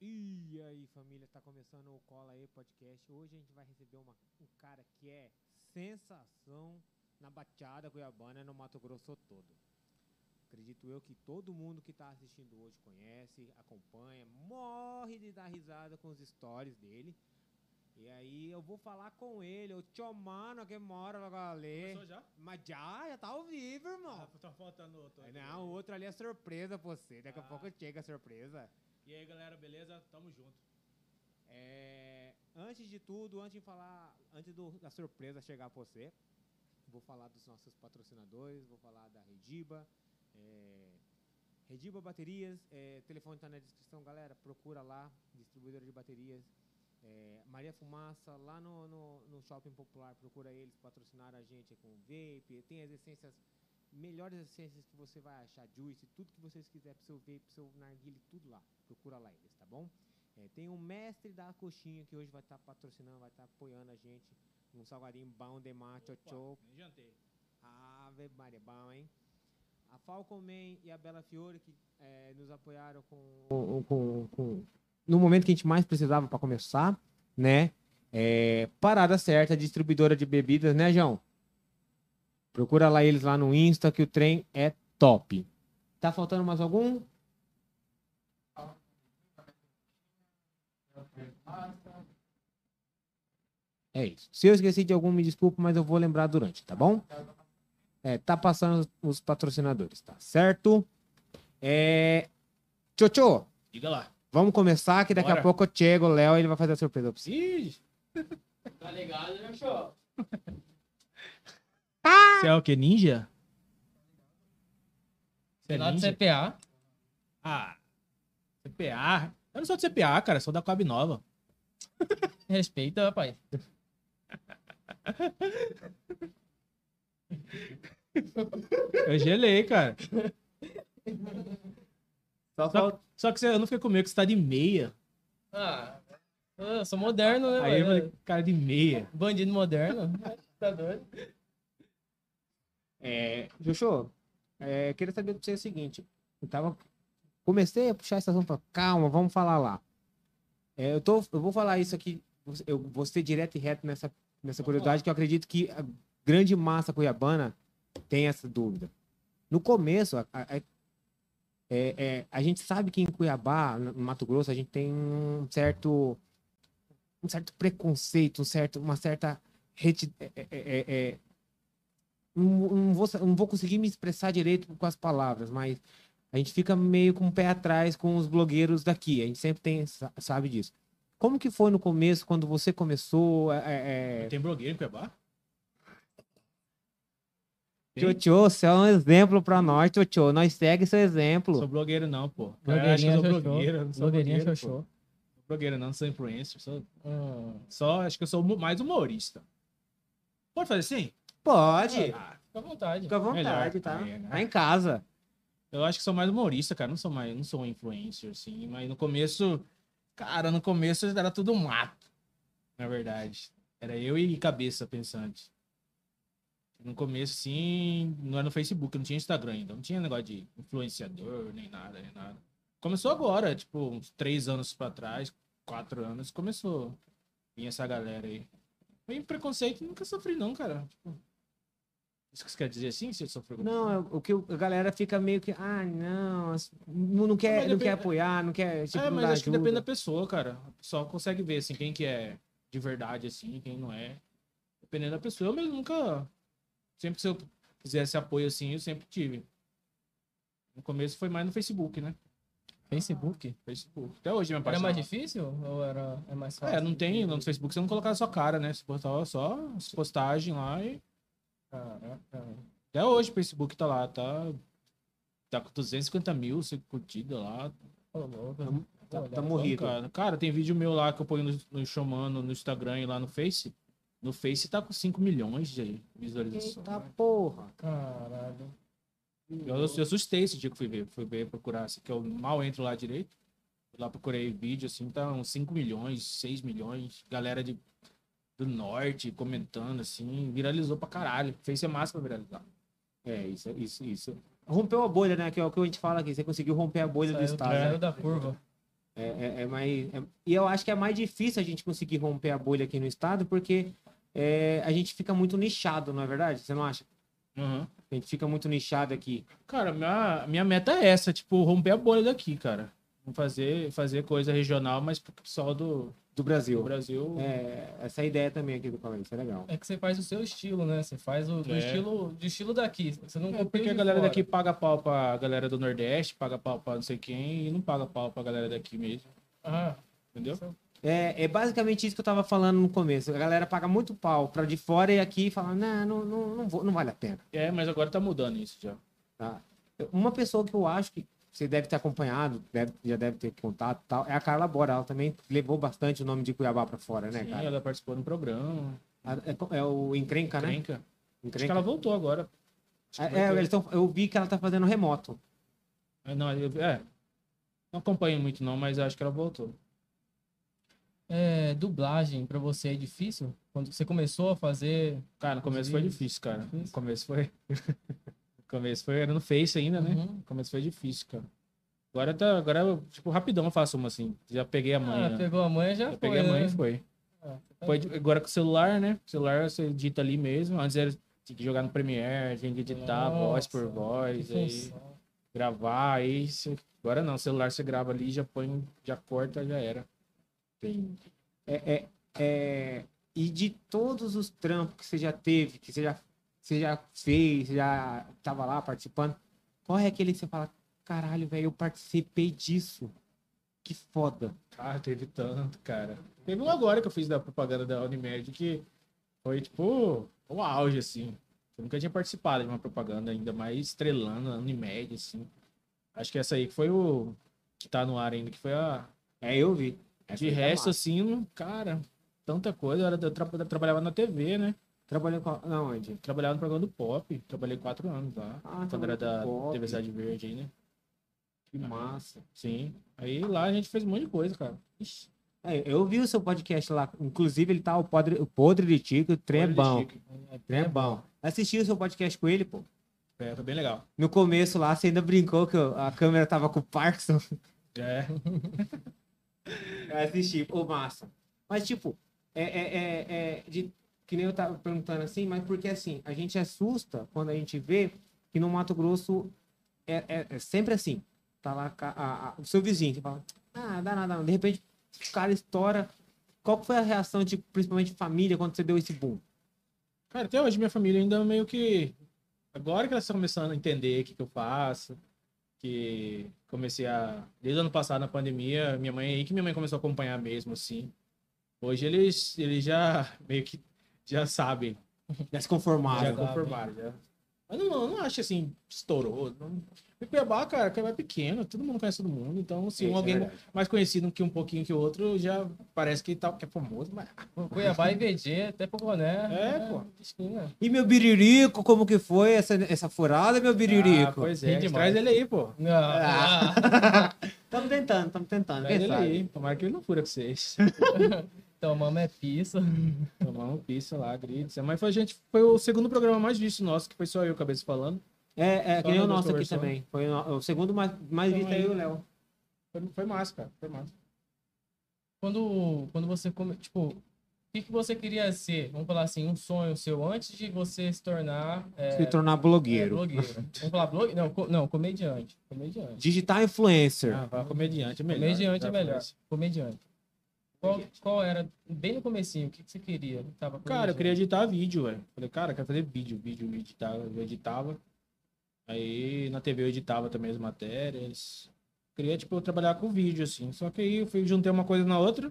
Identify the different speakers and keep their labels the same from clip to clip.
Speaker 1: E aí, família, tá começando o Cola aí Podcast. Hoje a gente vai receber uma, um cara que é sensação na Bateada Cuiabana e no Mato Grosso todo. Acredito eu que todo mundo que tá assistindo hoje conhece, acompanha, morre de dar risada com os stories dele. E aí eu vou falar com ele, o tio mano que mora no
Speaker 2: Começou
Speaker 1: galê.
Speaker 2: já?
Speaker 1: Mas já, já tá ao vivo,
Speaker 2: Ah,
Speaker 1: irmão.
Speaker 2: tá faltando outro. aqui.
Speaker 1: Não, o outro ali é surpresa pra você. Daqui a
Speaker 2: Ah.
Speaker 1: pouco chega a surpresa.
Speaker 2: E aí, galera, beleza? Tamo junto.
Speaker 1: É, antes de tudo, antes de falar, antes do- da surpresa chegar pra você, vou falar dos nossos patrocinadores, vou falar da Rediba, é, Rediba Baterias, é, telefone tá na descrição, galera, procura lá, distribuidora de baterias. É, Maria Fumaça, lá no, no, no Shopping Popular, procura eles, patrocinaram a gente com vape, tem as essências, melhores essências que você vai achar, juice, tudo que vocês quiserem pro seu vape, pro seu narguile, tudo lá, procura lá eles, tá bom? É, tem o mestre da coxinha que hoje vai estar patrocinando, vai estar apoiando a gente. Um salgadinho bom de macho,
Speaker 2: Opa,
Speaker 1: Ah, tchau.
Speaker 2: Nem jantei.
Speaker 1: Ave Maria, bom, hein? A Falcon Man e a Bela Fiore que eh, nos apoiaram com, com, com- com- No momento que a gente mais precisava para começar, né? É, parada certa, distribuidora de bebidas, né, João? Procura lá eles lá no Insta que o trem é top. Tá faltando mais algum? É isso. Se eu esqueci de algum, me desculpa, mas eu vou lembrar durante, tá bom? É, tá passando os patrocinadores, tá certo? É... Tchô, tchô,
Speaker 2: Diga lá.
Speaker 1: vamos começar que daqui a
Speaker 2: Bora.
Speaker 1: pouco eu chego, o Léo, ele vai fazer a surpresa pra você.
Speaker 2: Ih,
Speaker 3: Tá ligado, né, show?
Speaker 1: Ah!
Speaker 2: você é o que? Ninja? Você é
Speaker 3: Lá do
Speaker 2: ninja?
Speaker 3: CPA.
Speaker 2: Ah, CPA. Eu não sou do CPA, cara. Sou da Coab Nova.
Speaker 3: Respeita, rapaz.
Speaker 2: Eu gelei, cara.
Speaker 1: Só
Speaker 2: Só, só que você, eu não fiquei com medo que você tá de meia.
Speaker 3: Ah, eu sou moderno, né,
Speaker 2: Aí eu
Speaker 3: mano?
Speaker 2: falei, cara, de meia.
Speaker 3: Bandido moderno. tá doido?
Speaker 1: É, Juxô, é, queria saber de você o seguinte. Eu tava... Comecei a puxar esse assunto, pra- calma, vamos falar lá. É, eu, tô, eu vou falar isso aqui, eu vou ser direto e reto nessa, nessa curiosidade, que eu acredito que a grande massa cuiabana tem essa dúvida. No começo, a, a- a- é- é, a gente sabe que em Cuiabá, no Mato Grosso, a gente tem um certo, um certo preconceito, um certo, uma certa reti, é- é- é- é- não, não vou, sa- não vou conseguir me expressar direito com as palavras, mas a gente fica meio com o pé atrás com os blogueiros daqui. A gente sempre tem, sa- sabe disso. Como que foi no começo, quando você começou? É, é,
Speaker 2: Tem blogueiro em Cuiabá?
Speaker 1: Tchô, tchô, você é um exemplo pra nós, tchô, tchô. Nós segue seu exemplo.
Speaker 2: Sou blogueiro não, pô. Cara, acho que
Speaker 3: Blogueirinha,
Speaker 2: eu sou
Speaker 3: seu
Speaker 2: blogueiro. eu Não
Speaker 3: show.
Speaker 2: sou
Speaker 3: Blogueirinha,
Speaker 2: blogueiro,
Speaker 3: seu
Speaker 2: pô.
Speaker 3: show.
Speaker 2: Sou blogueiro não, sou influencer. Sou...
Speaker 1: Ah.
Speaker 3: Hum,
Speaker 2: Só acho que eu sou mu- mais humorista. Pode fazer assim?
Speaker 1: Pode,
Speaker 2: Ah,
Speaker 3: Fica à vontade.
Speaker 1: fica à vontade,
Speaker 2: melhor.
Speaker 1: tá?
Speaker 2: Aí, né?
Speaker 1: Tá em casa.
Speaker 2: Eu acho que sou mais humorista, cara. Não sou mais, não sou um influencer, assim. Mas no começo, cara, no começo era tudo um mato. Na verdade. Era eu e cabeça pensante. No começo, sim, não era no Facebook, não tinha Instagram ainda. Não tinha negócio de influenciador, nem nada, nem nada. Começou agora, tipo, uns três anos pra trás, quatro anos, começou. Vinha essa galera aí. E preconceito nunca sofri, não, cara. Tipo, isso que você quer dizer assim? Você sofreu algum-
Speaker 1: Não, é o que o- a galera fica meio que, ah, não, as- não, não quer,
Speaker 2: Mas
Speaker 1: não quer
Speaker 2: depende-
Speaker 1: apoiar, não quer, tipo,
Speaker 2: é,
Speaker 1: não
Speaker 2: mas
Speaker 1: dá
Speaker 2: acho que depende da
Speaker 1: ajuda.
Speaker 2: pessoa, cara. Só consegue ver, assim, quem que é de verdade, assim, quem não é. Dependendo da pessoa, eu mesmo nunca... Sempre que se eu quisesse apoio, assim, eu sempre tive. No começo foi mais no Facebook, né?
Speaker 3: Facebook?
Speaker 2: Facebook. Até hoje, é minha
Speaker 3: Era
Speaker 2: página.
Speaker 3: mais difícil ou era é mais fácil?
Speaker 2: É, não tem... No Facebook você não colocava a sua cara, né? Você postava só as postagens lá e...
Speaker 3: Caraca.
Speaker 2: Até hoje o Facebook tá lá, tá... Tá com 250 mil curtidas lá,
Speaker 3: Ô, louco.
Speaker 1: Tá-
Speaker 3: Olha,
Speaker 1: tá morrido.
Speaker 2: Cara. Cara, tem vídeo meu lá que eu ponho no, no Xomano, no Instagram e lá no Face. No Face tá com 5 milhões de visualizações.
Speaker 1: Eita tá, porra.
Speaker 3: Caralho.
Speaker 2: Eu, eu assustei esse dia que fui ver, fui ver procurar, assim, que eu mal entro lá direito. Fui Lá procurei vídeo, assim, tá uns 5 milhões, 6 milhões. Galera de, do norte comentando, assim, viralizou pra caralho. Face é massa pra viralizar. É, isso, isso, isso.
Speaker 1: Rompeu a bolha, né, que é o que a gente fala aqui, você conseguiu romper a bolha do
Speaker 3: Saiu,
Speaker 1: estado.
Speaker 3: saiu
Speaker 1: né?
Speaker 3: da curva.
Speaker 1: É, é- é mais, é- e eu acho que é mais difícil a gente conseguir romper a bolha aqui no estado, porque é, a gente fica muito nichado, não é verdade? Você não acha?
Speaker 2: Uhum.
Speaker 1: A gente fica muito nichado aqui.
Speaker 2: Cara, minha, minha meta é essa, tipo, romper a bolha daqui, cara. Fazer, fazer coisa regional, mas pro pessoal do,
Speaker 1: Do
Speaker 2: do
Speaker 1: Brasil.
Speaker 2: Brasil.
Speaker 1: É, essa é a ideia também aqui do Palmeiras, isso é legal.
Speaker 3: É que você faz o seu estilo, né? Você faz o do
Speaker 2: É.
Speaker 3: estilo, do estilo daqui. Você não
Speaker 2: É
Speaker 3: copia
Speaker 2: porque
Speaker 3: de
Speaker 2: a galera
Speaker 3: fora.
Speaker 2: daqui paga pau pra galera do Nordeste, paga pau pra não sei quem, e não paga pau pra galera daqui mesmo,
Speaker 3: Ah,
Speaker 2: entendeu?
Speaker 1: É, é basicamente isso que eu tava falando no começo. A galera paga muito pau pra de fora e aqui fala, "Não, não, não, não, vou- não vale a pena.
Speaker 2: É, mas agora tá mudando isso já.
Speaker 1: tá? Eu- Uma pessoa que eu acho que você deve ter acompanhado, deve- já deve ter contato e tal, é a Carla Bora. Ela também levou bastante o nome de Cuiabá pra fora, né,
Speaker 2: Sim,
Speaker 1: cara?
Speaker 2: ela participou no programa.
Speaker 1: A- É, co- é o Encrenca, né?
Speaker 2: Crenca. Acho que
Speaker 1: Encrenca.
Speaker 2: ela voltou agora. Acho que
Speaker 1: É,
Speaker 2: vai
Speaker 1: é,
Speaker 2: ter-
Speaker 1: eles tão- eu vi que ela tá fazendo remoto.
Speaker 2: É, Não, eu- é. Não acompanho muito, não, mas acho que ela voltou.
Speaker 3: é, dublagem pra você é difícil? Quando você começou a fazer.
Speaker 2: Cara, no começo foi difícil, cara. No
Speaker 3: Difícil.
Speaker 2: começo foi. no começo foi. Era no Face ainda, né?
Speaker 3: Uhum.
Speaker 2: No começo foi difícil, cara. Agora tá. Agora, eu, tipo, rapidão eu faço uma assim. Já peguei a mãe.
Speaker 3: Ah,
Speaker 2: né?
Speaker 3: pegou a mãe já
Speaker 2: Já
Speaker 3: foi.
Speaker 2: peguei a mãe e
Speaker 3: né?
Speaker 2: foi.
Speaker 3: Ah, você tá-
Speaker 2: Foi de- agora com o celular, né? O celular você edita ali mesmo. Antes era tinha que jogar no Premiere, tinha que editar
Speaker 3: Nossa,
Speaker 2: voz por
Speaker 3: que
Speaker 2: voz,
Speaker 3: que
Speaker 2: aí
Speaker 3: função.
Speaker 2: gravar, aí você- agora não, o celular você grava ali, já põe, já corta, já era. Tem-
Speaker 1: É, é- é- e de todos os trampos que você já teve, que você já, você já fez, já tava lá participando, qual é aquele que você fala, caralho, velho, eu participei disso. Que foda.
Speaker 2: Ah, teve tanto, cara. Teve um agora que eu fiz da propaganda da Unimed que foi tipo um auge, assim. Eu nunca tinha participado de uma propaganda ainda mais estrelando a Unimed, assim. Acho que essa aí que foi o que tá no ar ainda, que foi a
Speaker 1: É, eu vi.
Speaker 2: De resto, assim, não- cara, tanta coisa. Era, eu, tra- eu trabalhava na TV, né?
Speaker 1: Trabalhando com. a- Não, onde?
Speaker 2: Trabalhava no programa do Pop. Trabalhei quatro anos lá.
Speaker 1: Ah,
Speaker 2: quando era da
Speaker 1: Pop.
Speaker 2: TV Cidade Verde aí, né?
Speaker 1: Que massa.
Speaker 2: Sim. Aí lá a gente fez um monte de coisa, cara. Ixi,
Speaker 1: É, eu vi o seu podcast lá. Inclusive, ele tá o podre, o podre de Tico, o trem é bom.
Speaker 2: olha que chique.
Speaker 1: Trem é bom. Assisti o seu podcast com ele, pô.
Speaker 2: É, foi bem legal.
Speaker 1: No começo lá, você ainda brincou que eu- a câmera tava com o Parkinson.
Speaker 2: É.
Speaker 1: Eu assisti, ô massa. Mas, tipo, é, é, é, é de, que nem eu tava perguntando assim, mas porque assim, a gente assusta quando a gente vê que no Mato Grosso é, é- é sempre assim. Tá lá ca- a- a- o seu vizinho, que fala, ah, dá nada, não. De repente, o cara estoura. Qual que foi a reação, tipo, principalmente família, quando você deu esse boom?
Speaker 2: Cara, até hoje minha família ainda meio que. Agora que elas estão começando a entender o que, que eu faço, que comecei a. Desde o ano passado, na pandemia, minha mãe aí que minha mãe começou a acompanhar mesmo, assim. Hoje eles, eles já meio que já sabem,
Speaker 1: Já se conformaram.
Speaker 2: já
Speaker 3: sabem.
Speaker 2: conformaram. Já. Mas não, não, não acho assim, estourou. Não... E Cuiabá, cara, Cuiabá é pequeno, todo mundo conhece todo mundo. Então, se
Speaker 1: Isso
Speaker 2: um
Speaker 1: é
Speaker 2: alguém
Speaker 1: verdade.
Speaker 2: mais conhecido que um pouquinho que o outro, já parece que, tá, que é famoso, mas.
Speaker 3: Cuiabá e VG, até pro boné. né?
Speaker 2: É,
Speaker 3: Ah,
Speaker 2: pô.
Speaker 3: Esquina.
Speaker 1: E meu biririco, como que foi essa, essa furada, meu
Speaker 2: Ah,
Speaker 1: biririco?
Speaker 2: pois é,
Speaker 3: Ri demais.
Speaker 2: traz ele aí, pô.
Speaker 3: Não.
Speaker 1: Ah.
Speaker 3: ah.
Speaker 1: Estamos tentando, estamos tentando. é
Speaker 2: Traz
Speaker 1: Quem
Speaker 2: ele
Speaker 1: sabe?
Speaker 2: aí, tomara que ele não fura com vocês.
Speaker 3: Tomamos é pizza.
Speaker 2: Tomamos pizza um lá, gritos. Mas foi, a gente, foi o segundo programa mais visto nosso, que foi só eu, cabeça falando.
Speaker 1: É, é
Speaker 2: Só
Speaker 1: que nem o
Speaker 2: nós
Speaker 1: nosso aqui
Speaker 2: conversando.
Speaker 1: também. Foi o no- o segundo mais, mais
Speaker 2: Então
Speaker 1: visto
Speaker 2: aí-
Speaker 1: aí, o Léo.
Speaker 2: Foi, foi massa, cara. Foi massa.
Speaker 3: Quando, quando você come, tipo, o que, que você queria ser? Vamos falar assim, um sonho seu antes de você se tornar é,
Speaker 1: Se tornar
Speaker 3: é,
Speaker 1: blogueiro.
Speaker 3: blogueiro. Vamos falar blogueiro? Não, co- não, comediante. Comediante.
Speaker 1: Digital influencer.
Speaker 2: Ah, vai, comediante é melhor.
Speaker 3: Comediante é
Speaker 2: Já
Speaker 3: melhor.
Speaker 2: falei.
Speaker 3: Comediante. Qual, qual era, bem no comecinho, o que, que você queria? Tava
Speaker 2: Cara, eu
Speaker 3: planejando.
Speaker 2: queria editar vídeo, velho. Falei, cara, eu quero fazer vídeo, vídeo, eu editava, eu editava. Aí na TV eu editava também as matérias. Queria, tipo, trabalhar com vídeo, assim. Só que aí eu fui juntei uma coisa na outra.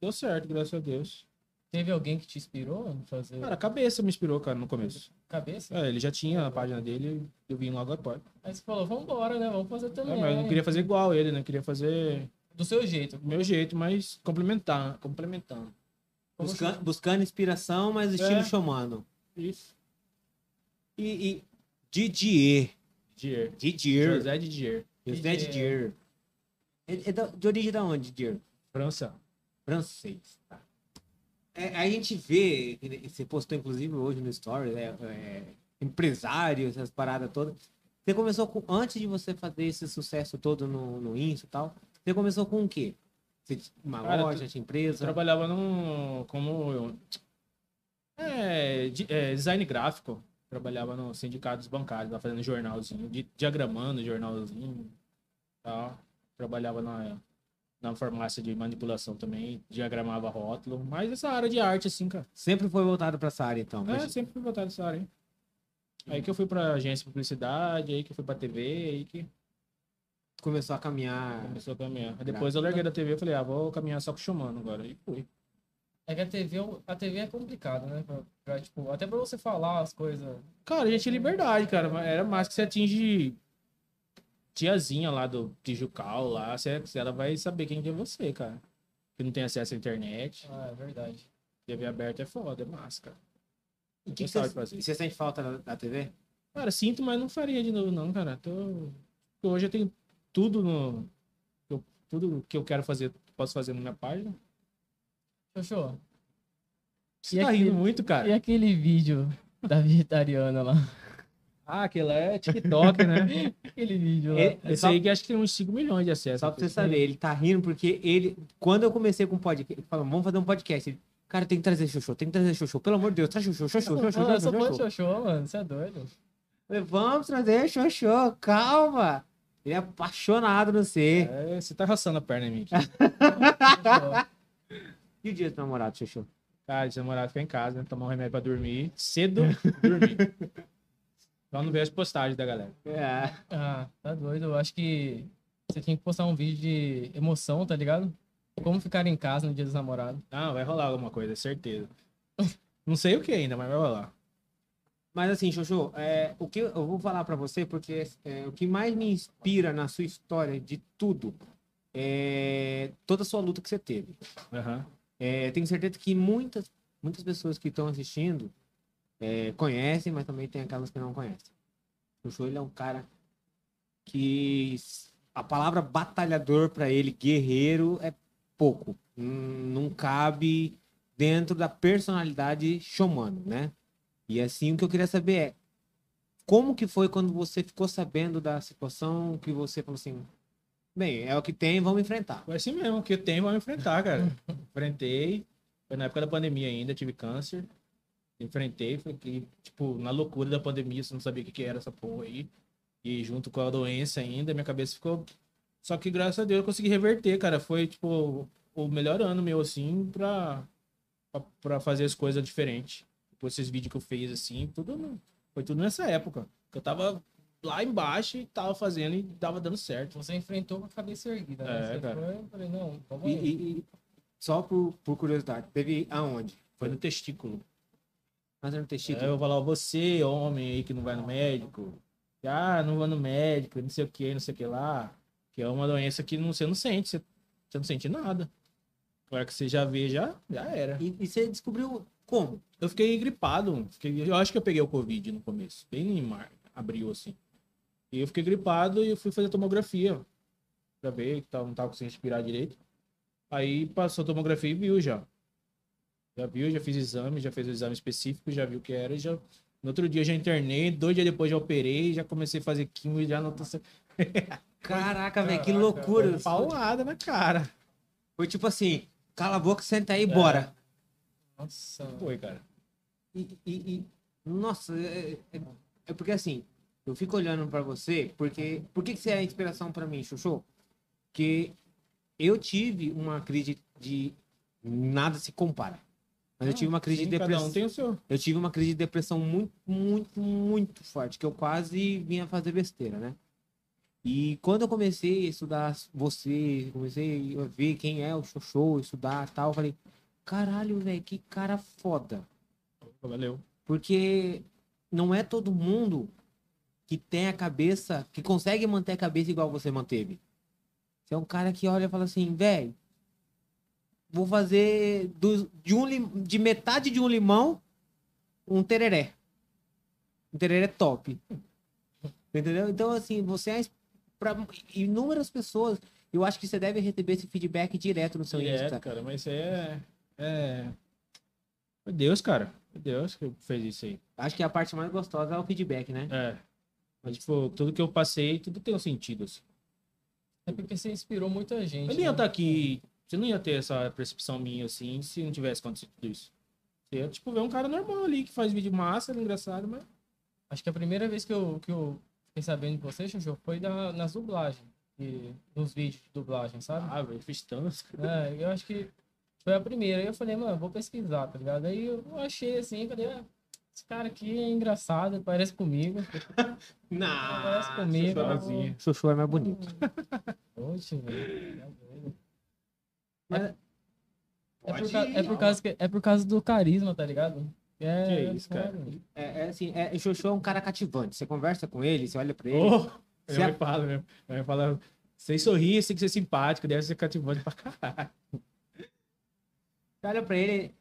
Speaker 2: Deu certo, graças a Deus.
Speaker 3: Teve alguém que te inspirou em fazer
Speaker 2: Cara, a cabeça me inspirou, cara, no começo.
Speaker 3: cabeça?
Speaker 2: É, ele já tinha a página dele, eu vim logo após.
Speaker 3: Aí você falou, vambora, né? Vamos fazer também.
Speaker 2: É, mas eu não queria fazer igual ele, né? Eu queria fazer
Speaker 3: Do seu jeito.
Speaker 2: do meu jeito, mas complementar, complementando.
Speaker 3: Como
Speaker 1: Busca- buscando inspiração, mas estilo chamando.
Speaker 2: Isso.
Speaker 1: E, e Didier.
Speaker 2: Dier.
Speaker 1: Didier.
Speaker 2: José Didier.
Speaker 1: José Didier. É, é da- de origem da onde, Didier?
Speaker 2: França.
Speaker 1: Francês. tá? É, a gente vê, que nem- você postou inclusive hoje no Story, né? é, empresário, essas paradas todas. Você começou com, antes de você fazer esse sucesso todo no, no Insta e tal, Você começou com o quê? Você tinha uma
Speaker 2: Cara,
Speaker 1: loja, tinha
Speaker 2: Eu
Speaker 1: empresa?
Speaker 2: trabalhava num. como. É, de- é, design gráfico. Trabalhava no sindicatos bancários, lá fazendo jornalzinho, di- diagramando jornalzinho tal. Trabalhava na, na farmácia de manipulação também, diagramava rótulo. Mas essa área de arte, assim, cara.
Speaker 1: Sempre foi voltado pra essa área, então.
Speaker 2: É,
Speaker 1: Mas
Speaker 2: sempre fui voltado nessa área, hein? Aí que eu fui pra agência de publicidade, aí que eu fui pra TV, aí que
Speaker 1: começou a caminhar.
Speaker 2: começou a caminhar. Aí depois eu larguei da TV e falei, ah, vou caminhar só com o Xamano agora. E fui.
Speaker 3: É que a TV, é um- a TV é complicada, né? Pra, pra, tipo, até pra você falar as coisas.
Speaker 2: Cara, a gente tinha liberdade, cara. mas Era mais que você atinge tiazinha lá do Tijucal, lá. Você, ela vai saber quem que é você, cara. Que não tem acesso à internet.
Speaker 3: Ah, é verdade.
Speaker 2: TV aberta é foda, é massa, cara.
Speaker 1: E o que, que
Speaker 2: Gostava
Speaker 1: você,
Speaker 2: de fazer.
Speaker 1: e você sente falta da, da TV?
Speaker 2: Cara, sinto, mas não faria de novo, não, cara. Tô... Hoje eu tenho tudo no. eu- Tudo que eu quero fazer, posso fazer na minha página.
Speaker 3: Xoxô,
Speaker 2: Você
Speaker 3: E
Speaker 2: tá
Speaker 3: aquele-
Speaker 2: rindo muito, cara.
Speaker 3: e aquele vídeo da vegetariana lá?
Speaker 2: Ah, aquilo é TikTok, né?
Speaker 3: Aquele vídeo lá.
Speaker 1: É,
Speaker 2: Esse
Speaker 1: só,
Speaker 2: aí que acho que tem uns 5 milhões de acessos.
Speaker 1: só pra
Speaker 3: Uhum.
Speaker 1: você saber, ele tá rindo porque ele. Quando eu comecei com o podcast, falando, vamos fazer um podcast. Ele, cara, tem que trazer Xuxu, tem que trazer Xuxu. Pelo amor de Deus, traz Xuxu, Xuxu, Xuxu,
Speaker 3: Mano, eu
Speaker 1: Xuxu,
Speaker 3: sou fã
Speaker 1: Xuxu,
Speaker 3: de Xoxô, mano. Você é doido.
Speaker 1: Falei, Vamos trazer Xuxu, calma. Ele é apaixonado no ser.
Speaker 2: É, você tá roçando a perna em mim. aqui.
Speaker 3: Xoxô.
Speaker 1: E o dia do namorado, Xuxu?
Speaker 2: Cara, esse namorado fica em casa, né? Tomar um remédio pra dormir. Cedo, dormir. Então não ver as postagens da galera.
Speaker 1: É.
Speaker 3: Ah, tá doido. Eu acho que você tinha que postar um vídeo de emoção, tá ligado? Como ficar em casa no dia dos namorados.
Speaker 2: Não, vai rolar alguma coisa, certeza. Não sei o que ainda, mas vai rolar.
Speaker 1: Mas assim, Jojo, é, o que eu vou falar pra você, porque é, o que mais me inspira na sua história de tudo é toda a sua luta que você teve.
Speaker 2: Aham.
Speaker 1: É, tenho certeza que muitas, muitas pessoas que estão assistindo é, conhecem, mas também tem aquelas que não conhecem. O Jojo, ele é um cara que s- a palavra batalhador pra ele, guerreiro, é pouco. Hum, Não cabe dentro da personalidade showmano, né? E assim, o que eu queria saber é como que foi quando você ficou sabendo da situação que você falou assim, bem, é o que tem, vamos enfrentar.
Speaker 2: Foi assim mesmo, o que tem, vamos enfrentar, cara. Enfrentei. Foi na época da pandemia ainda, tive câncer. Enfrentei, foi que, tipo, na loucura da pandemia, você não sabia o que, que era essa porra aí. E junto com a doença ainda, minha cabeça ficou. Só que graças a Deus eu consegui reverter, cara. Foi, tipo, o melhor ano meu, assim, pra, pra, pra fazer as coisas diferentes. Tipo, esses vídeos que eu fiz, assim, tudo. no- Foi tudo nessa época. Que eu tava lá embaixo e tava fazendo e tava dando certo.
Speaker 3: Você enfrentou com a cabeça erguida, né?
Speaker 2: É,
Speaker 3: Você
Speaker 2: cara.
Speaker 3: foi, eu falei, não, vamos
Speaker 1: E,
Speaker 3: aí.
Speaker 1: e- e só por, por curiosidade, teve aonde?
Speaker 2: Foi no testículo.
Speaker 1: Mas era no
Speaker 2: Aí
Speaker 1: testículo.
Speaker 2: É, eu falava, você, homem aí que não vai no médico, que, ah, não vai no médico, não sei o que, não sei o que lá, que é uma doença que não, você não sente, você, você não sente nada. Claro que você já vê, já, já era.
Speaker 1: E, e você descobriu como?
Speaker 2: Eu fiquei gripado, fiquei- eu acho que eu peguei o Covid no começo, bem em mar, abril assim. E eu fiquei gripado e eu fui fazer tomografia, pra ver que tava, não tava conseguindo respirar direito. Aí passou a tomografia e viu já. Já viu, já fiz exame, já fez o exame específico, já viu o que era. e Já... No outro dia eu já internei, dois dias depois já operei, já comecei a fazer quimio e já não tô...
Speaker 1: Caraca, velho, que
Speaker 3: Caraca,
Speaker 1: loucura.
Speaker 2: é Paulada na cara. É.
Speaker 1: Foi tipo assim, cala a boca, senta aí e bora.
Speaker 3: Nossa.
Speaker 2: Foi, cara.
Speaker 1: E, e- e- nossa, é, é- é porque assim, eu fico olhando pra você, porque por que, que você é a inspiração pra mim, Xuxu? Que eu tive uma crise de nada se compara. Mas eu tive uma crise
Speaker 2: Sim,
Speaker 1: de
Speaker 2: Cada
Speaker 1: depressão.
Speaker 2: um tem o seu.
Speaker 1: Eu tive uma crise de depressão muito, muito, muito forte, que eu quase vinha fazer besteira, né? E quando eu comecei a estudar você, comecei a ver quem é o Xoxô, estudar tal, eu falei, caralho, velho, que cara foda.
Speaker 2: Valeu.
Speaker 1: Porque não é todo mundo que tem a cabeça, que consegue manter a cabeça igual você manteve. Você é um cara que olha e fala assim, velho, vou fazer do, de, um, lim- de metade de um limão um tereré. Um tereré top. Entendeu? Então, assim, você é para inúmeras pessoas. Eu acho que você deve receber esse feedback direto no seu
Speaker 2: Direto,
Speaker 1: Insta.
Speaker 2: cara, mas isso aí é. é... Foi Deus, cara. Foi Deus que fez isso aí.
Speaker 1: Acho que a parte mais gostosa é o feedback, né?
Speaker 2: É. Mas, tipo, tudo que eu passei, tudo tem um sentido. Assim.
Speaker 3: É porque você inspirou muita gente.
Speaker 2: Eu não ia
Speaker 3: né?
Speaker 2: estar aqui. Você não ia ter essa percepção minha assim se não tivesse acontecido tudo isso. Você ia, tipo, ver um cara normal ali que faz vídeo massa, ele é engraçado, mas.
Speaker 3: Acho que a primeira vez que eu, que eu fiquei sabendo de você, Jojo, foi na, nas dublagens. E, nos vídeos de dublagem, sabe?
Speaker 2: Ah, velho, fiz tanto.
Speaker 3: É, eu acho que foi a primeira. Aí eu falei, mano, vou pesquisar, tá ligado? Aí eu achei assim, falei, ah, esse cara aqui é engraçado, parece comigo.
Speaker 2: Não,
Speaker 3: Parece comigo.
Speaker 2: sozinha.
Speaker 1: Chuchu é mais bonito.
Speaker 3: Oxe, velho. tá doido. É por,
Speaker 2: Pode
Speaker 3: ca-
Speaker 2: ir,
Speaker 3: é, por
Speaker 2: ó.
Speaker 3: causa que- é por causa do carisma, tá ligado? É,
Speaker 2: Que isso, cara.
Speaker 3: sério.
Speaker 1: É, é assim, é, Chuchu é um cara cativante. Você conversa com ele, você olha pra ele.
Speaker 2: Ô,
Speaker 1: Você
Speaker 2: minha
Speaker 1: a-
Speaker 2: mãe fala mesmo. Minha mãe fala, você sorri, você tem que ser simpático, deve ser cativante pra caralho.
Speaker 1: Você olha pra ele,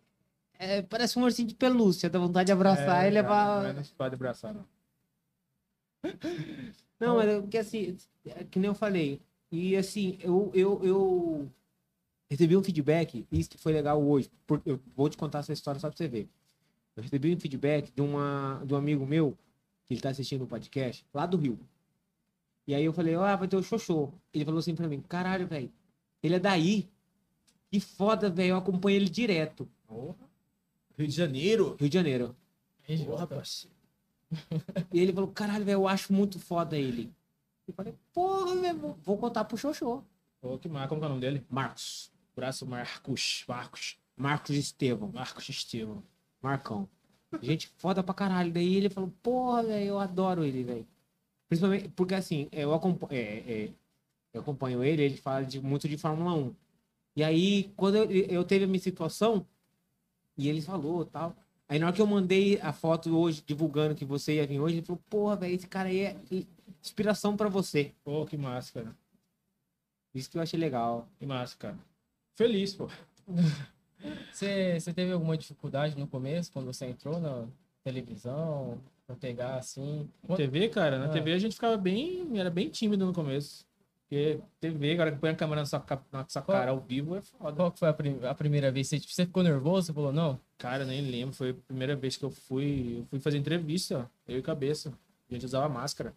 Speaker 1: é, parece um ursinho de pelúcia. Dá vontade de abraçar
Speaker 2: É,
Speaker 1: e
Speaker 2: Não,
Speaker 1: levar.
Speaker 2: é, não se pode abraçar, não.
Speaker 1: Não, era porque assim, é, que nem eu falei. E assim, eu, eu, eu recebi um feedback, isso que foi legal hoje. por- eu vou te contar essa história só pra você ver. Eu recebi um feedback de, uma, de um amigo meu, que ele tá assistindo o podcast, lá do Rio. E aí eu falei, ah, vai ter o Xoxô. Ele falou assim pra mim, caralho, velho, ele é daí. Que foda, velho, eu acompanho ele direto.
Speaker 2: Porra. Rio de Janeiro.
Speaker 1: Rio de Janeiro.
Speaker 3: Aí, Jota,
Speaker 2: Porra, parceiro.
Speaker 1: E ele falou, caralho, velho, eu acho muito foda ele. Eu falei, porra, velho, vou- vou contar pro Xoxô.
Speaker 2: Ô, que mar, como que é o nome dele?
Speaker 1: Marcos.
Speaker 2: Braço Marcos. Marcos.
Speaker 1: Marcos Estevão,
Speaker 2: Marcos Estevão.
Speaker 1: Marcão. Gente foda pra caralho. Daí ele falou, porra, velho, eu adoro ele, velho. Principalmente porque assim, eu acompanho, é, eu acompanho ele, ele fala de, muito de Fórmula 1. E aí, quando eu, eu teve a minha situação, e ele falou tal. Aí na hora que eu mandei a foto hoje, divulgando que você ia vir hoje, ele falou, porra, velho, esse cara aí é inspiração pra você.
Speaker 2: Pô, que massa, cara.
Speaker 1: Isso que eu achei legal.
Speaker 2: Que massa, cara. Feliz, pô.
Speaker 3: Você, você teve alguma dificuldade no começo, quando você entrou na televisão, pra pegar assim?
Speaker 2: Na TV, cara, na
Speaker 3: Ah.
Speaker 2: TV a gente ficava bem. Era bem tímido no começo. Porque TV, cara, que põe a câmera na sua, ca- na sua cara ao vivo é foda.
Speaker 3: Qual que foi a, prim- a primeira vez? Você, tipo, você ficou nervoso? Você falou, não?
Speaker 2: Cara, nem lembro. Foi a primeira vez que eu fui. Eu fui fazer entrevista. Eu e cabeça. A gente usava máscara.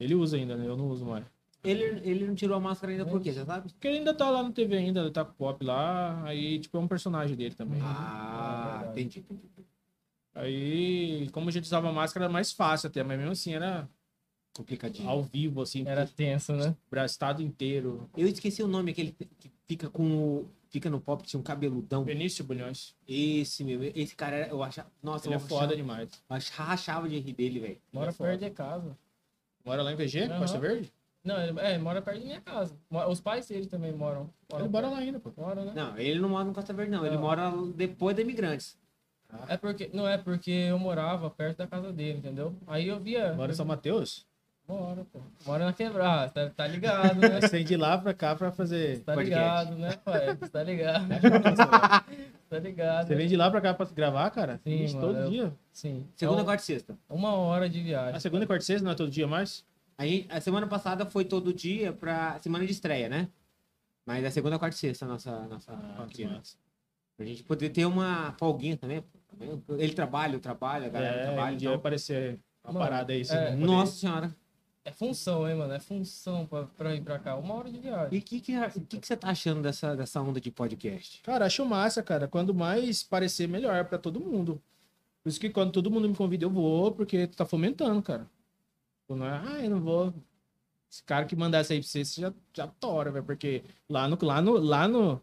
Speaker 2: Ele usa ainda, né? Eu não uso mais.
Speaker 1: Ele, ele não tirou a máscara ainda por quê, você sabe?
Speaker 2: Porque ele ainda tá lá no TV ainda, ele tá com o pop lá. Aí, tipo, é um personagem dele também.
Speaker 1: Ah, entendi.
Speaker 2: Aí, como a gente usava máscara, era mais fácil até, mas mesmo assim era
Speaker 1: Complicadinho.
Speaker 2: ao vivo, assim,
Speaker 3: Era
Speaker 2: era
Speaker 3: tenso, né?
Speaker 2: pra estado inteiro.
Speaker 1: Eu esqueci o nome, aquele que fica com o. Fica no pop, tinha um cabeludão.
Speaker 2: Benício Bulhões.
Speaker 1: Esse, meu, esse cara, era- eu achava. Nossa,
Speaker 2: Ele é
Speaker 1: eu
Speaker 2: foda demais.
Speaker 1: Achava, rachava de rir dele, velho.
Speaker 3: Mora
Speaker 2: é foda.
Speaker 3: perto de casa.
Speaker 2: Mora lá em VG,
Speaker 3: Aham.
Speaker 2: Costa Verde?
Speaker 3: Não, ele, é, ele mora perto de minha casa. Mo- Os pais dele também moram. moram
Speaker 2: Ele mora lá ainda, pô.
Speaker 3: perto. Moram, né?
Speaker 1: Não, ele não mora no Costa Verde, não. Ele
Speaker 3: Não.
Speaker 1: mora depois da Imigrantes.
Speaker 3: É porque, não é porque eu morava perto da casa dele, entendeu? Aí eu via.
Speaker 2: Mora em São Mateus?
Speaker 3: Mora, pô. Mora na quebrada, tá, tá ligado, né?
Speaker 2: Você de lá pra cá pra fazer.
Speaker 3: Tá
Speaker 1: Podcast.
Speaker 3: ligado, né, pai? Tá ligado. tá ligado.
Speaker 2: Você vem de lá pra cá pra gravar, cara?
Speaker 3: Sim,
Speaker 2: Ixi,
Speaker 3: mano,
Speaker 2: todo
Speaker 3: eu-
Speaker 2: dia.
Speaker 3: Sim.
Speaker 1: Segunda,
Speaker 3: Então,
Speaker 1: quarta e sexta.
Speaker 3: Uma hora de
Speaker 2: A
Speaker 3: viagem.
Speaker 2: segunda, quarta e sexta não é todo dia mais?
Speaker 1: A, gente- a semana passada foi todo dia pra semana de estreia, né? Mas é segunda, quarta e sexta a nossa, nossa
Speaker 2: Ah, que
Speaker 1: rotina.
Speaker 2: massa.
Speaker 1: Pra gente poder ter uma folguinha também. pô. Ele trabalha, eu trabalho, a galera
Speaker 2: É,
Speaker 1: trabalha.
Speaker 2: um dia
Speaker 1: Então...
Speaker 2: vai aparecer uma
Speaker 3: Mano,
Speaker 2: parada aí. assim. você
Speaker 3: é.
Speaker 2: não poder-
Speaker 1: Nossa senhora.
Speaker 3: É função, hein, mano? É função pra, pra ir pra cá. Uma hora de viagem.
Speaker 1: E o que, que, o que, que você tá achando dessa, dessa onda de podcast?
Speaker 2: Cara, acho massa, cara. Quando mais parecer, melhor pra todo mundo. Por isso que quando todo mundo me convida, eu vou, porque tu tá fomentando, cara. Tipo, Não é, ah, eu não vou. Esse cara que mandar essa aí pra você, você já, já tora, velho. Porque lá no, lá no, lá no.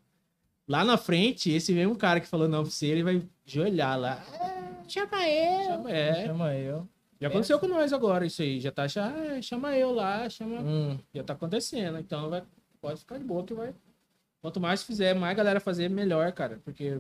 Speaker 2: Lá na frente, esse mesmo cara que falou não pra você, ele vai joelhar lá. "Ah, Chama eu. Chama, é.
Speaker 3: Chama eu.
Speaker 2: Já aconteceu com nós agora, isso aí. Já tá, já, "Ah, chama eu lá, chama
Speaker 3: Hum,
Speaker 2: já tá acontecendo, então vai, pode ficar de boa que vai. Quanto mais fizer, mais galera fazer, melhor, cara. Porque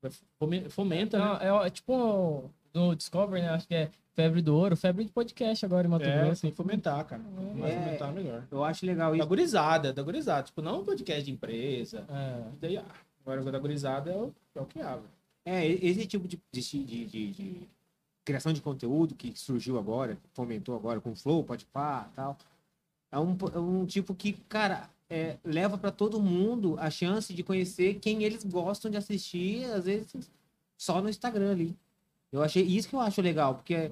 Speaker 2: vai fome- fomenta, né?
Speaker 3: Então, é, ó, tipo ó, do Discovery, né? Acho que é febre do ouro, febre de podcast agora em Mato
Speaker 2: É,
Speaker 3: Grosso.
Speaker 2: tem que fomentar, cara. Quanto mais
Speaker 1: É.
Speaker 2: fomentar, melhor.
Speaker 1: Eu acho legal
Speaker 2: Da
Speaker 1: isso.
Speaker 2: gurizada, da gurizada. Tipo, não um podcast de empresa.
Speaker 3: É.
Speaker 2: Daí, ah, agora o da gurizada é o, é o que abre.
Speaker 1: É, e- esse tipo de, de, de- de- de criação de conteúdo que surgiu agora, que fomentou agora com o Flow, Podpah e tal, é um, po- é um tipo que, cara, é, leva pra todo mundo a chance de conhecer quem eles gostam de assistir, às vezes só no Instagram ali. Eu achei isso que eu acho legal, porque é,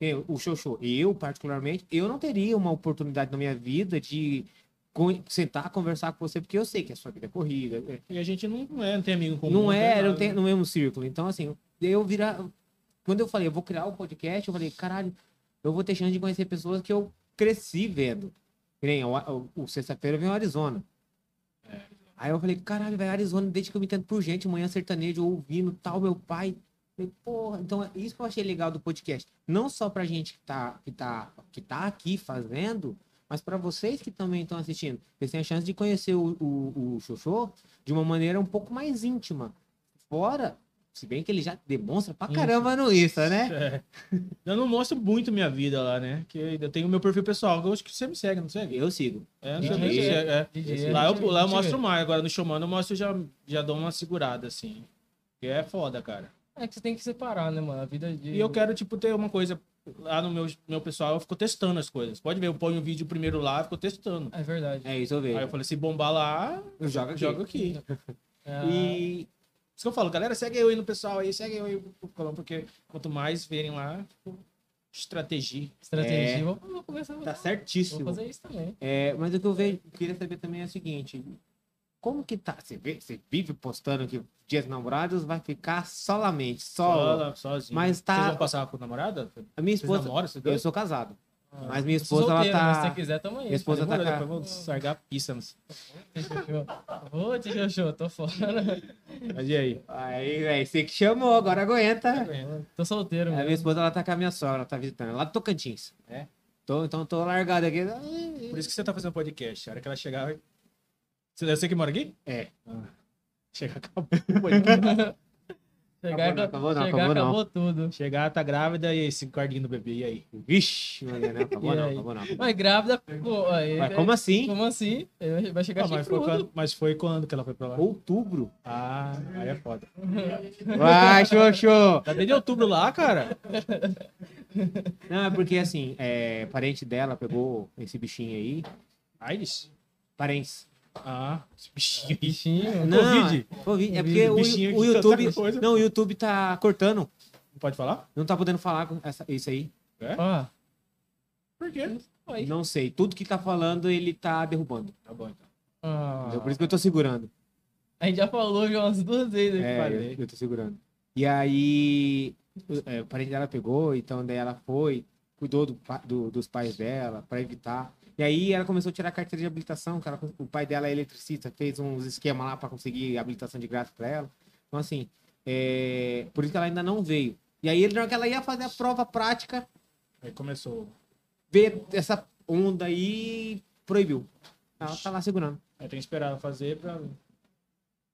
Speaker 1: eu, o show show, eu particularmente, eu não teria uma oportunidade na minha vida de con- sentar, conversar com você, porque eu sei que a sua vida é corrida. é-
Speaker 2: E a gente não, é, não tem amigo comum.
Speaker 1: não é,
Speaker 2: nada.
Speaker 1: não tem no mesmo círculo. Então, assim, eu virar. Quando eu falei, eu vou criar o podcast, eu falei, caralho, eu vou ter chance de conhecer pessoas que eu cresci vendo. Que nem o, o- o sexta-feira vem o Arizona. Aí eu falei, caralho, velho, Arizona, desde que eu me entendo por gente, manhã sertanejo, ouvindo tal, meu pai. Falei, porra, então é isso que eu achei legal do podcast. Não só pra gente que tá, que tá, que tá aqui fazendo, mas pra vocês que também estão assistindo. Vocês têm a chance de conhecer o, o, o Xoxô de uma maneira um pouco mais íntima. Fora, se bem que ele já demonstra pra caramba no Insta, né?
Speaker 2: É. Eu não mostro muito minha vida lá, né? Que eu tenho meu perfil pessoal. que Eu acho que você me segue, não segue?
Speaker 1: Eu sigo.
Speaker 2: É,
Speaker 1: Entendi.
Speaker 2: você me segue. é.
Speaker 3: DJ,
Speaker 2: Lá eu,
Speaker 3: DJ,
Speaker 2: lá eu
Speaker 3: DJ.
Speaker 2: mostro mais. Agora no Showmano eu mostro, já, já dou uma segurada, assim. Que é foda, cara.
Speaker 3: É que você tem que separar, né, mano? A vida de.
Speaker 2: E eu quero, tipo, ter uma coisa. Lá no meu, meu pessoal, eu fico testando as coisas. Pode ver, eu ponho o vídeo primeiro lá, eu fico testando.
Speaker 3: É verdade.
Speaker 1: É isso, eu vejo.
Speaker 2: Aí eu falei, se bombar lá,
Speaker 1: eu jogo aqui.
Speaker 2: jogo aqui.
Speaker 3: Ah,
Speaker 2: E por isso que eu falo, galera, segue eu aí no pessoal aí, segue eu aí pro Colombo, porque quanto mais verem lá, tipo, estratégia.
Speaker 3: Estratégia.
Speaker 1: É.
Speaker 3: Vou, vou começar
Speaker 1: Tá
Speaker 3: Vou
Speaker 1: certíssimo.
Speaker 3: fazer isso também.
Speaker 1: É, mas o que eu vejo, queria saber também é o seguinte: como que tá? Você, vê, você vive postando que Dias Namorados vai ficar solamente, solo.
Speaker 2: Sola, sozinho.
Speaker 1: Mas tá-
Speaker 2: Vocês vão passar com a namorada? Vocês
Speaker 1: A minha esposa. tá
Speaker 2: namoram? Vocês
Speaker 1: Eu
Speaker 2: dois?
Speaker 1: sou casado.
Speaker 3: Ah,
Speaker 1: Mas minha
Speaker 3: eu sou
Speaker 1: esposa, ela
Speaker 3: solteiro, mas Se você
Speaker 1: tá.
Speaker 3: quiser, tamo aí.
Speaker 1: Minha esposa tá
Speaker 2: Demorou,
Speaker 1: ca-
Speaker 2: depois eu vou sargar a pista. nos-
Speaker 3: Ô, tio Jojo, tô fora.
Speaker 2: Mas e aí?
Speaker 1: Aí, velho, você que chamou, agora aguenta.
Speaker 3: Tô solteiro,
Speaker 1: A
Speaker 3: mano.
Speaker 1: minha esposa, ela tá com a minha sogra, ela tá visitando, lá do Tocantins.
Speaker 2: É?
Speaker 1: Tô, então tô largado aqui.
Speaker 2: Por isso que você tá fazendo podcast. A hora que ela chegar. vai- Você você que mora aqui?
Speaker 1: É.
Speaker 2: Ah. Chegar, acabou o podcast.
Speaker 3: Chegar,
Speaker 1: Acabou não, acabou não,
Speaker 3: chegar,
Speaker 1: acabou não.
Speaker 3: acabou tudo.
Speaker 2: Chegar, tá grávida e aí, cinco cardinhos do bebê, e aí?
Speaker 1: Vixe, mano, não, acabou
Speaker 3: E
Speaker 1: não,
Speaker 3: aí?
Speaker 1: acabou não.
Speaker 3: Mas grávida, pô, aí, é
Speaker 1: Mas como assim?
Speaker 3: como assim? Ele vai
Speaker 2: Ah,
Speaker 3: chegar
Speaker 2: mas, foi
Speaker 3: chifrudo.
Speaker 2: quando, mas foi quando que ela foi pra lá?
Speaker 1: Outubro.
Speaker 2: Ah, aí é foda.
Speaker 1: Vai, show, show.
Speaker 2: Tá desde outubro lá, cara.
Speaker 1: Não, é porque assim, é, parente dela pegou esse bichinho aí.
Speaker 2: Aires?
Speaker 1: Parentes.
Speaker 2: Ah, esse bichinho aí.
Speaker 3: Bichinho.
Speaker 1: Não,
Speaker 2: Covid?
Speaker 1: é- Covid. É porque o,
Speaker 2: Bichinho que
Speaker 1: o
Speaker 2: tá
Speaker 1: YouTube.
Speaker 2: outra coisa.
Speaker 1: Não, o YouTube tá cortando.
Speaker 2: Não pode falar?
Speaker 1: Não tá podendo falar com essa, isso aí.
Speaker 3: Ó,
Speaker 2: Por quê?
Speaker 3: Ah, Aí.
Speaker 1: Não sei. Tudo que tá falando, ele tá derrubando.
Speaker 2: Tá bom, então.
Speaker 3: ó.
Speaker 1: Entendeu? Por isso que eu tô segurando.
Speaker 3: A gente já falou já umas duas vezes aqui.
Speaker 1: É,
Speaker 2: falei.
Speaker 1: eu, eu tô segurando. E aí, o- é, o parente dela pegou, então daí ela foi, cuidou do, pa- do- dos pais dela pra evitar. E aí ela começou a tirar a carteira de habilitação, que ela- o pai dela é eletricista, fez uns esquemas lá pra conseguir habilitação de graça pra ela. Então assim, é, por isso que ela ainda não veio. E aí, na hora que ela ia fazer a prova prática,
Speaker 2: Aí começou.
Speaker 1: veio essa onda aí e proibiu. Ela tá lá segurando.
Speaker 2: Aí tem que esperar ela fazer pra.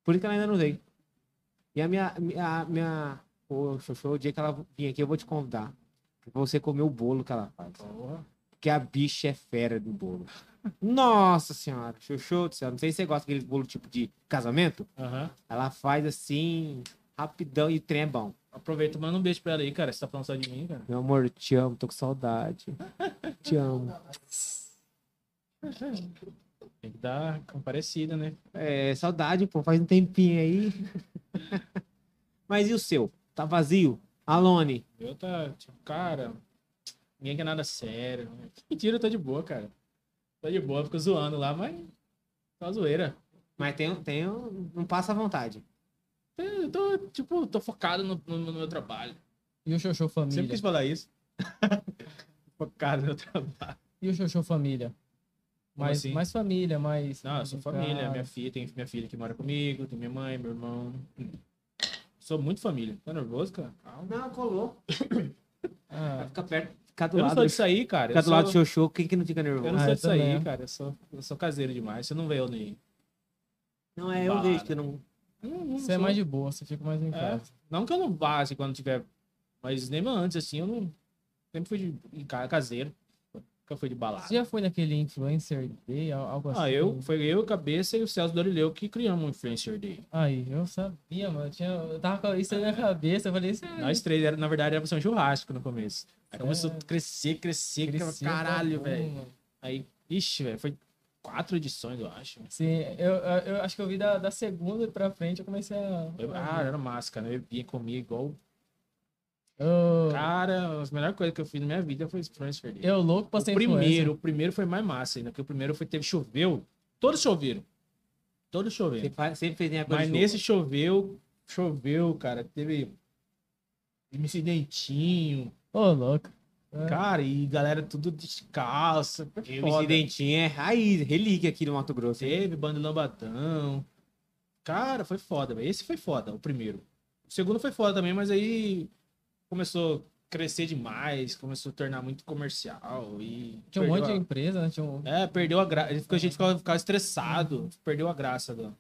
Speaker 1: Por isso que ela ainda não veio. E a minha. minha, minha ô, Xoxô, o dia que ela vir aqui, eu vou te convidar. Pra você comer o bolo que ela faz.
Speaker 2: Porra.
Speaker 1: Porque a bicha é fera do bolo. Nossa senhora, Xoxô do céu. Não sei se você gosta daquele bolo tipo de casamento.
Speaker 2: Aham.
Speaker 1: Ela faz assim, rapidão e o trem é bom.
Speaker 2: Aproveita, manda um beijo pra ela aí, cara. Você tá falando só de mim, cara.
Speaker 1: Meu amor, eu te amo, tô com saudade. Te amo.
Speaker 2: Tem que dar comparecida, né?
Speaker 1: É, saudade, pô, faz um tempinho aí. Mas e o seu? Tá vazio? Alone,
Speaker 2: Eu tá, tipo, cara, ninguém quer nada sério. Mentira, eu tô de boa, cara. Tô de boa, fico zoando lá, mas tá uma zoeira.
Speaker 1: mas tem, tem, um- não passa à vontade.
Speaker 2: Eu tô, tipo, tô focado no, no- no meu trabalho.
Speaker 3: E o Xoxô
Speaker 2: Sempre
Speaker 3: Família?
Speaker 2: quis falar isso. focado no meu trabalho.
Speaker 3: E o Xoxô Família?
Speaker 2: Como
Speaker 3: Mais,
Speaker 2: assim?
Speaker 3: mais família, mais...
Speaker 2: Não, eu sou
Speaker 3: Cara,
Speaker 2: família, minha filha, tem minha filha que mora comigo, tem minha mãe, meu irmão. Sou muito família. Tá nervoso, cara? Calma.
Speaker 1: Não, colou.
Speaker 3: ah,
Speaker 1: Fica perto, fica do
Speaker 2: Eu não
Speaker 1: lado.
Speaker 2: sou disso aí, cara.
Speaker 1: Fica
Speaker 2: Eu
Speaker 1: do lado do
Speaker 2: sou-
Speaker 1: Xoxô, quem que não fica
Speaker 2: Eu
Speaker 1: nervoso?
Speaker 2: não
Speaker 3: Ah,
Speaker 2: sou
Speaker 3: eu
Speaker 2: disso aí,
Speaker 3: também.
Speaker 2: cara. Eu sou, eu sou caseiro demais. Você não vê eu nem.
Speaker 1: Não, é, eu
Speaker 2: Bah,
Speaker 1: vejo que não.
Speaker 2: Não, não
Speaker 3: Você é
Speaker 2: sou-
Speaker 3: mais de boa, você fica mais em
Speaker 2: É,
Speaker 3: casa.
Speaker 2: não que eu não vá assim, quando tiver. Mas nem antes, assim, eu não. Sempre fui de em ca- caseiro. Nunca fui de balada.
Speaker 3: Você já foi naquele influencer day, al- algo assim?
Speaker 2: Ah, eu, foi eu, Cabeça e o Celso Dorileu que criamos o Influencer Day.
Speaker 3: Aí, eu sabia, mano. Eu, tinha, eu tava com isso na minha cabeça. Eu falei, isso é aí.
Speaker 2: Nós três, era, na verdade, era pra ser um churrasco no começo. Aí começou a
Speaker 3: Certo.
Speaker 2: crescer, crescer,
Speaker 3: crescer,
Speaker 2: crescer caralho,
Speaker 3: tá bom,
Speaker 2: velho.
Speaker 3: mano.
Speaker 2: Aí, ixi, velho, foi quatro edições, eu acho.
Speaker 3: Sim, eu, eu, eu acho que eu vi da, da
Speaker 2: ah,
Speaker 3: segunda pra frente, eu comecei a...
Speaker 2: Eu- ah, era máscara, eu bebia, comia igual
Speaker 3: Eu,
Speaker 2: Cara, a melhor coisa que eu fiz na minha vida foi influencer dele.
Speaker 3: eu louco pra
Speaker 2: O
Speaker 3: ser
Speaker 2: primeiro, o primeiro foi mais massa ainda, porque o primeiro foi, teve choveu. Todos choveram. Todos
Speaker 1: Você
Speaker 2: choveram.
Speaker 1: fa- sempre fez em época
Speaker 2: Mas
Speaker 1: de chuva.
Speaker 2: nesse choveu, choveu, cara. Teve MC Dentinho,
Speaker 3: influencer. Ô, louco. É.
Speaker 2: cara, e galera tudo descalça. foi
Speaker 1: E o
Speaker 2: foda.
Speaker 1: incidentinho é raiz, relíquia aqui no Mato Grosso. hein?
Speaker 2: Teve bando Lambatão. Cara, foi foda, velho. Esse foi foda, o primeiro. O segundo foi foda também, mas aí começou a crescer demais, começou a tornar muito comercial e
Speaker 3: Tinha um
Speaker 2: perdeu
Speaker 3: monte de
Speaker 2: a-
Speaker 3: empresa, né? Tinha um...
Speaker 2: É, perdeu a graça. A gente ficava, ficava estressado, perdeu a graça. Do...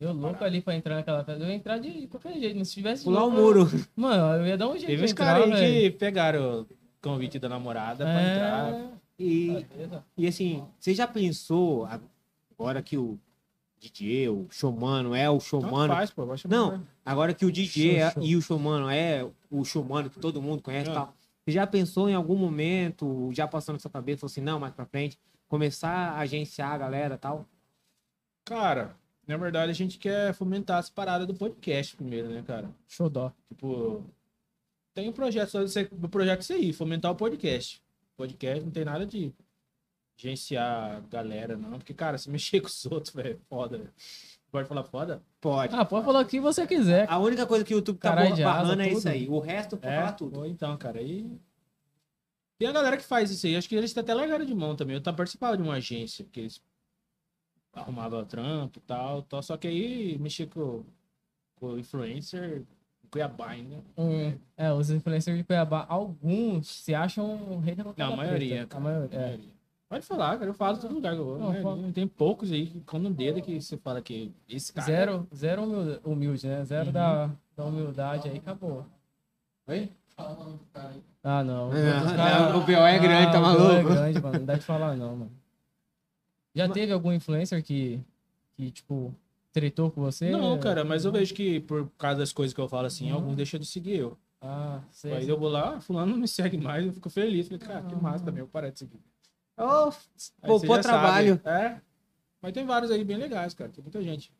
Speaker 3: Eu louco ali pra entrar naquela festa. Eu ia entrar de qualquer jeito, mas se tivesse.
Speaker 1: Pular o
Speaker 2: é
Speaker 3: louco,
Speaker 1: muro.
Speaker 3: eu- Mano, eu ia dar um jeito
Speaker 2: Teve
Speaker 3: de
Speaker 2: uns
Speaker 3: entrar,
Speaker 2: caras aí
Speaker 3: velho.
Speaker 2: que pegaram o convite da namorada pra entrar.
Speaker 3: É,
Speaker 1: E,
Speaker 3: beleza.
Speaker 1: e assim, você já pensou agora que o DJ, o showmano é o
Speaker 2: Não,
Speaker 1: showmano?
Speaker 2: Então faz, pô, baixa
Speaker 1: Não,
Speaker 2: a mão, né?
Speaker 1: Agora que o DJ é-
Speaker 2: Show, show.
Speaker 1: e o showmano é o showmano que todo mundo conhece e
Speaker 2: É.
Speaker 1: tal. Você já pensou em algum momento, já passando na sua cabeça, falou assim, não, mais pra frente, começar a agenciar a galera e tal?
Speaker 2: Cara, na verdade a gente quer fomentar as paradas do podcast primeiro, né, cara?
Speaker 3: Show dó.
Speaker 2: Tipo, tem um projeto, só você- o projeto é isso aí, fomentar o podcast. Podcast não tem nada de agenciar a galera, não. Porque, cara, se mexer com os outros, velho, é foda, velho. Pode falar foda?
Speaker 1: Pode.
Speaker 3: Ah, pode falar o que você quiser.
Speaker 1: A única coisa que o YouTube tá
Speaker 3: Caralho de asa,
Speaker 1: barrando é isso
Speaker 3: tudo.
Speaker 1: aí. O resto, pode falar tudo.
Speaker 2: ou então, cara, aí. Tem a galera que faz isso aí. Acho que eles até largaram de mão também. Eu tava participava de uma agência, que eles arrumavam trampo e tal, tal. Só que aí mexia com, com o influencer em Cuiabá ainda. né?
Speaker 3: Um- é, os influencers de Cuiabá, alguns se acham um rei da
Speaker 2: Não,
Speaker 3: cocada
Speaker 2: a maioria.
Speaker 3: preta.
Speaker 2: cara,
Speaker 3: A maioria. É.
Speaker 2: Pode falar, cara. Eu falo todo lugar que eu vou.
Speaker 3: Não,
Speaker 2: né?
Speaker 3: fala.
Speaker 2: Tem poucos aí que com um dedo que você fala que esse
Speaker 1: Tá, né?
Speaker 2: cara.
Speaker 3: Zero, zero humilde, humilde, né? Zero
Speaker 2: Uhum.
Speaker 3: da, da humildade aí, acabou.
Speaker 2: Oi?
Speaker 3: Ah,
Speaker 1: Não,
Speaker 3: não. Os
Speaker 1: não, o pior é grande, tá
Speaker 3: o pior
Speaker 1: maluco?
Speaker 3: É grande, mano. Não dá de falar, não, mano. Já teve algum influencer que, que, tipo, tretou com você?
Speaker 2: é- Não, cara, mas eu vejo que por causa das coisas que eu falo
Speaker 3: Uhum.
Speaker 2: assim, algum deixa de seguir eu.
Speaker 3: Ah, sei.
Speaker 2: Aí eu vou lá, ah, fulano não me segue mais, eu fico feliz. Falei, cara,
Speaker 3: Uhum.
Speaker 2: que massa também, eu parei de seguir.
Speaker 1: Ô,
Speaker 2: Aí
Speaker 1: pô,
Speaker 2: você
Speaker 1: pô
Speaker 2: já
Speaker 1: trabalho.
Speaker 2: sabe, É. Mas tem vários aí bem legais, cara. Tem muita gente.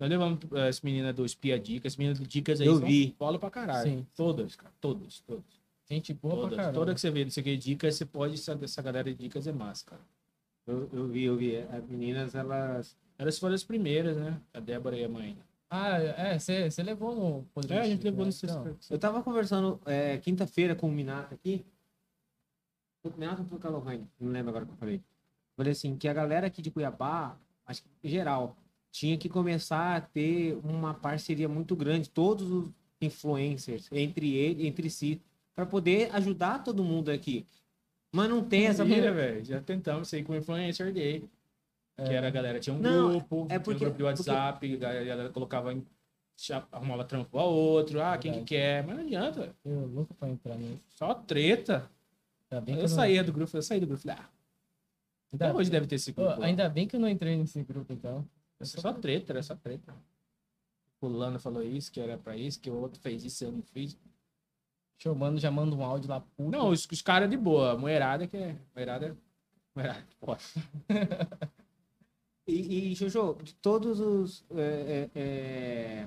Speaker 2: Nós levamos eh, essa menina do Espia Dicas, menina do Dicas aí.
Speaker 1: Eu
Speaker 2: são
Speaker 1: vi.
Speaker 2: Bola pra caralho.
Speaker 3: Sim.
Speaker 2: Todas, cara. Todas, todas.
Speaker 3: Gente boa pra
Speaker 2: Todas.
Speaker 3: caramba.
Speaker 2: Toda que você vê, não sei o que, dicas, você pode. Essa, essa galera de dicas é massa, cara.
Speaker 1: Eu, eu vi, eu vi. As meninas, elas.
Speaker 2: Elas foram as primeiras, né? A Débora e a mãe.
Speaker 3: Ah, é, você você levou no
Speaker 2: É, a gente levou no
Speaker 3: Então,
Speaker 2: sexta.
Speaker 1: Eu tava conversando é, quinta-feira com o Minato aqui. O Minato foi com não lembro agora o que eu falei. Falei assim, que a galera aqui de Cuiabá, acho que em geral, tinha que começar a ter uma parceria muito grande, todos os influencers, entre ele, entre si, para poder ajudar todo mundo aqui. Mas não tem essa.
Speaker 2: Mentira, velho. Já tentamos sair com o influencer dele. Que era a galera, tinha um
Speaker 1: É. Não,
Speaker 2: grupo,
Speaker 1: é porque-
Speaker 2: tinha um grupo de WhatsApp, a galera colocava, em- já arrumava trampo pra outro, ah, quem que quer,
Speaker 3: Verdade.
Speaker 2: mas não adianta, velho.
Speaker 3: Eu louco pra entrar nisso.
Speaker 2: só treta.
Speaker 3: Ainda bem que
Speaker 2: Eu
Speaker 3: não-
Speaker 2: saía do grupo, eu saí do grupo, falei, ah, até
Speaker 3: Ainda,
Speaker 2: hoje deve ter esse
Speaker 3: Ô,
Speaker 2: grupo. lá.
Speaker 3: ainda bem que eu não entrei nesse grupo, então.
Speaker 2: Só treta, era só treta. Fulano falou isso, que era pra isso, que o outro fez isso, eu não fiz.
Speaker 3: Show, mano, já manda um áudio lá. Puta.
Speaker 2: Não, os, os caras de boa, a mulherada que é, mulherada, mulherada, foda.
Speaker 1: E, e Jojo, de todos os. é, é, é,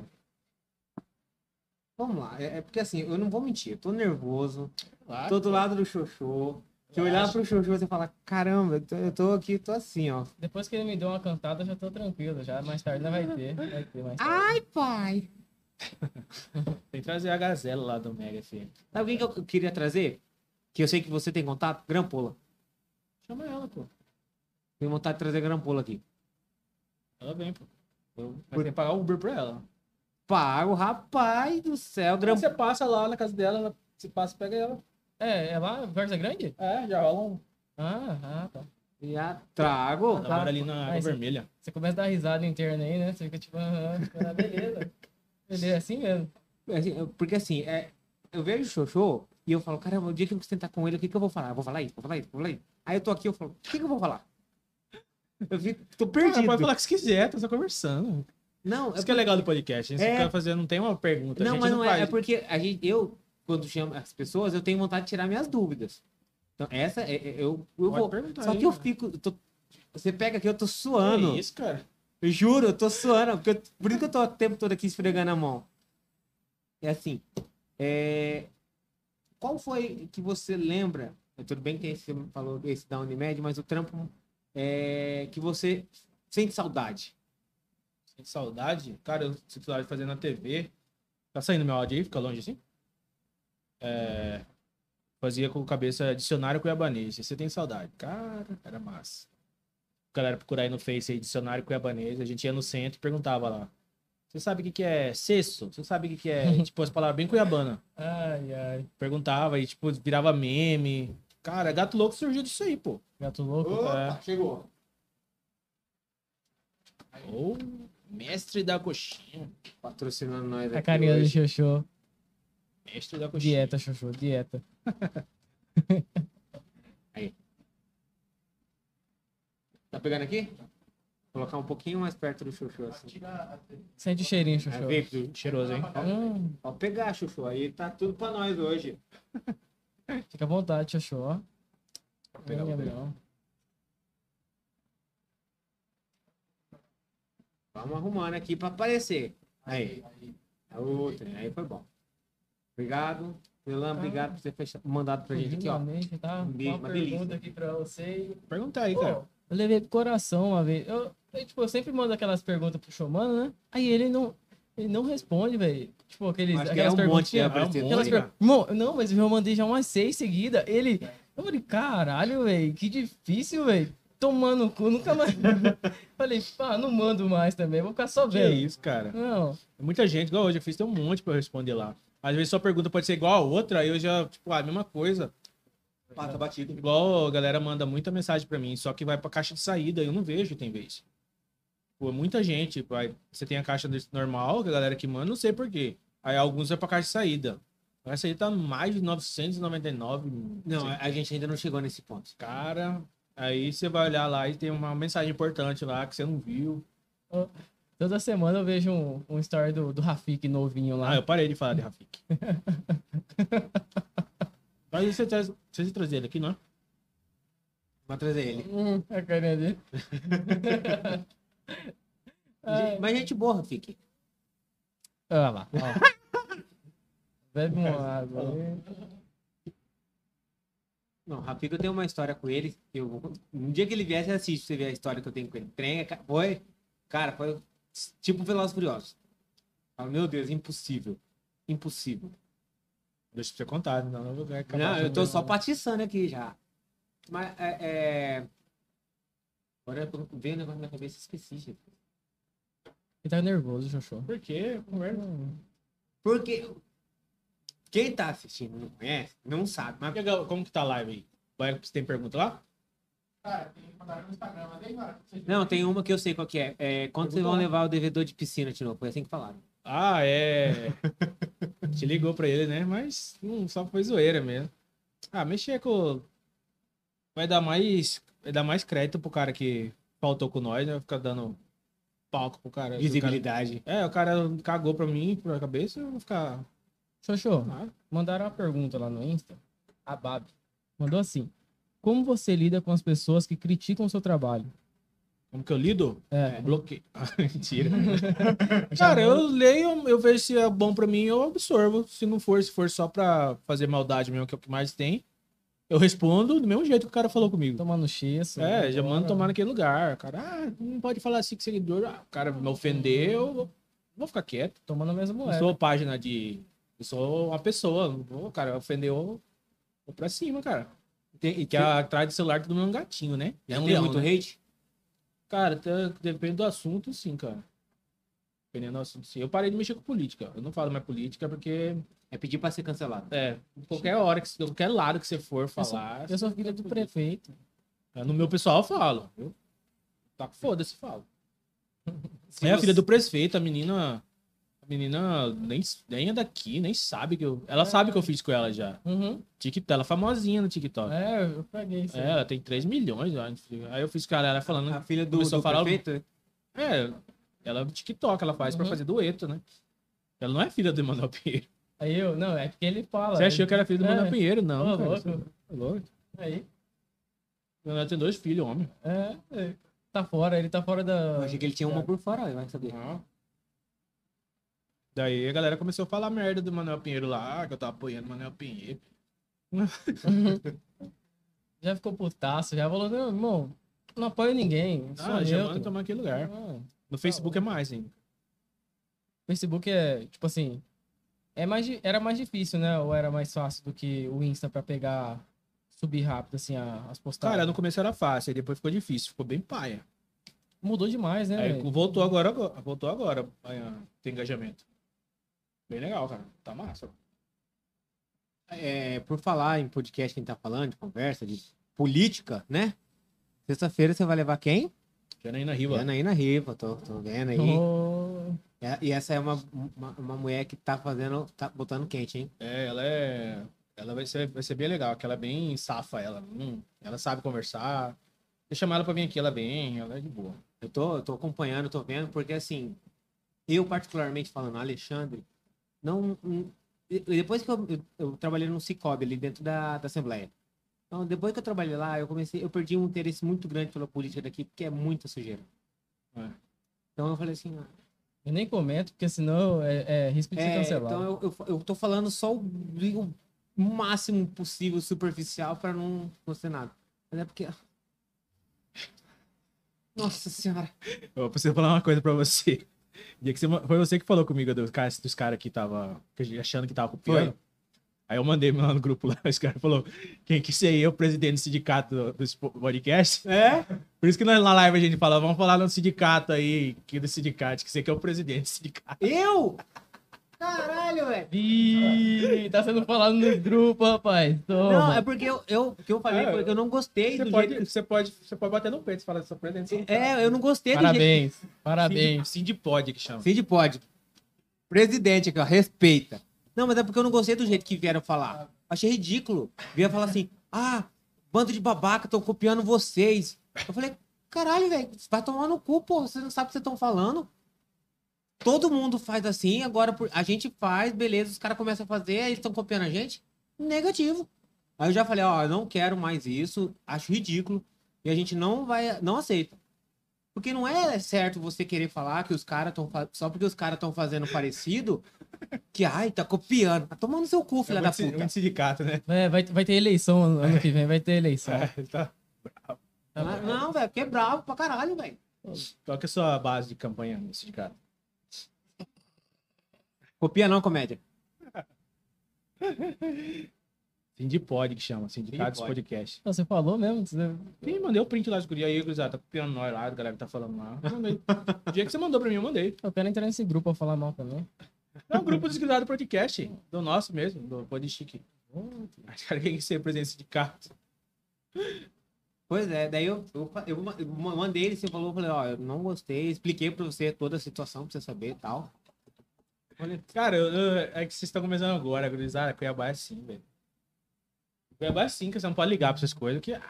Speaker 1: Vamos lá, é, é porque assim, eu não vou mentir, eu tô nervoso.
Speaker 2: Claro,
Speaker 1: Tô
Speaker 2: pô.
Speaker 1: do lado do Xoxô. Se eu
Speaker 2: Ah, tá. Eu
Speaker 1: olhar
Speaker 2: acho.
Speaker 1: pro Xoxô, você fala, caramba, eu tô, eu tô aqui, tô assim, ó.
Speaker 3: Depois que ele me deu uma cantada, eu já tô tranquilo. Já mais tarde ainda vai ter. Vai ter mais tarde.
Speaker 1: Ai, pai!
Speaker 2: Tem que trazer a gazela lá do Mega FM.
Speaker 1: Sabe quem que eu queria trazer? Que eu sei que você tem contato? Grampola.
Speaker 2: Chama ela, pô.
Speaker 1: Tenho vontade de trazer Grampola aqui.
Speaker 2: Ela vem, pô. Eu- Mas
Speaker 1: Por-
Speaker 2: tem que pagar o Uber pra ela.
Speaker 1: Pago, rapaz do céu,
Speaker 2: Aí
Speaker 1: Grampola.
Speaker 2: Você passa lá na casa dela, ela se passa e pega ela.
Speaker 3: É, é lá, Versa Grande?
Speaker 2: É, já rola um.
Speaker 3: Ah, ah, tá.
Speaker 1: Já trago.
Speaker 2: Ela mora ali na
Speaker 3: Ah,
Speaker 2: Água
Speaker 1: é
Speaker 3: sim.
Speaker 2: Vermelha.
Speaker 3: Você começa a dar risada interna aí, né? Você fica tipo, aham, ah, beleza. Beleza, é assim mesmo.
Speaker 1: Assim, eu- Porque assim, é, eu vejo o Xoxô e eu falo, caramba, o dia que eu me sentar com ele, o que, que eu vou falar? Eu vou falar isso, vou falar isso, vou falar isso. Aí eu tô aqui, eu falo, o que, que eu vou falar? Eu fico, tô
Speaker 2: Cara,
Speaker 1: perdido.
Speaker 2: Ah, pode falar o que você quiser, tá só conversando.
Speaker 1: Não,
Speaker 2: Isso que é legal do podcast, hein? Você
Speaker 1: É.
Speaker 2: fica fazendo, não tem uma pergunta. a
Speaker 1: Não,
Speaker 2: gente
Speaker 1: mas não, é,
Speaker 2: faz.
Speaker 1: é porque a gente, eu, quando chamo as pessoas, eu tenho vontade de tirar minhas dúvidas. Então, essa é, é- eu, eu
Speaker 2: Pode
Speaker 1: vou.
Speaker 2: perguntar
Speaker 1: Só
Speaker 2: aí,
Speaker 1: que eu
Speaker 2: cara.
Speaker 1: fico. eu tô- você pega aqui, eu tô
Speaker 2: Que
Speaker 1: suando.
Speaker 2: isso, cara?
Speaker 1: Eu juro, eu tô suando. Porque eu- por isso que eu tô o tempo todo aqui esfregando a mão. É assim. é, Qual foi que você lembra? é, Tudo bem que esse você falou esse da Unimed, mas o trampo é, que você sente saudade.
Speaker 2: Sente saudade? Cara, eu sinto saudade de fazer na TV. Tá saindo meu áudio aí? Fica longe assim? É, Fazia com cabeça dicionário cuiabanês. Você tem saudade? Cara, era massa. Galera procurar aí no Face aí, dicionário cuiabanês. A gente ia no centro e perguntava lá. Você sabe o que, que é cesso? Você sabe o que, que é? tipo, as palavras bem cuiabana
Speaker 3: Ai, ai.
Speaker 2: perguntava e, tipo, virava meme. Cara, Gato Louco surgiu disso aí, pô.
Speaker 3: Gato louco.
Speaker 2: Ah,
Speaker 1: chegou.
Speaker 2: É. Ô, mestre da coxinha.
Speaker 1: Patrocinando nós
Speaker 3: A carinha do
Speaker 1: hoje.
Speaker 3: Xoxô.
Speaker 2: Mestre da coxinha.
Speaker 3: Dieta, Xoxô, dieta.
Speaker 1: Tá pegando aqui? Colocar um pouquinho mais perto do chuchu assim.
Speaker 3: Sente o cheirinho,
Speaker 1: É,
Speaker 3: Xoxô.
Speaker 1: Victor,
Speaker 2: Cheiroso, hein?
Speaker 3: Hum,
Speaker 1: Pode pegar, chuchu. Aí tá tudo pra nós hoje.
Speaker 3: fica à vontade, Xoxô. ó.
Speaker 1: pegar, vou
Speaker 3: Hum,
Speaker 1: pegar.
Speaker 3: não.
Speaker 1: Vamos arrumando aqui pra aparecer. Aí. A outra. Aí foi bom. Obrigado. Elan, obrigado por você fechar, mandado pra gente aqui, ó.
Speaker 3: Realmente, tá?
Speaker 1: Um beijo,
Speaker 3: uma
Speaker 1: uma delícia.
Speaker 3: pergunta aqui pra você.
Speaker 2: Pergunta aí,
Speaker 3: Pô,
Speaker 2: cara.
Speaker 3: eu levei pro coração uma vez. Eu, eu, tipo, eu sempre mando aquelas perguntas pro Xomano, né? Aí ele não, ele não responde, velho. Tipo, aqueles,
Speaker 1: Acho que era
Speaker 3: aquelas
Speaker 1: um monte, né?
Speaker 3: perguntinhas. é
Speaker 1: aparecendo.
Speaker 2: Aquelas
Speaker 1: aí.
Speaker 2: per-
Speaker 3: Irmão, não, mas eu mandei já umas seis seguidas. Ele. Eu falei, caralho, velho, que difícil, velho. Tomando cu, nunca mais. falei, pá, não mando mais também, vou ficar só
Speaker 2: Que é
Speaker 3: vendo.
Speaker 2: isso, cara. É
Speaker 3: Não,
Speaker 2: Muita gente, igual hoje, eu fiz tem um monte pra eu responder lá. Às vezes sua pergunta pode ser igual a outra, aí eu já, tipo, ah, a mesma coisa.
Speaker 1: Pata batido.
Speaker 2: Igual a galera manda muita mensagem pra mim, só que vai pra caixa de saída, eu não vejo, tem vez. Pô, muita gente, vai. Você tem a caixa desse normal, que a galera que manda, não sei por quê. Aí alguns vai pra caixa de saída. Essa aí tá mais de 999.
Speaker 1: Não,
Speaker 2: é.
Speaker 1: a a gente ainda não chegou nesse ponto.
Speaker 2: Cara, aí você vai olhar lá e tem uma mensagem importante lá que você não viu.
Speaker 3: toda semana eu vejo um, um story do, do Rafik novinho
Speaker 2: Ah,
Speaker 3: lá.
Speaker 2: eu parei de falar de Rafik. Mas você, traz, você trazer ele aqui, não é?
Speaker 1: Vou trazer ele.
Speaker 3: Hum, a carinha dele. Ai.
Speaker 1: Mas gente boa, fique.
Speaker 3: Olha lá. ó. Bebe uma água. aí.
Speaker 1: Não, Rafica, eu tenho uma história com ele. Eu vou... Um dia que ele vier, você assiste, você vê a história que eu tenho com ele. Trem, é ca- foi. Cara, foi tipo Velozes e Furiosos. Falo, meu Deus, impossível. Impossível.
Speaker 2: Deixa pra você contar, não, não vai acabar.
Speaker 1: Não, eu tô
Speaker 2: também.
Speaker 1: só patiçando aqui já. Mas é. é... Agora veio um negócio na cabeça e esqueci, gente.
Speaker 3: Ele tá nervoso, Xoxô.
Speaker 2: Por quê? Conversa.
Speaker 1: Porque quem tá assistindo não conhece, não sabe. Mas
Speaker 2: E a gal- Como que tá a live aí? Vai, você tem pergunta lá?
Speaker 1: Não, tem uma que eu sei qual que é. é quando vocês vão levar o devedor de piscina de novo? Foi assim que falaram.
Speaker 2: Ah, é. Te ligou pra ele, né? Mas hum, só foi zoeira mesmo. Ah, mexer com. Vai dar mais. Vai dar mais crédito pro cara que faltou com nós, né? Vai ficar dando palco pro cara.
Speaker 1: Visibilidade.
Speaker 2: O cara- É, o cara cagou pra mim, pra cabeça, eu vou ficar.
Speaker 3: Xoxô,
Speaker 2: Ah,
Speaker 3: mandaram uma pergunta lá no Insta. A Babi mandou assim: Como você lida com as pessoas que criticam o seu trabalho?
Speaker 2: como que eu lido?
Speaker 3: É,
Speaker 2: Bloqueio. Ah, Mentira. cara, eu leio, eu vejo se é bom pra mim, eu absorvo. Se não for, se for só pra fazer maldade mesmo, que é o que mais tem, eu respondo do mesmo jeito que o cara falou comigo.
Speaker 3: tomando xixi.
Speaker 2: É, já manda tomar naquele lugar. Cara, ah, não pode falar assim que seguidor. Ah, o cara me ofendeu, eu vou- vou ficar quieto.
Speaker 3: Tomando a mesma
Speaker 2: Não
Speaker 3: moeda.
Speaker 2: sou página de. Eu sou uma pessoa. Não vou, cara, ofendeu. Vou pra cima, cara.
Speaker 1: Tem, e
Speaker 2: Que a- atrás do celular todo mundo é um gatinho, né? É um
Speaker 1: tem
Speaker 2: leão,
Speaker 1: muito
Speaker 2: né?
Speaker 1: hate?
Speaker 2: Cara, tá- depende do assunto, sim, cara. Dependendo do assunto, sim. Eu parei de mexer com política. Eu não falo mais política porque.
Speaker 1: É pedir pra ser cancelado.
Speaker 2: É, qualquer hora, que, qualquer lado que você for falar. é,
Speaker 3: Eu sou filha do prefeito.
Speaker 2: No meu pessoal, eu falo. Eu taco foda-se, falo.
Speaker 1: Se
Speaker 2: é a
Speaker 1: você-
Speaker 2: filha do prefeito, a menina. A menina nem, nem é daqui, nem sabe que eu. Ela sabe que eu fiz com ela já.
Speaker 3: Uhum.
Speaker 2: TikTok, ela é famosinha no TikTok. É,
Speaker 3: É, eu peguei isso. aí.
Speaker 2: ela tem 3 milhões, eu acho. Aí eu fiz com ela, ela falando.
Speaker 1: A filha do,
Speaker 2: né?
Speaker 1: do
Speaker 2: Começou a falar-
Speaker 1: prefeito?
Speaker 2: É, ela é TikTok, ela faz pra
Speaker 3: Ah. Uhum.
Speaker 2: fazer dueto, né? Ela não é filha do Emanuel Pinheiro.
Speaker 3: Aí eu, não, é porque ele fala.
Speaker 2: Você achou que era filha do
Speaker 3: É.
Speaker 2: Emanuel Pinheiro?
Speaker 3: Ô,
Speaker 2: Não, cara,
Speaker 3: louco.
Speaker 2: você é louco.
Speaker 3: Aí,
Speaker 2: O Emanuel tem dois filhos, homem.
Speaker 3: é, é, tá fora, ele tá fora da.
Speaker 1: Eu achei que ele tinha
Speaker 2: É.
Speaker 1: uma por fora, vai saber.
Speaker 3: Uhum.
Speaker 2: Não. Daí a galera começou a falar merda do Manuel Pinheiro lá, que eu tava apoiando o Manuel Pinheiro.
Speaker 3: já ficou putaço, já falou, não, irmão, não apoio ninguém. Sou
Speaker 2: Ah, já manda
Speaker 3: neutro."
Speaker 2: tomar aquele lugar.
Speaker 3: Ah,
Speaker 2: No Facebook é mais, hein?
Speaker 3: Facebook é, tipo assim, é mais, di- era mais difícil, né? Ou era mais fácil do que o Insta pra pegar, subir rápido, assim, a- as postagens.
Speaker 2: Cara, no começo era fácil, aí depois ficou difícil, ficou bem paia.
Speaker 3: Mudou demais, né?
Speaker 2: Aí
Speaker 3: velho?
Speaker 2: É, voltou agora, agora- voltou agora aí, ó, tem engajamento. Bem legal, cara. Tá massa.
Speaker 1: É, por falar em podcast que a gente tá falando, de conversa, de política, né? Sexta-feira você vai levar quem?
Speaker 2: Janaína Riva.
Speaker 1: Janaína Riva, tô, tô vendo aí.
Speaker 3: Oh,
Speaker 1: É, E essa é uma, uma, uma mulher que tá fazendo, tá botando quente, hein?
Speaker 2: É, ela é. Ela vai ser, vai ser bem legal, que ela é bem safa, ela. Hum, ela sabe conversar. Eu chamar ela pra vir aqui, ela vem, ela é de boa.
Speaker 1: Eu tô, eu tô acompanhando, tô vendo, porque assim, eu particularmente falando, Alexandre, não. hum, e- e Depois que eu, eu- eu trabalhei no Cicobi, ali dentro da, da Assembleia. Então, depois que eu trabalhei lá, eu comecei, eu perdi um interesse muito grande pela política daqui, porque é muita sujeira.
Speaker 2: É.
Speaker 1: Então eu falei assim, ah,
Speaker 3: eu nem comento, porque senão é, é risco de ser
Speaker 1: É,
Speaker 3: cancelado.
Speaker 1: então eu, eu, eu tô falando só o, o máximo possível superficial pra não acontecer nada. Mas é porque. Nossa senhora.
Speaker 2: Eu preciso falar uma coisa pra você. Dia que você ma- foi você que falou comigo do cara, dos caras que tava que a gente- achando que tava copiando. Aí eu mandei lá no grupo lá, os caras falaram, quem que sei eu, presidente do sindicato do- desse po- podcast?
Speaker 1: É?
Speaker 2: Por isso que nós, na live a gente fala, vamos falar no sindicato aí, que do sindicato, que você que é o presidente do sindicato.
Speaker 1: Eu? Caralho, velho.
Speaker 3: Ih, tá sendo falado no grupo, rapaz. Toma.
Speaker 1: Não, é porque eu, eu, que eu falei,
Speaker 2: É,
Speaker 1: foi que eu não gostei
Speaker 2: Você
Speaker 1: do
Speaker 2: pode,
Speaker 1: jeito.
Speaker 2: você, pode, você pode bater no peito e falar, sou presidente.
Speaker 1: É, tá eu não gostei do jeito.
Speaker 3: Parabéns, parabéns.
Speaker 2: Cindy pode que chama.
Speaker 1: Cid pode. Presidente aqui, ó, respeita. Não, mas é porque eu não gostei do jeito que vieram falar. Achei ridículo. Vieram falar assim, ah, bando de babaca, estão copiando vocês. Eu falei, caralho, velho, vai tomar no cu, pô, vocês não sabem o que vocês estão falando. Todo mundo faz assim, agora por- a gente faz, beleza, os caras começam a fazer, aí eles estão copiando a gente. Negativo. Aí eu já falei, ó, eu não quero mais isso, acho ridículo, e a gente não vai, não aceita. Porque não é certo você querer falar que os caras estão. Só porque os caras estão fazendo parecido, que ai, tá copiando. Tá tomando seu cu, filha
Speaker 2: É
Speaker 1: da
Speaker 2: muito, si-
Speaker 1: puta.
Speaker 2: muito sindicato, né?
Speaker 3: É, vai, vai ter eleição ano ano que vem, vai ter eleição.
Speaker 2: É, tá.
Speaker 1: Não,
Speaker 3: Tá bom.
Speaker 1: Não, velho, porque é bravo pra caralho, velho.
Speaker 2: Qual que é a sua base de campanha no sindicato?
Speaker 1: Copia não, comédia.
Speaker 2: Cindy pode que chama, sindicato dos
Speaker 1: Cindy Pod.
Speaker 2: podcast.
Speaker 3: Não, Você falou mesmo? Você...
Speaker 2: Sim, mandei o print lá de guria aí, gurizada, tá copiando nós lá, a galera que tá falando lá. Mandei. O dia que você mandou pra mim, eu mandei.
Speaker 3: Eu quero entrar nesse grupo pra falar mal também.
Speaker 2: É um grupo desgrudado do podcast, do nosso mesmo, do Podchique. Acho que tem que ser presença de carta.
Speaker 1: Pois é, daí eu, eu, fa- eu ma- eu ma- mandei ele, você falou, falei, ó, eu não gostei, expliquei pra você toda a situação pra você saber e tal.
Speaker 2: Cara, eu- eu- é que vocês estão começando agora, gurizada, Cuiabá é assim, velho. Cuiabá é assim, que você não pode ligar pra essas coisas, que ah,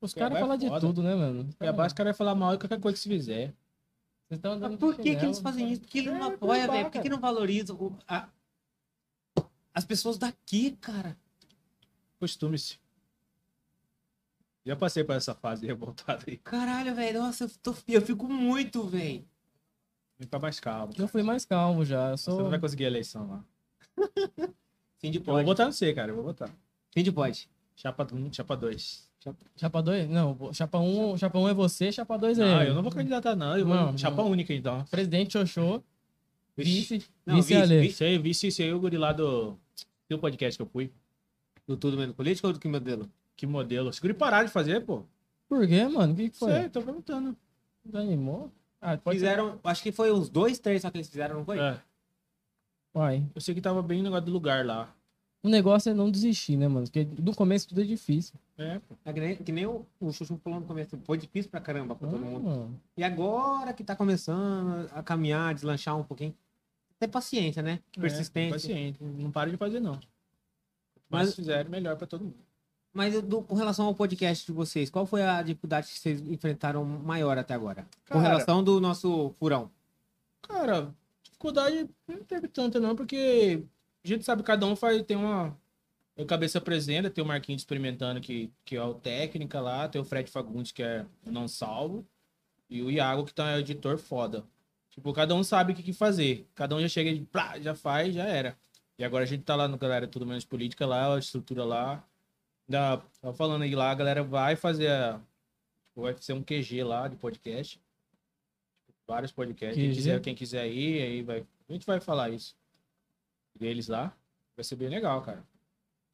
Speaker 3: Os
Speaker 2: Cuiabá
Speaker 3: caras
Speaker 2: é
Speaker 3: falam de
Speaker 2: foda.
Speaker 3: tudo, né, mano?
Speaker 1: é
Speaker 2: Cuiabá os caras vão falar mal de qualquer coisa que se fizer.
Speaker 3: Vocês tão
Speaker 1: Mas
Speaker 3: andando de
Speaker 1: por que, que
Speaker 3: chinelo.
Speaker 1: eles fazem isso? Por que eles não
Speaker 2: É,
Speaker 1: apoiam,
Speaker 2: Cuiabá,
Speaker 1: velho? Por que, que
Speaker 2: cara.
Speaker 1: não valorizam o- a- as pessoas daqui, cara?
Speaker 2: Costume-se. Já passei por essa fase revoltada aí.
Speaker 1: Caralho, velho, nossa, eu, tô- eu fico muito, velho.
Speaker 2: Fica mais calmo.
Speaker 3: Eu fui mais calmo já. Eu
Speaker 2: Você
Speaker 3: sou...
Speaker 2: não vai conseguir a eleição lá.
Speaker 1: Fim de
Speaker 2: Eu vou
Speaker 1: pode.
Speaker 2: botar no C, cara, eu vou botar.
Speaker 1: Fim de pode.
Speaker 2: Chapa 1, chapa 2.
Speaker 3: Chapa 2? Não, bo- chapa 1 um, chapa um é você, chapa 2 é
Speaker 2: Não,
Speaker 3: eu.
Speaker 2: eu não vou candidatar, não. Eu vou
Speaker 3: Não,
Speaker 2: chapa
Speaker 3: não.
Speaker 2: única, então.
Speaker 3: Presidente Oxô,
Speaker 1: Vixe,
Speaker 3: vice,
Speaker 1: Não,
Speaker 3: vice,
Speaker 1: vice,
Speaker 3: Ale.
Speaker 1: vice.
Speaker 2: Isso aí, vice, isso aí, o guri lá do do podcast que eu fui.
Speaker 1: Do tudo menos político ou do que modelo?
Speaker 2: Que modelo. Segure parar de fazer, pô.
Speaker 3: Por quê, mano? O que, que
Speaker 2: Foi.
Speaker 3: foi?
Speaker 2: Sei, tô perguntando.
Speaker 3: Desanimou? Ah, pode ser.
Speaker 1: Fizeram, acho que foi uns dois, três só que eles fizeram, não foi?
Speaker 2: É,
Speaker 3: Vai.
Speaker 2: eu sei que tava bem no negócio do lugar lá.
Speaker 3: O negócio é não desistir, né, mano? Porque do começo tudo é difícil.
Speaker 2: É, pô.
Speaker 1: É que nem, que nem o, o Xuxu falou no começo, foi difícil pra caramba
Speaker 2: Hum.
Speaker 1: pra todo
Speaker 3: Ah,
Speaker 1: mundo.
Speaker 3: mano.
Speaker 1: E agora que tá começando a caminhar, a deslanchar um pouquinho, tem paciência, né?
Speaker 2: É,
Speaker 1: Persistência.
Speaker 2: paciente. Não para de fazer, não. Mas
Speaker 1: Mas-
Speaker 2: se fizer, melhor pra todo mundo.
Speaker 1: Mas eu dou- com relação ao podcast de vocês, qual foi a dificuldade que vocês enfrentaram maior até agora? com
Speaker 2: Cara-
Speaker 1: relação do nosso furão.
Speaker 2: Cara, dificuldade não teve tanta, não, porque a gente sabe que cada um faz, tem uma. Eu cabeça apresenta, tem o Marquinhos experimentando, que, que é o técnica lá, tem o Fred Fagundes, que é o não salvo, e o Iago, que tá é o editor foda. Tipo, cada um sabe o que, que fazer. Cada um já chega e plá, já faz, já era. E agora a gente tá lá no Galera Tudo Menos Política, lá, a estrutura lá. Da, tava falando aí lá, a galera vai fazer a. Vai ser um QG lá de podcast. Vários podcasts. Quem
Speaker 3: QG?
Speaker 2: quiser, quem quiser ir, aí vai. A gente vai falar isso. Deles lá. Vai ser bem legal, cara.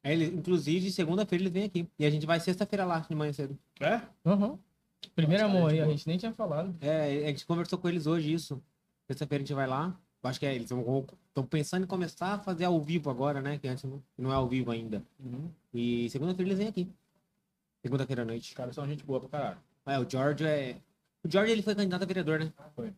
Speaker 1: Aí É, ele, inclusive, segunda-feira ele vem aqui. E a gente vai sexta-feira lá, de manhã cedo.
Speaker 2: É?
Speaker 3: Aham. Primeiro
Speaker 2: Nossa,
Speaker 3: amor
Speaker 2: cara,
Speaker 3: aí,
Speaker 2: de
Speaker 3: a
Speaker 1: tipo-
Speaker 2: boa.
Speaker 3: gente nem tinha falado.
Speaker 1: É, a gente conversou com eles hoje isso. Sexta-feira a gente vai lá. Eu acho que é, eles estão pensando em começar a fazer ao vivo agora, né? Que antes não, não é ao vivo ainda.
Speaker 2: Uhum.
Speaker 1: E segunda-feira eles vêm aqui. Segunda-feira à noite.
Speaker 2: Os caras são gente boa pra caralho.
Speaker 1: É, o George é. O George ele foi candidato a vereador, né?
Speaker 2: Foi.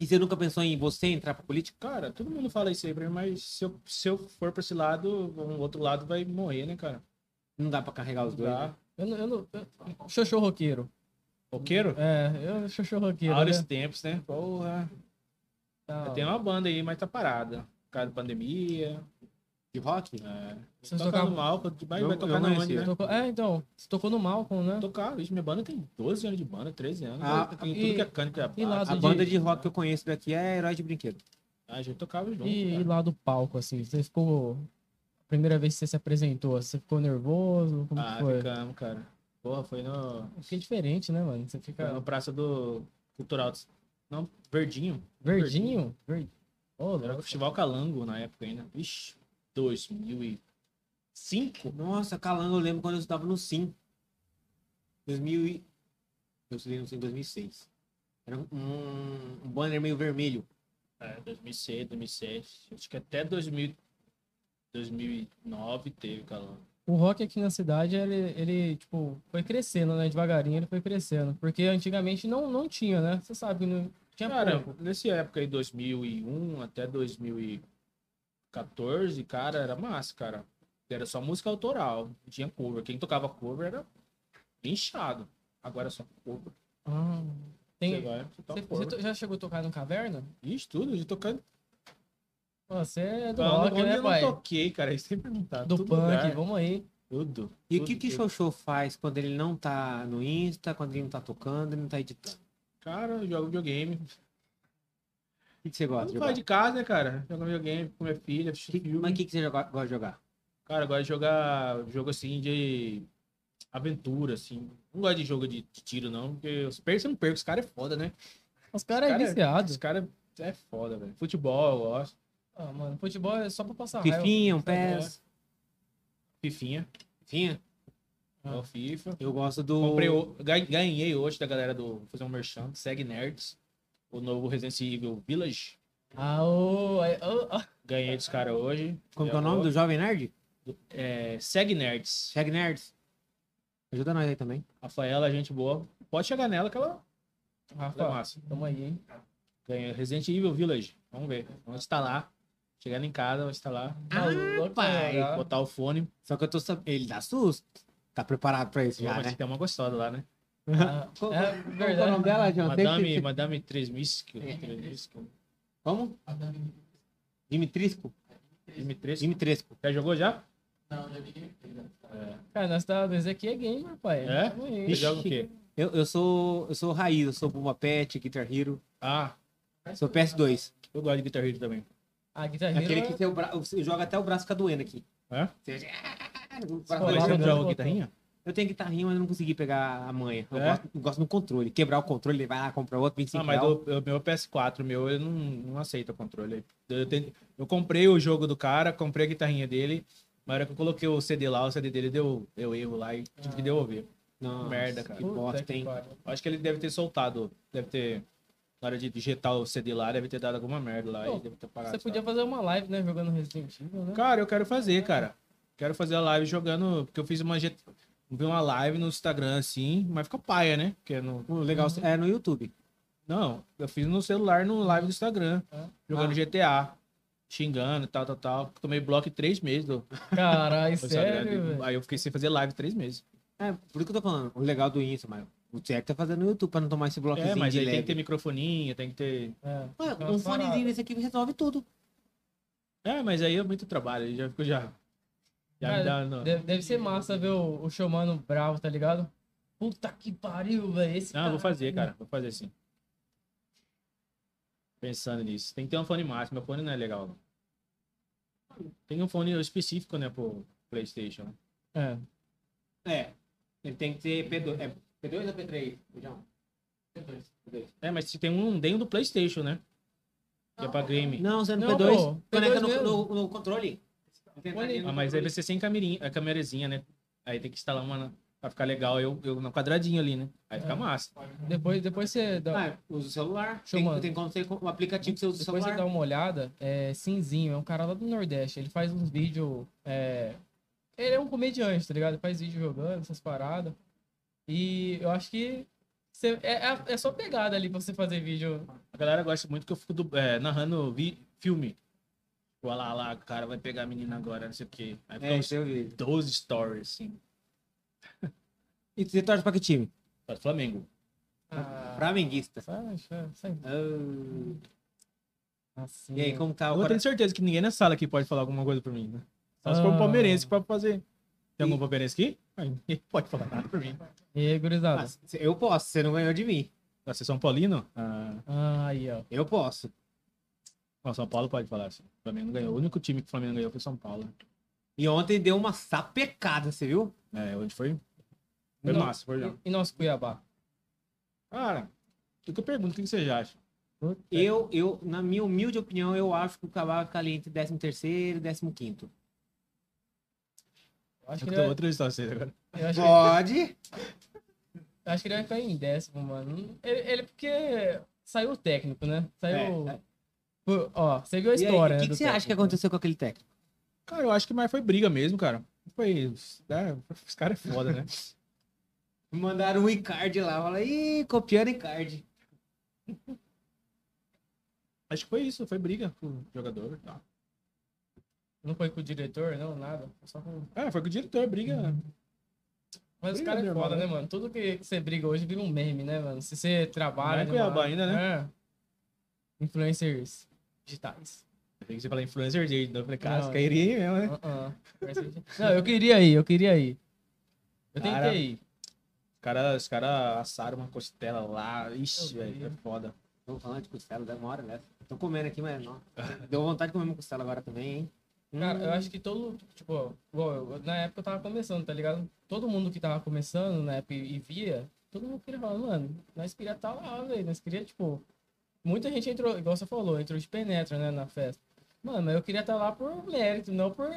Speaker 1: E você nunca pensou em você entrar pra política?
Speaker 2: Cara, todo mundo fala isso aí pra mim, mas se eu, se eu for pra esse lado, o outro lado vai morrer, né, cara?
Speaker 1: Não dá pra carregar os dois.
Speaker 2: Dá.
Speaker 1: né?
Speaker 3: Eu não. Eu não eu... Xoxô roqueiro.
Speaker 2: Roqueiro?
Speaker 3: É, eu xoxô roqueiro.
Speaker 2: Áureos
Speaker 3: né?
Speaker 2: tempos, né? Porra.
Speaker 3: Tá.
Speaker 2: Tem uma banda aí, mas tá parada. Por causa da pandemia.
Speaker 1: De rock?
Speaker 2: É.
Speaker 3: Se eu
Speaker 2: Tá
Speaker 3: tocar-
Speaker 2: tocando mal, pode- vai,
Speaker 1: Eu-
Speaker 2: vai
Speaker 1: eu
Speaker 2: tocar na onde,
Speaker 1: conheci.
Speaker 2: né?
Speaker 3: Tocou- É, então. Você tocou no Malcolm, né?
Speaker 2: Tocar, vixe, minha banda tem 12 anos de banda, 13 anos.
Speaker 1: Ah,
Speaker 2: tem
Speaker 3: e-
Speaker 2: tudo que é canto, é
Speaker 3: e lá
Speaker 1: A
Speaker 3: do-
Speaker 2: bate.
Speaker 1: banda de rock que eu conheço daqui é Herói de Brinquedo.
Speaker 2: Ah, A gente tocava junto. é.
Speaker 3: E, e
Speaker 2: cara.
Speaker 3: lá do palco, assim, você ficou. A primeira vez que você se apresentou, você ficou nervoso? Como que
Speaker 2: Ah,
Speaker 3: foi?
Speaker 2: ficamos, cara. Porra, foi no,
Speaker 3: Porque é diferente, né, mano? Você
Speaker 2: foi
Speaker 3: fica.
Speaker 2: no Praça do Cultural. de- Não, Verdinho.
Speaker 3: Verdinho? Verde. Ô,
Speaker 2: Era o
Speaker 3: louco.
Speaker 2: Festival Calango na época ainda. Vixe, 2005?
Speaker 1: Nossa, Calango, eu lembro quando eu estudava no Sim. 2000 e... Eu estudei no Sim em 2006. Era um, um banner meio vermelho.
Speaker 2: É, 2006, 2007. Acho que até 2000, 2009 teve Calango.
Speaker 3: O rock aqui na cidade, ele, ele, tipo, foi crescendo, né? Devagarinho ele foi crescendo. Porque antigamente não, não tinha, né? Você sabe que não tinha
Speaker 2: Cara,
Speaker 3: pouco.
Speaker 2: nessa época aí, 2001 até 2014, cara, era massa, cara. Era só música autoral, não tinha cover. Quem tocava cover era inchado. Agora é só cover.
Speaker 3: Ah,
Speaker 2: Você
Speaker 3: tem...
Speaker 2: vai, você toca
Speaker 3: Você, você
Speaker 2: cover.
Speaker 3: to- já chegou a tocar no Caverna?
Speaker 2: Isso tudo, de tocando.
Speaker 3: Pô, Você é do
Speaker 2: Onde
Speaker 3: rock,
Speaker 2: onde
Speaker 3: né,
Speaker 2: eu não
Speaker 3: pai?
Speaker 2: toquei, cara, isso sempre me tá.
Speaker 3: Do
Speaker 2: todo
Speaker 3: punk,
Speaker 2: lugar,
Speaker 3: vamos aí.
Speaker 2: Tudo.
Speaker 1: E o
Speaker 2: tudo,
Speaker 1: que que
Speaker 2: tudo.
Speaker 1: Xoxô faz quando ele não tá no Insta, quando ele não tá tocando, ele não tá editando?
Speaker 2: Cara, eu jogo videogame.
Speaker 1: O que que você gosta de
Speaker 2: Quando
Speaker 1: jogar?
Speaker 2: faz de casa, né, cara? Jogo videogame com minha filha, assisto
Speaker 1: Que-
Speaker 2: filme.
Speaker 1: mas o que que você joga- gosta de jogar?
Speaker 2: Cara, eu gosto de jogar jogo assim de aventura, assim. Não gosto de jogo de, de tiro, não, porque os percos eu não perco, os caras é foda, né?
Speaker 3: Os caras é
Speaker 2: Cara,
Speaker 3: viciado.
Speaker 2: Os caras é foda, velho. Futebol, eu gosto.
Speaker 3: Ah, mano, futebol é só pra
Speaker 2: Ah,
Speaker 3: passar raiva.
Speaker 1: Fifinha, um PES.
Speaker 2: Fifinha,
Speaker 1: Fifinha?
Speaker 3: Ah.
Speaker 2: é o FIFA.
Speaker 1: Eu gosto do.
Speaker 2: Comprei, o- ga- ganhei hoje da galera do. Vou fazer um merchan, segue Nerds. O novo Resident Evil Village.
Speaker 3: Ah, ô, é, ô, ó.
Speaker 2: Ganhei dos caras hoje.
Speaker 1: Como que é o nome do Jovem Nerd?
Speaker 2: É, segue Nerds.
Speaker 1: Chega Nerds. Ajuda nós aí também.
Speaker 2: Rafaela, é gente boa. Pode chegar nela que ela, ela é
Speaker 3: Rafa,
Speaker 2: massa.
Speaker 3: tamo aí, hein?
Speaker 2: Ganhei Resident Evil Village. Vamos ver. Vamos instalar. Chegando em casa, vou instalar.
Speaker 1: Ah,
Speaker 3: Maluco,
Speaker 1: pai.
Speaker 3: cara.
Speaker 2: né? Botar o fone.
Speaker 1: Só que eu tô sabendo. Ele dá susto. Tá preparado pra isso
Speaker 2: Já,
Speaker 1: já,
Speaker 2: mas
Speaker 1: né?
Speaker 2: tem uma gostosa lá, né?
Speaker 3: Ah,
Speaker 1: Qual- qual- qual
Speaker 3: é
Speaker 1: que é o nome
Speaker 3: verdade.
Speaker 1: dela, John? Tem
Speaker 2: Madame,
Speaker 1: que- É.
Speaker 2: Madame 3000. 3000.
Speaker 1: Como? Dimitrisco?
Speaker 2: M3.
Speaker 1: Dimitresco.
Speaker 2: Já jogou já?
Speaker 3: Cara, nós tá dizendo que é gamer, pai.
Speaker 2: É?
Speaker 3: Tamo
Speaker 2: Você
Speaker 3: aí.
Speaker 1: Ixi.
Speaker 2: joga o quê?
Speaker 1: Eu, eu sou. Eu sou raiz, eu sou Bumba Pet, Guitar Hero.
Speaker 2: Ah,
Speaker 1: Sou PS2.
Speaker 2: eu gosto de Guitar Hero também.
Speaker 3: A Guitar Hero
Speaker 1: Aquele
Speaker 3: é-
Speaker 1: que tem o bra... você joga até o braço fica doendo aqui.
Speaker 2: É?
Speaker 1: Você- Ah, o braço
Speaker 2: Mas
Speaker 3: Escolar,
Speaker 1: doendo.
Speaker 2: você não
Speaker 3: né?
Speaker 2: joga guitarrinha?
Speaker 1: Eu tenho guitarrinha, mas eu não consegui pegar a manha. Eu,
Speaker 2: É?
Speaker 1: gosto, eu gosto no controle. Quebrar o controle, ele vai lá, comprar outro, 25
Speaker 2: Ah, mas
Speaker 1: real.
Speaker 2: o o meu PS4, meu, ele não, não aceita controle. Eu, tenho- eu comprei o jogo do cara, comprei a guitarrinha dele, mas na hora que eu coloquei o CD lá, o CD dele deu, deu erro lá e tive
Speaker 3: Ah.
Speaker 2: que devolver.
Speaker 1: Nossa,
Speaker 2: merda, cara.
Speaker 1: Que
Speaker 3: Puta
Speaker 1: bosta,
Speaker 3: que
Speaker 1: hein?
Speaker 3: pariu.
Speaker 2: Acho que ele deve ter soltado. Deve ter. Na hora de digitar o CD lá, deve ter dado alguma merda lá.
Speaker 3: Pô,
Speaker 2: e deve ter parado,
Speaker 3: Você podia
Speaker 2: sabe?
Speaker 3: fazer uma live, né? Jogando Resident Evil, né?
Speaker 2: Cara, eu quero fazer, cara. Quero fazer a live jogando. Porque eu fiz uma. G- Vi uma live no Instagram assim, mas fica paia, né? Porque não.
Speaker 1: O legal é no YouTube.
Speaker 2: Não, eu fiz no celular no live do Instagram.
Speaker 3: Ah.
Speaker 2: Jogando GTA. Xingando, tal, tal, tal. Tomei bloco em três meses do, do
Speaker 3: Caralho,
Speaker 2: Instagram.
Speaker 3: sério, velho.
Speaker 2: Aí eu fiquei sem fazer live três meses.
Speaker 1: É, por isso que eu tô falando. O legal do Insta, mas o certo tá fazendo no YouTube pra não tomar esse bloquezinho
Speaker 2: É, mas
Speaker 1: de
Speaker 2: aí tem
Speaker 1: leve.
Speaker 2: que ter Então, microfoninha, tem que ter.
Speaker 3: É,
Speaker 1: Ué,
Speaker 3: fica
Speaker 1: um
Speaker 3: umas
Speaker 1: fonezinho
Speaker 3: paradas.
Speaker 1: desse aqui resolve tudo.
Speaker 2: É, mas aí é muito trabalho. aí Já fico já. Já me
Speaker 3: Cara,
Speaker 2: dá. Não,
Speaker 3: Deve, deve ser massa ver o, o showmano bravo, tá ligado? Puta que pariu, velho. Esse
Speaker 2: Não, eu vou
Speaker 3: cara-
Speaker 2: fazer, cara. Vou fazer sim. Pensando nisso. Tem que ter um fone máximo. Meu fone não é legal. não. Tem um fone específico, né, pro PlayStation.
Speaker 3: É.
Speaker 1: É. Ele tem que ter P2. É P2 ou P3? João? P2. P2.
Speaker 2: É, mas se tem um dentro do PlayStation, né? Que é pra game.
Speaker 1: Não, você é no
Speaker 3: Não,
Speaker 1: P2.
Speaker 3: pô,
Speaker 1: Conecta
Speaker 3: P2
Speaker 1: no,
Speaker 3: mesmo.
Speaker 1: no, no controle.
Speaker 3: Olha aí.
Speaker 2: Ah, mas aí vai ser sem camerinha, a camerazinha, né? Aí tem que instalar uma na- pra ficar legal, eu, eu no quadradinho ali, né? Aí fica
Speaker 3: É.
Speaker 2: massa.
Speaker 3: Depois, depois você dá,
Speaker 1: Ah, usa o celular.
Speaker 3: Show, mano.
Speaker 1: Tem, tem como você, o aplicativo que você usa o
Speaker 3: depois você dá
Speaker 1: celular.
Speaker 3: uma olhada. É Cinzinho, é um cara lá do Nordeste. Ele faz uns vídeos. É... Ele é um comediante, tá ligado? Ele faz vídeo jogando, essas paradas. E eu acho que você- é, é, é só pegada ali pra você fazer vídeo.
Speaker 2: A galera gosta muito que eu fico du- é, narrando vi, filme. Tipo, olha lá, lá, o cara vai pegar a menina agora, não sei o quê. Aí fica
Speaker 1: É,
Speaker 2: uns
Speaker 1: isso eu vi.
Speaker 2: 12 stories, assim.
Speaker 1: E você torce pra que time?
Speaker 2: Pra Flamengo.
Speaker 3: Ah,
Speaker 1: Flamenguista.
Speaker 3: sai,
Speaker 2: é,
Speaker 3: sai, sai.
Speaker 1: Ah,
Speaker 3: Assim,
Speaker 1: e aí, como tá
Speaker 2: Eu
Speaker 1: o
Speaker 2: tenho
Speaker 1: coração?
Speaker 2: certeza que ninguém na sala aqui pode falar alguma coisa pra mim, né? Só se for um
Speaker 3: Ah.
Speaker 2: palmeirense pra fazer. Tem
Speaker 1: E-
Speaker 2: algum palmeirense aqui? Aí Ninguém pode falar nada pra mim.
Speaker 3: E aí, gurizada?
Speaker 1: Ah, eu posso, você não ganhou de mim.
Speaker 2: Ah, Você é São Paulino? Ah,
Speaker 3: Ah, aí, ó.
Speaker 1: Eu posso.
Speaker 2: não, São Paulo pode falar assim. O Flamengo ganhou. O único time que o Flamengo ganhou foi São Paulo.
Speaker 1: E ontem deu uma sapecada, você viu?
Speaker 2: É, hoje foi. Foi
Speaker 3: Não.
Speaker 2: massa, foi legal.
Speaker 3: E, e nosso Cuiabá?
Speaker 2: Cara, o que eu pergunto, o que vocês acham?
Speaker 1: Eu, eu, na minha humilde opinião, eu acho que o Cabal fica ali entre 13 terceiro e 15 quinto.
Speaker 3: Eu acho
Speaker 2: Eu
Speaker 3: que,
Speaker 2: tô
Speaker 3: ele vai,
Speaker 2: outra história agora.
Speaker 3: eu acho, que,
Speaker 1: Pode.
Speaker 3: eu acho que ele vai ficar em décimo, mano. Ele, ele porque saiu o técnico, né? Saiu.
Speaker 1: É.
Speaker 3: Pô, Ó, você viu a
Speaker 1: E aí,
Speaker 3: história.
Speaker 1: o
Speaker 3: né,
Speaker 1: que, que
Speaker 3: do
Speaker 1: você acha que
Speaker 3: técnico.
Speaker 1: aconteceu com aquele técnico?
Speaker 2: Cara, eu acho que mais foi briga mesmo, cara. Foi. Os, né, os caras é foda, né?
Speaker 1: Mandaram um Icardi lá, fala, ih, copiando Icardi.
Speaker 2: acho que foi isso, foi briga com o jogador. e tal.
Speaker 3: Não foi com o diretor, não, nada. Só com...
Speaker 2: Ah, foi com o diretor, briga.
Speaker 3: Mas os
Speaker 2: Briga
Speaker 3: caras é
Speaker 2: normal,
Speaker 3: foda,
Speaker 2: né?
Speaker 3: né, mano? Tudo que você briga hoje vira um meme, né, mano? Se você trabalha.
Speaker 2: Não é
Speaker 3: numa
Speaker 2: Cuiabá
Speaker 3: área-
Speaker 2: ainda, né?
Speaker 3: É. Influencers digitais.
Speaker 2: Tem que você falar influencer de novo. Eu falei, cara,
Speaker 3: Não.
Speaker 2: você cairia aí mesmo, né?
Speaker 3: Uh-uh. Influencer digi- Não, eu queria ir, eu queria ir. Eu
Speaker 2: Cara,
Speaker 3: tentei ir.
Speaker 2: Os caras os cara assaram uma costela lá. Ixi,
Speaker 3: Eu vi.
Speaker 2: velho, é foda.
Speaker 1: Tô falando de costela, demora, né? Tô comendo aqui, mas não. Deu vontade de comer uma costela agora também, hein?
Speaker 3: Cara,
Speaker 1: Hum.
Speaker 3: eu acho que todo. Tipo, igual eu- na época eu tava começando, tá ligado? Todo mundo que tava começando na época e e via, todo mundo queria falar, mano, nós queria estar lá, velho. Nós queria, tipo. Muita gente entrou, igual você falou, entrou de penetra, né, na festa. Mano, mas eu queria estar lá por mérito, não por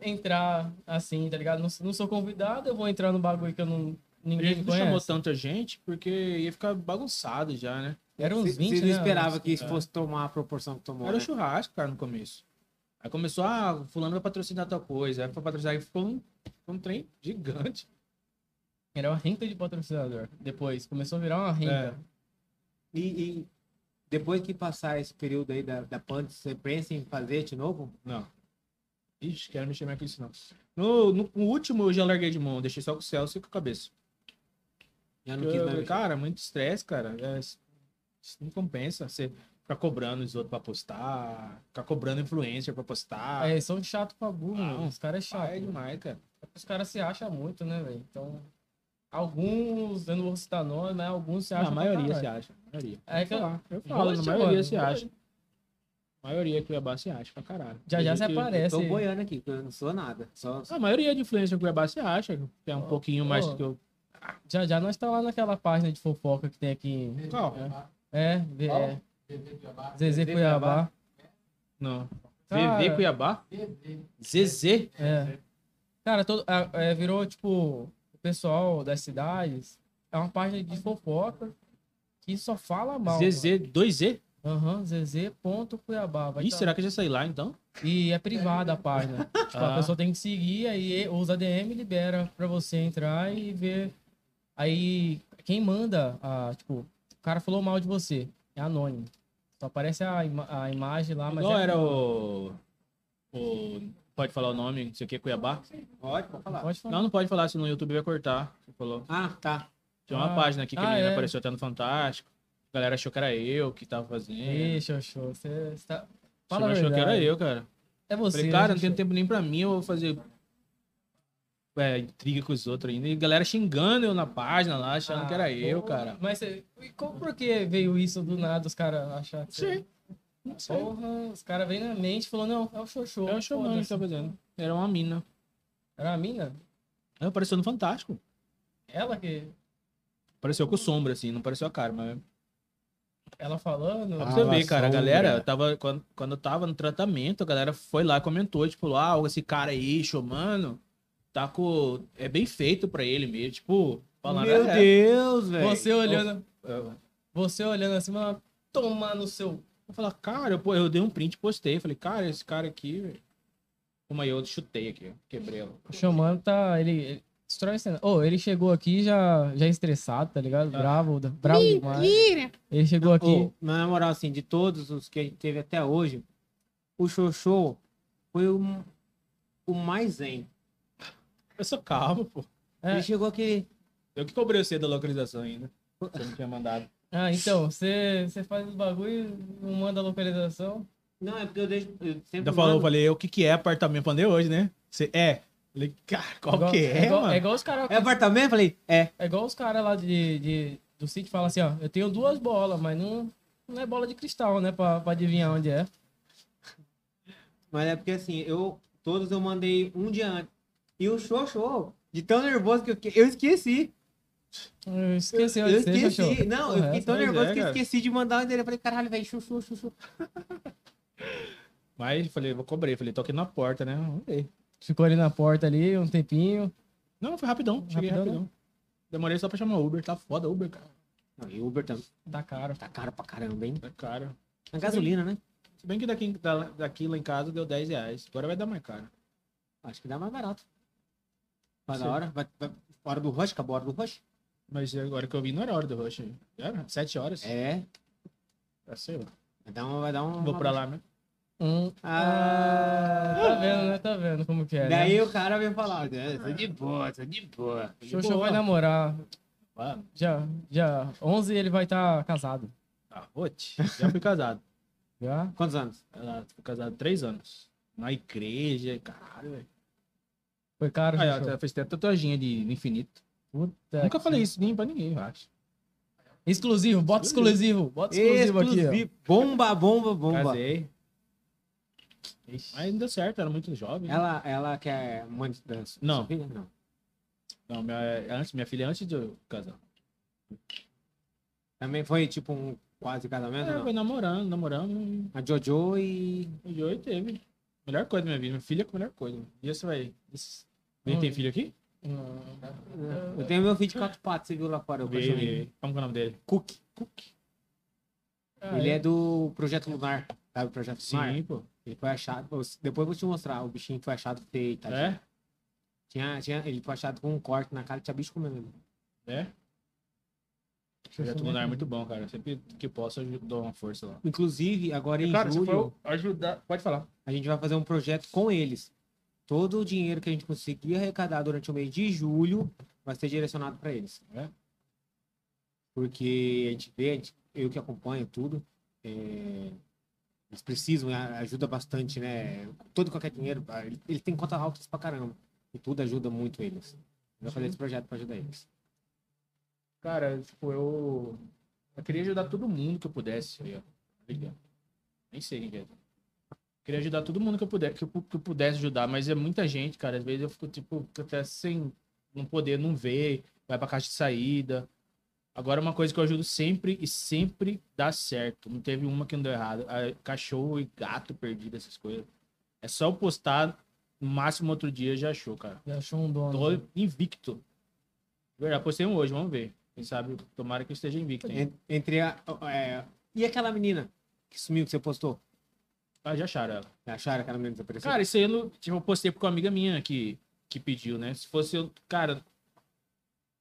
Speaker 3: entrar assim, tá ligado? Não, não sou convidado, eu vou entrar no bagulho que eu não.
Speaker 2: A
Speaker 3: Ninguém
Speaker 2: gente
Speaker 3: me
Speaker 2: não chamou
Speaker 3: conhece.
Speaker 2: tanta gente porque ia ficar bagunçado já, né?
Speaker 3: Era uns
Speaker 1: Você
Speaker 3: 20,
Speaker 1: você
Speaker 3: né?
Speaker 1: não esperava
Speaker 3: uns- um
Speaker 1: que isso fosse tomar a proporção que tomou,
Speaker 2: Era
Speaker 1: né?
Speaker 2: churrasco, cara, no começo. Aí começou, ah, fulano vai patrocinar tal coisa. Aí foi patrocinar e ficou um, ficou um trem gigante.
Speaker 3: Era uma renta de patrocinador. Depois, começou a virar uma renta.
Speaker 1: E, e depois que passar esse período aí da, da Pant, você pensa em fazer de novo?
Speaker 2: Não. Ixi, quero mexer mais com isso, não. No, no, no último eu já larguei de mão, deixei só com o Celso e com a cabeça.
Speaker 1: Já não
Speaker 2: Eu,
Speaker 1: quis mais
Speaker 2: eu-
Speaker 1: mexer.
Speaker 2: cara, muito estresse, cara. É, isso não compensa você ficar cobrando os outros pra postar, ficar cobrando influencer pra postar.
Speaker 3: É, eles são chato pra burro,
Speaker 2: Ah,
Speaker 3: mano. Os caras é chato.
Speaker 2: Pai é
Speaker 3: mano.
Speaker 2: demais, cara.
Speaker 3: Os caras se acham muito, né, velho? Então, alguns, eu não vou citar nome, mas alguns se
Speaker 2: Ah,
Speaker 3: acham.
Speaker 2: a
Speaker 3: pra
Speaker 2: maioria
Speaker 3: caralho.
Speaker 2: se acha. A maioria.
Speaker 3: É que eu-
Speaker 2: Falar, eu falo,
Speaker 3: Oxe,
Speaker 2: a maioria
Speaker 3: mano,
Speaker 2: se acha. A maioria que o Cuiabá se acha pra caralho.
Speaker 3: Já já
Speaker 2: Tem
Speaker 3: você
Speaker 2: gente que-
Speaker 3: aparece.
Speaker 1: Tô boiando aqui, porque eu não sou nada. Só,
Speaker 2: A maioria de influencer que o Cuiabá se acha, que é um
Speaker 3: Ó,
Speaker 2: pouquinho mais
Speaker 3: ó.
Speaker 2: que eu.
Speaker 3: Já já nós tá lá naquela página de fofoca que tem aqui. em-
Speaker 2: Qual?
Speaker 3: É, vê- é. Zezé
Speaker 1: Zezé
Speaker 3: Cuiabá.
Speaker 2: Não.
Speaker 3: Cara.
Speaker 2: VV Cuiabá? ZZ?
Speaker 3: É. Cara, todo, a- é, virou, tipo, o pessoal das cidades. É uma página de fofoca que só fala mal.
Speaker 2: ZZ, 2Z?
Speaker 3: mano. Aham, Zezé.cuiabá. Vai
Speaker 2: Ih,
Speaker 3: tá lá.
Speaker 2: será que eu já saí lá então?
Speaker 3: E é privada a página. Tipo,
Speaker 2: Ah.
Speaker 3: a pessoa tem que seguir, aí os ADM libera pra você entrar e ver. Aí quem manda, a, tipo, o cara falou mal de você, é anônimo. Só aparece a, ima- a imagem lá, mas.
Speaker 2: Igual
Speaker 3: é
Speaker 2: era
Speaker 3: anônimo.
Speaker 2: o... o. Pode falar o nome, não sei o que, Cuiabá?
Speaker 1: pode, pode falar.
Speaker 3: Pode falar.
Speaker 2: Não, não pode falar, senão o YouTube vai cortar. Você falou.
Speaker 1: Ah, tá.
Speaker 2: Tinha uma
Speaker 3: Ah.
Speaker 2: página aqui que a
Speaker 3: Ah,
Speaker 2: menina
Speaker 3: é.
Speaker 2: apareceu até no Fantástico. A galera achou que era eu que tava fazendo.
Speaker 3: Deixa, show. Você você tá.
Speaker 2: Fala
Speaker 3: Fala a
Speaker 2: achou que era
Speaker 3: verdade.
Speaker 2: eu, cara.
Speaker 3: É você.
Speaker 2: Falei,
Speaker 3: né,
Speaker 2: cara, não
Speaker 3: Xoxô?
Speaker 2: tenho tempo nem pra mim, eu vou fazer é, intriga com os outros ainda. E galera xingando eu na página lá, achando que
Speaker 3: Ah,
Speaker 2: era eu,
Speaker 3: pô,
Speaker 2: cara.
Speaker 3: Mas você- e como, por que veio isso do nada, os caras acharam que. você-
Speaker 2: É. Sim. Não sei.
Speaker 3: Porra, os caras vêm na mente e falou, não, é o Xoxô.
Speaker 2: Eu acho né, que tá não,
Speaker 3: Foda-se.
Speaker 2: ele tava dizendo. Era uma mina.
Speaker 3: Era uma mina?
Speaker 2: Ela apareceu no Fantástico.
Speaker 3: Ela que.
Speaker 2: Apareceu com sombra, assim, não pareceu a cara, mas.
Speaker 3: Ela falando.
Speaker 2: Pra
Speaker 1: Ah,
Speaker 2: você
Speaker 1: lá,
Speaker 2: ver, cara, a
Speaker 1: sombra.
Speaker 2: galera, eu tava, quando, quando eu tava no tratamento, a galera foi lá e comentou, tipo, ah, esse cara aí, showmano, tá com. É bem feito pra ele mesmo, tipo, falando.
Speaker 1: Meu
Speaker 2: "É,
Speaker 1: Deus, velho.
Speaker 3: você olhando.
Speaker 2: eu-
Speaker 3: Você olhando assim, mano, tomar no seu.
Speaker 2: Eu falei, cara, eu, pô, eu dei um print, postei. Falei, cara, esse cara aqui, velho. Uma e eu chutei aqui, ó, quebrei ela.
Speaker 3: O Xamã tá. Ele. ele... Destrói a cena. Ô, ele chegou aqui já, já estressado, tá ligado?
Speaker 2: Ah.
Speaker 3: Bravo, da- bravo demais. Ele chegou
Speaker 2: é
Speaker 3: aqui.
Speaker 1: Ô, mas na moral, assim, de todos os que a gente teve até hoje, o Xoxô foi o, o mais zen.
Speaker 2: Eu sou calmo, pô.
Speaker 3: É.
Speaker 1: Ele chegou aqui.
Speaker 2: Eu que cobrei você da localização ainda. Você não tinha mandado.
Speaker 3: Ah, então, você você faz os bagulho, não manda a localização.
Speaker 1: Não, é porque eu deixo. Eu sempre
Speaker 2: Ainda falou,
Speaker 1: mando-
Speaker 2: falei, o que que é apartamento? Falei hoje, né? Você é. Falei, cara, qual
Speaker 3: Igual-
Speaker 2: que é,
Speaker 3: igual,
Speaker 2: mano?
Speaker 3: É igual os caras
Speaker 1: É apartamento? Eu falei, é.
Speaker 3: é igual os cara lá de, de, do sítio falam assim, ó, eu tenho duas bolas, mas não, não é bola de cristal, né, pra, pra adivinhar onde é.
Speaker 1: Mas é porque assim, eu. Todos eu mandei um dia antes. E o Xoxô, de tão nervoso que eu fiquei, eu esqueci.
Speaker 3: Eu esqueci
Speaker 1: Eu
Speaker 3: onde você fechou.
Speaker 1: esqueci. Não, eu
Speaker 3: Porra,
Speaker 1: fiquei tão
Speaker 2: pois é,
Speaker 1: nervoso que eu
Speaker 2: cara.
Speaker 1: esqueci de mandar o endereço. Eu falei, caralho, velho, Xoxô, Xoxô.
Speaker 2: Mas falei, vou cobrei. Falei, tô aqui na porta, né? Vamos ver.
Speaker 3: Ficou ali na porta ali um tempinho.
Speaker 2: Não, foi rapidão. Cheguei
Speaker 3: Rapidão, né?
Speaker 2: rapidão. Demorei só pra chamar o Uber. Tá foda, Uber, cara.
Speaker 1: Não, e o Uber também.
Speaker 3: Tá caro.
Speaker 1: Tá caro pra caramba, hein?
Speaker 2: Tá caro.
Speaker 1: A gasolina, né?
Speaker 2: Se bem que daqui, da- daqui lá em casa deu 10 reais. Agora vai dar mais caro.
Speaker 1: Acho que dá mais barato. Vai
Speaker 2: Sim.
Speaker 1: da hora. Vai, vai- hora do rush, acabou a hora do rush.
Speaker 2: Mas agora que eu vi, não era hora do rush. Era? 7 horas?
Speaker 1: É.
Speaker 2: Ah, sei lá.
Speaker 1: Vai dar um. Vai dar um
Speaker 2: Vou pra lá mesmo.
Speaker 3: Hum,
Speaker 1: Ah,
Speaker 3: tá vendo, né? Tá vendo como que é,
Speaker 1: Daí
Speaker 3: né?
Speaker 1: o cara vem falar, "É, tô de boa, tô de boa. tô de
Speaker 3: Xoxô
Speaker 1: boa."
Speaker 3: vai namorar.
Speaker 2: Vá,
Speaker 3: Já, já. 11 ele vai estar casado.
Speaker 2: tá, oxe. Já fui casado.
Speaker 3: Já?
Speaker 1: Quantos anos?
Speaker 2: Ela fui casado três anos. Na igreja, caralho, velho.
Speaker 3: Foi caro,
Speaker 2: Aí,
Speaker 3: Xoxô?
Speaker 2: ó, fez até tatuaginha de de infinito.
Speaker 3: Puta
Speaker 2: Nunca
Speaker 3: que-
Speaker 2: falei isso nem pra ninguém, eu acho.
Speaker 3: Exclusivo, bota exclusivo. Bota exclusivo, aqui,
Speaker 1: Exclusivo. Bomba, bomba, bomba.
Speaker 2: Casei.
Speaker 3: ó. Ixi.
Speaker 2: Mas não deu certo, era muito jovem.
Speaker 1: Ela, ela quer mãe de dança?
Speaker 2: Não.
Speaker 1: Filha? Não.
Speaker 2: Não, minha, antes, minha filha é antes de eu casar.
Speaker 1: Também foi tipo um quase casamento?
Speaker 2: É,
Speaker 1: não.
Speaker 2: foi namorando, namorando.
Speaker 1: A Jojo e.
Speaker 2: E de oito teve. Melhor coisa da minha vida. Minha filha é a melhor coisa. E você vai. Esse... Vem,
Speaker 3: Hum.
Speaker 2: tem filho aqui?
Speaker 3: Hum,
Speaker 1: Eu tenho meu filho de quatro patas, você viu lá fora? o
Speaker 2: Vem,
Speaker 1: cachorrinho.
Speaker 2: vem. Como que é o nome dele?
Speaker 1: Cook.
Speaker 2: Cook.
Speaker 3: ah,
Speaker 1: Ele é do Projeto Lunar. Sabe o Projeto Lunar?
Speaker 2: Sim, pô.
Speaker 1: Ele foi achado. eu- Depois eu vou te mostrar. O bichinho foi achado feio, tá?
Speaker 2: É?
Speaker 1: Tinha, tinha, ele foi achado com um corte na cara, tinha bicho comendo. ele.
Speaker 2: É?
Speaker 3: deixa eu
Speaker 2: Projeto
Speaker 3: sumir
Speaker 2: Lunar é
Speaker 3: aqui.
Speaker 2: muito bom, cara. Sempre que posso, eu dou uma força lá.
Speaker 1: Inclusive, agora em
Speaker 2: Cara, se
Speaker 1: julho,
Speaker 2: for ajudar. Pode falar.
Speaker 1: a gente vai fazer um projeto com eles. Todo o dinheiro que a gente conseguir arrecadar durante o mês de julho vai ser direcionado para eles.
Speaker 2: É.
Speaker 1: Porque a gente vê, a gente- eu que acompanho tudo, é, eles precisam, a- ajuda bastante, né? Todo e qualquer dinheiro, a- ele- eles têm conta altas pra caramba. E tudo ajuda muito eles. Vai fazer esse projeto para ajudar eles.
Speaker 2: Cara, tipo, eu. Eu queria ajudar todo mundo que eu pudesse. Aí, ó. Obrigado. Nem sei quem que é. Queria ajudar todo mundo que eu, puder, que, eu, pu- que eu pudesse ajudar, mas é muita gente, cara. Às vezes eu fico, tipo, fico até sem. Não poder, não ver, vai pra caixa de saída. Agora, uma coisa que eu ajudo sempre e sempre dá certo. Não teve uma que não deu errado. Ah, Cachorro e gato perdido, essas coisas. É só eu postar, no máximo outro dia já achou, cara.
Speaker 3: Já achou um dono.
Speaker 2: Tô invicto. Verdade, postei um hoje, vamos ver. Quem sabe, tomara que eu esteja invicto. hein?
Speaker 1: En- Entre a. é, e aquela menina que sumiu, que você postou?
Speaker 2: Ah, já acharam ela.
Speaker 1: Acharam aquela menina que desapareceu?
Speaker 2: Cara, isso aí eu, não, tipo, eu postei com uma amiga minha que, que pediu, né? Se fosse eu, cara,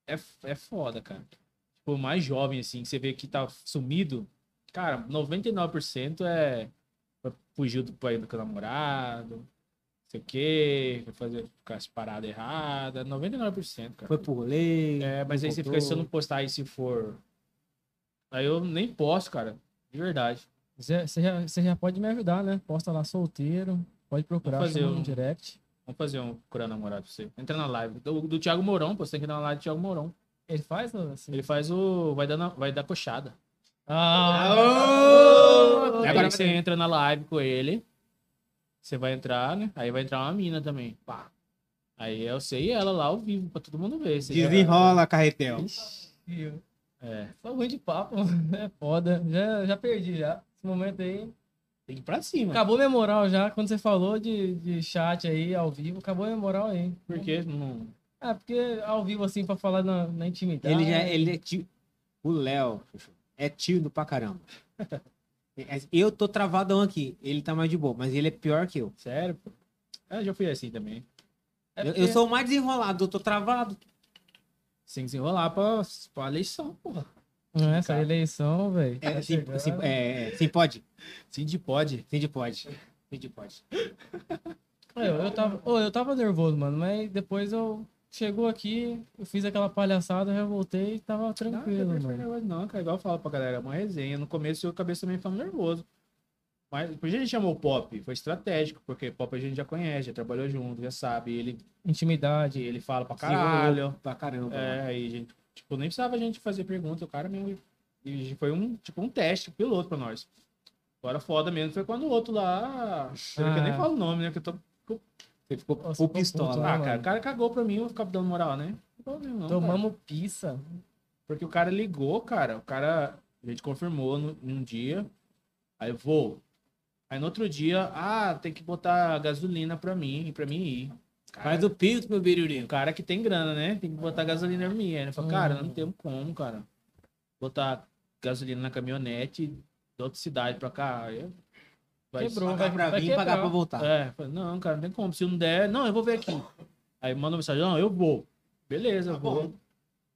Speaker 2: é, f- é foda, cara. Tipo, o mais jovem, assim, que você vê que tá sumido, cara, 99% é fugiu do país do namorado, não sei o quê, foi fazer com as paradas erradas, 99%, cara.
Speaker 1: Foi pro rolê.
Speaker 2: É, mas
Speaker 1: não
Speaker 2: aí você
Speaker 1: voltou.
Speaker 2: fica, se eu não postar aí se for. Aí eu nem posto, cara. De verdade.
Speaker 3: Zé, Você já, você já pode me ajudar, né? Posta lá solteiro. Pode procurar,
Speaker 2: Vou fazer
Speaker 3: chama no
Speaker 2: um-
Speaker 3: direct.
Speaker 2: Vamos fazer um curar namorado pra você. Entra na live. Do, do Thiago Mourão, pô. Você tem que ir na live do Thiago Mourão.
Speaker 3: Ele faz, não, assim?
Speaker 2: Ele faz o. Vai dar, na- vai dar coxada.
Speaker 3: Ah!
Speaker 1: Aô!
Speaker 2: Aí
Speaker 1: Agora
Speaker 2: Aí
Speaker 3: Cara,
Speaker 2: você
Speaker 3: velho.
Speaker 2: entra na live com ele. Você vai entrar, né? Aí vai entrar uma mina também. Pá. Aí eu sei ela lá ao vivo, pra todo mundo ver. Você já-
Speaker 1: Desenrola, carretel.
Speaker 3: Ih,
Speaker 2: É,
Speaker 3: Só ruim de papo, mano. É foda. Já, já perdi já. Esse momento aí.
Speaker 2: tem que ir pra cima.
Speaker 3: Acabou minha moral já. Quando você falou de, de chat aí, ao vivo, acabou minha moral aí.
Speaker 2: Porque não.
Speaker 3: Ah, porque ao vivo, assim, pra falar na, na intimidade.
Speaker 1: Ele, já, ele é tio. O Léo Xuxa, é tio pra caramba. É, Eu tô travadão aqui. Ele tá mais de boa, mas ele é pior que eu.
Speaker 2: Sério, pô. Eu já fui assim também.
Speaker 3: É
Speaker 1: Eu,
Speaker 3: porque-
Speaker 1: eu sou o mais desenrolado, eu tô travado.
Speaker 2: Sem desenrolar pra, pra eleição, porra.
Speaker 3: Não, é Essa eleição, velho.
Speaker 1: É,
Speaker 3: tá
Speaker 1: sim,
Speaker 3: chegando.
Speaker 1: sim, é, sim, pode.
Speaker 2: Sim, de pode.
Speaker 1: Sim, de pode. Sim, de pode.
Speaker 3: Eu, eu, tava, ô, eu tava nervoso, mano, mas depois eu. Chegou aqui, eu fiz aquela palhaçada, já voltei e tava
Speaker 2: Não,
Speaker 3: tranquilo,
Speaker 2: não,
Speaker 3: mano.
Speaker 2: não, não, cara, igual eu falo pra galera, é uma resenha. No começo eu cabeça também ficava nervoso. Mas por que a gente chamou o Pop? Foi estratégico, porque Pop a gente já conhece, já trabalhou junto, já sabe. Ele,
Speaker 3: Intimidade.
Speaker 2: ele fala pra caralho.
Speaker 1: Caralho, pra caramba.
Speaker 2: É, aí, gente, tipo, nem precisava a gente fazer pergunta, o cara mesmo. E foi um, tipo, um teste piloto pra nós. Agora foda mesmo foi quando o outro lá. Eu nem
Speaker 3: Ah.
Speaker 2: falo o nome, né? Que eu tô.
Speaker 1: Ele ficou
Speaker 3: Nossa,
Speaker 1: por
Speaker 3: ficou puto,
Speaker 1: pistola.
Speaker 3: né?
Speaker 2: Ah,
Speaker 3: mano.
Speaker 2: cara, o cara cagou pra mim, eu vou ficar dando moral, né? Não, vou mesmo, não, cara.
Speaker 3: Tomamos pizza.
Speaker 2: Porque o cara ligou, cara. O cara, a gente confirmou no, num dia. Aí eu vou. Aí no outro dia, ah, tem que botar gasolina pra mim, pra mim ir. Cara,
Speaker 1: Faz o pito, meu
Speaker 2: o
Speaker 1: birurinho.
Speaker 2: cara que tem grana, né? Tem que botar gasolina pra mim. Aí ele falou,
Speaker 3: Hum.
Speaker 2: cara, não tem como, cara. Botar gasolina na caminhonete da outra cidade pra cá. Aí eu- vai-
Speaker 3: Quebrou.
Speaker 1: Pagar
Speaker 3: vai-
Speaker 1: pra
Speaker 3: vai
Speaker 1: vir, pagar
Speaker 3: quebrar.
Speaker 1: pra voltar.
Speaker 2: É, falei, não, cara, não tem como. Se não der, não, eu vou ver aqui. Aí manda uma mensagem, não, eu vou. Beleza,
Speaker 1: Tá
Speaker 2: vou.
Speaker 1: bom.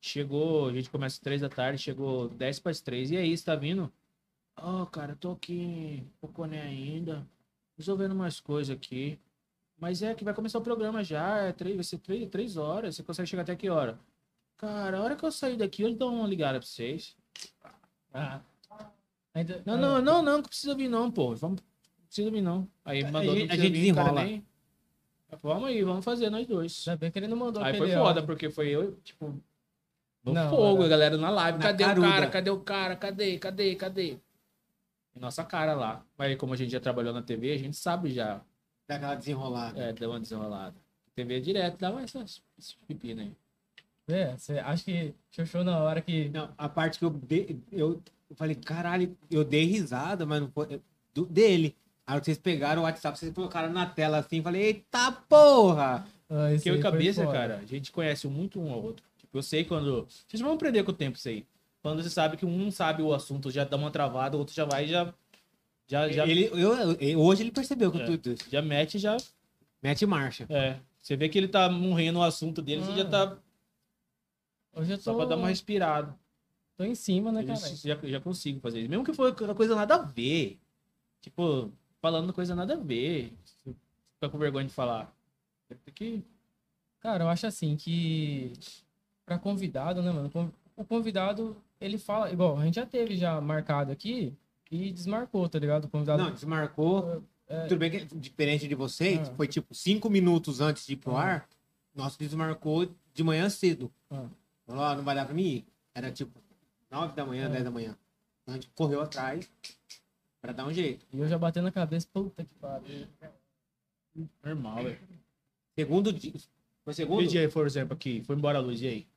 Speaker 2: Chegou, a gente começa às três da tarde, chegou 10 para as 3. E aí, você tá vindo? Ó, cara, eu tô aqui em Poconé ainda, resolvendo umas coisas aqui. Mas é que vai começar o programa já, é três, vai ser três, três horas, você consegue chegar até que hora? Cara, a hora que eu sair daqui, eu dou uma ligada pra vocês.
Speaker 3: Ah. Ainda-
Speaker 2: Não,
Speaker 3: ah,
Speaker 2: não, não, não, não precisa vir não, pô. Vamos, não precisa vir não. Aí mandou,
Speaker 1: gente-
Speaker 2: não
Speaker 1: a
Speaker 2: precisa
Speaker 1: gente
Speaker 2: vir, o cara
Speaker 1: desenrola. é
Speaker 2: nem- Vamos aí, vamos fazer nós dois.
Speaker 3: Ainda bem que ele não mandou
Speaker 2: Aí
Speaker 3: aquele.
Speaker 2: foi
Speaker 3: ó.
Speaker 2: foda, porque foi eu, tipo, no
Speaker 3: Não,
Speaker 2: fogo,
Speaker 3: era-
Speaker 2: a galera na live.
Speaker 1: Na
Speaker 2: cadê
Speaker 1: caruda.
Speaker 2: o cara? Cadê o cara? Cadê? Cadê? Cadê? E nossa cara lá. Mas como a gente já trabalhou na TV, a gente sabe já.
Speaker 1: Dá aquela desenrolada.
Speaker 2: É, deu uma desenrolada. TV direto, dava essas, esses pepino aí.
Speaker 3: É, você acha que xoxou na hora que.
Speaker 1: Não, a parte que eu, dei- eu eu falei, caralho, eu dei risada, mas não foi do, dele. Aí vocês pegaram o WhatsApp, vocês colocaram na tela assim, falei, eita porra!
Speaker 3: Ah, esse
Speaker 2: Porque eu e
Speaker 3: aí foi
Speaker 2: cabeça,
Speaker 3: foda.
Speaker 2: cara, a gente conhece muito um ao outro. Tipo, eu sei quando. Vocês vão aprender com o tempo isso aí. Quando você sabe que um sabe o assunto, já dá uma travada, o outro já vai e já. Já, já,
Speaker 1: Ele, eu, eu- hoje ele percebeu que
Speaker 2: É.
Speaker 1: eu tô,
Speaker 2: já mete e já
Speaker 1: mete marcha.
Speaker 2: É. Você vê que ele tá morrendo o assunto dele, você
Speaker 3: Ah,
Speaker 2: já tá
Speaker 3: Hoje eu tô,
Speaker 2: só pra dar uma respirada.
Speaker 3: tô em cima, né,
Speaker 2: Eu
Speaker 3: cara?
Speaker 2: já, já consigo fazer isso. Mesmo que for uma coisa nada a ver. Tipo, falando coisa nada a ver. Fica com vergonha de falar. Tem que-
Speaker 3: Cara, eu acho assim que pra convidado, né, mano? con- O convidado, ele fala, igual, a gente já teve já marcado aqui e desmarcou, tá ligado? O convidado.
Speaker 1: Não, desmarcou.
Speaker 3: É.
Speaker 1: Tudo bem que é diferente de vocês,
Speaker 3: Ah.
Speaker 1: foi tipo cinco minutos antes de ir pro
Speaker 3: Ah.
Speaker 1: ar. Nosso desmarcou de manhã cedo.
Speaker 3: Ah.
Speaker 1: Falou, ó, não vai dar pra mim ir. Era tipo 9 da manhã,
Speaker 3: Ah.
Speaker 1: 10 da manhã. Então, A gente correu atrás pra dar um jeito.
Speaker 3: E eu já batendo na cabeça, puta que pariu.
Speaker 2: Normal, é velho.
Speaker 1: Segundo dia. Foi segundo?
Speaker 2: E dia, por exemplo, aqui, foi embora a luz, e aí?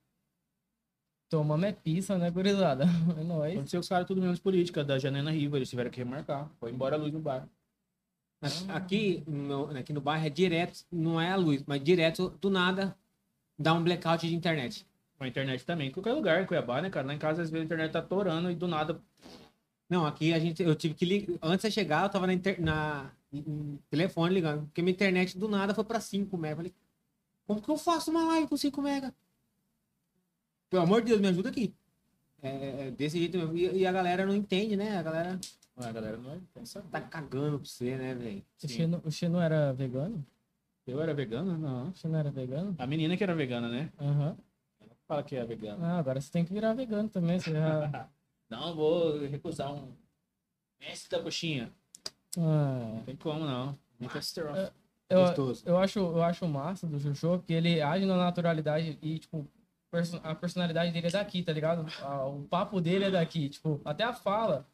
Speaker 3: Tomamos é pizza, né, gurizada? É nóis.
Speaker 2: Aconteceu com os caras tudo menos política, da Janena Riva, eles tiveram que remarcar. Foi embora a luz no bar.
Speaker 1: A- Aqui no, aqui no bairro é direto, não é a luz, mas direto do nada dá um blackout de internet.
Speaker 2: A internet também, em qualquer lugar, em Cuiabá, né, cara? Lá em casa, às vezes, a internet tá torando e do nada.
Speaker 1: Não, aqui a gente, eu tive que ligar. Antes de eu chegar, eu tava na, inter- na em- em telefone ligando. Porque minha internet do nada foi pra 5 mega. Eu Falei, como que eu faço uma live com 5 mega? Pelo amor de Deus, me ajuda aqui. É, é, desse jeito mesmo. E, e a galera não entende, né? A galera
Speaker 2: Ah, galera, não é. pensa.
Speaker 1: tá cagando pra você, né, velho?
Speaker 3: O
Speaker 2: Sim.
Speaker 3: Xeno, o Xeno era vegano?
Speaker 2: Eu era vegana? Não.
Speaker 3: O Xeno era vegano?
Speaker 2: A menina que era vegana, né?
Speaker 3: Aham.
Speaker 2: Fala que é vegana.
Speaker 3: Ah, agora você tem que virar vegano também, você já.
Speaker 2: Não, vou recusar um mestre da coxinha.
Speaker 3: Ah.
Speaker 2: Não tem como, não. Muita testosterona.
Speaker 3: É. Eu,
Speaker 1: Gostoso.
Speaker 3: Eu acho, eu acho massa do Jojo, porque ele age na naturalidade e, tipo, perso- a personalidade dele é daqui, tá ligado? Ah, O papo dele é daqui, tipo, até a fala.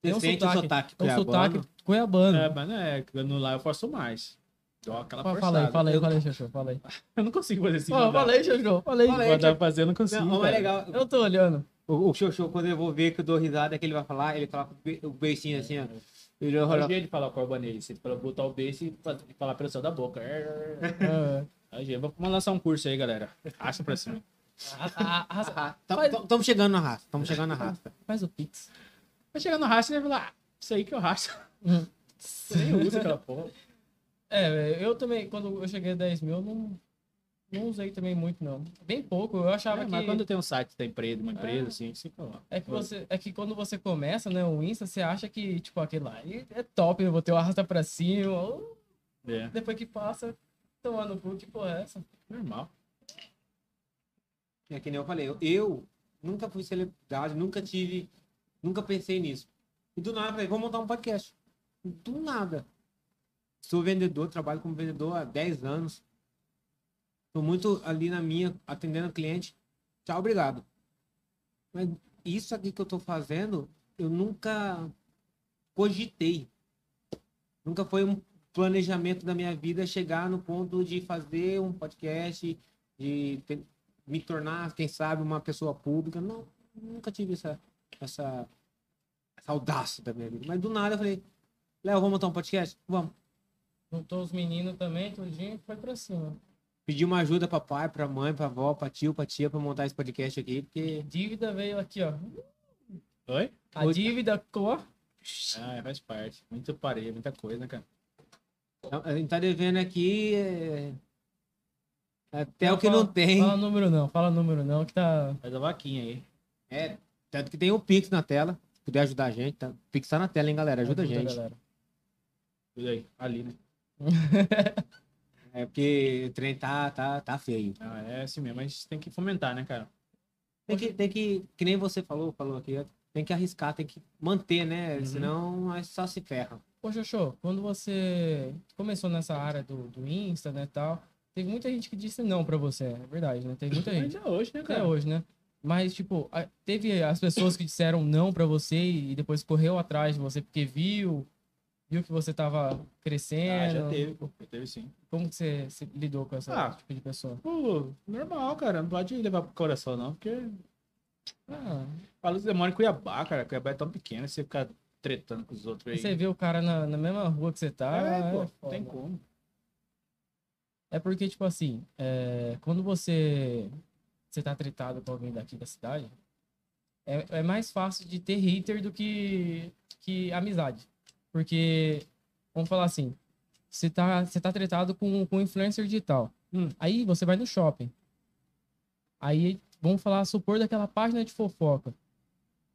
Speaker 3: Tem um
Speaker 2: sente o sotaque
Speaker 3: sotaque. É um
Speaker 2: cuiabano.
Speaker 3: sotaque cuiabano.
Speaker 2: É, mas não é, no lá eu forço mais. Dou aquela
Speaker 3: Fala,
Speaker 2: forçada.
Speaker 3: fala aí, fala aí,
Speaker 2: eu,
Speaker 3: fala aí, Xoxô, fala aí.
Speaker 2: eu não consigo fazer assim.
Speaker 3: Ó, fala aí, Xoxô, fala aí.
Speaker 1: Fala aí.
Speaker 2: Mandar fazer, eu não
Speaker 3: assim,
Speaker 2: consigo.
Speaker 1: Não, é
Speaker 2: cara.
Speaker 1: legal.
Speaker 3: Eu tô olhando.
Speaker 1: O, o Xoxô, quando eu vou ver que eu dou risada, é que ele vai falar, ele fala com o be- o beicinho assim, ó. Ele vai
Speaker 2: Eu
Speaker 1: falar,
Speaker 2: jeito de falar corbanês, você fala- botar o beijo e fa- e falar pelo céu da boca. É,
Speaker 3: Ah,
Speaker 2: é, é. Aí, gente, Vamos lançar um curso aí, galera. Acha pra cima.
Speaker 3: ah, ah, ah, Faz-
Speaker 1: Estamos chegando na raça, estamos chegando na raça.
Speaker 3: Faz o Pix.
Speaker 2: Vai chegar no racha e vai falar, "Ah, isso aí que eu racho. Você nem usa aquela porra.
Speaker 3: É, velho, eu também, quando eu cheguei a 10 mil, eu não, não usei também muito, não. Bem pouco, eu achava
Speaker 2: É,
Speaker 3: que...
Speaker 2: mas quando tem um site da empresa, uma empresa,
Speaker 3: É.
Speaker 2: assim, você coloca.
Speaker 3: É que, você, é que quando você começa, né, o Insta, você acha que, tipo, aquele lá "Ih, é top, eu vou ter o arrasta pra cima, ou
Speaker 2: É,
Speaker 3: depois que passa, tomando cu, que porra é essa?
Speaker 2: normal.
Speaker 1: É que nem eu falei, eu, eu nunca fui celebridade, nunca tive, nunca pensei nisso. E do nada eu falei, vou montar um podcast. Do nada. Sou vendedor, trabalho como vendedor há 10 anos. Tô muito ali na minha, atendendo cliente. Tchau, obrigado. Mas isso aqui que eu tô fazendo, eu nunca cogitei. Nunca foi um planejamento da minha vida chegar no ponto de fazer um podcast, de ter- me tornar, quem sabe, uma pessoa pública. Não, nunca tive essa, essa, essa audácia da minha vida. Mas do nada eu falei, Léo, vamos montar um podcast? Vamos.
Speaker 3: Juntou os meninos também, tudinho, e foi pra cima.
Speaker 1: Pedi uma ajuda pra pai, pra mãe, pra avó, pra tio, pra tia, pra montar esse podcast aqui, porque
Speaker 3: Dívida veio aqui, ó.
Speaker 2: Oi?
Speaker 3: A
Speaker 1: Oi.
Speaker 3: dívida cor.
Speaker 2: Ah, faz parte. Muito parei, muita coisa, né, cara?
Speaker 1: a gente tá devendo aqui é, até
Speaker 3: Não,
Speaker 1: o que não tem.
Speaker 3: Fala número não, fala número não, que tá...
Speaker 2: Faz a vaquinha aí.
Speaker 1: É, tanto que tem o Pix na tela, se puder ajudar a gente, tá? O Pix tá na tela, hein, galera? Ajuda a gente.
Speaker 3: galera.
Speaker 2: Tudo aí. Ali, né?
Speaker 1: É porque o trem tá, tá, tá feio.
Speaker 2: Ah, é assim mesmo, mas tem que fomentar, né, cara?
Speaker 1: Tem que, tem que, que nem você falou, falou aqui, tem que arriscar, tem que manter, né?
Speaker 2: Uhum.
Speaker 1: Senão nós só se ferra.
Speaker 3: Ô, Xoxô, quando você começou nessa área do, do Insta, né, tal, teve muita gente que disse não pra você, é verdade, né? Teve muita gente.
Speaker 2: Mas é hoje, né,
Speaker 3: até
Speaker 2: cara?
Speaker 3: hoje, né? Mas, tipo, a- teve as pessoas que disseram não pra você e depois correu atrás de você porque viu, viu que você tava
Speaker 2: Ah,
Speaker 3: crescendo.
Speaker 2: já teve, pô. Já teve sim.
Speaker 3: Como que você se lidou com esse
Speaker 2: Ah.
Speaker 3: tipo de pessoa?
Speaker 2: Pô, normal, cara. Não pode levar pro coração, não, porque
Speaker 3: Ah,
Speaker 2: fala que você mora em Cuiabá, cara. Cuiabá é tão pequeno, você fica tretando com os outros aí.
Speaker 3: você vê o cara na, na mesma rua que você tá.
Speaker 2: é, pô, não
Speaker 3: foda.
Speaker 2: tem como.
Speaker 3: É porque, tipo assim, é, quando você, você tá tretado com alguém daqui da cidade, é, é mais fácil de ter hater do que, que amizade. Porque, vamos falar assim, você tá, você tá tretado com, com um influencer digital.
Speaker 2: Hum.
Speaker 3: Aí você vai no shopping. Aí, vamos falar, supor daquela página de fofoca.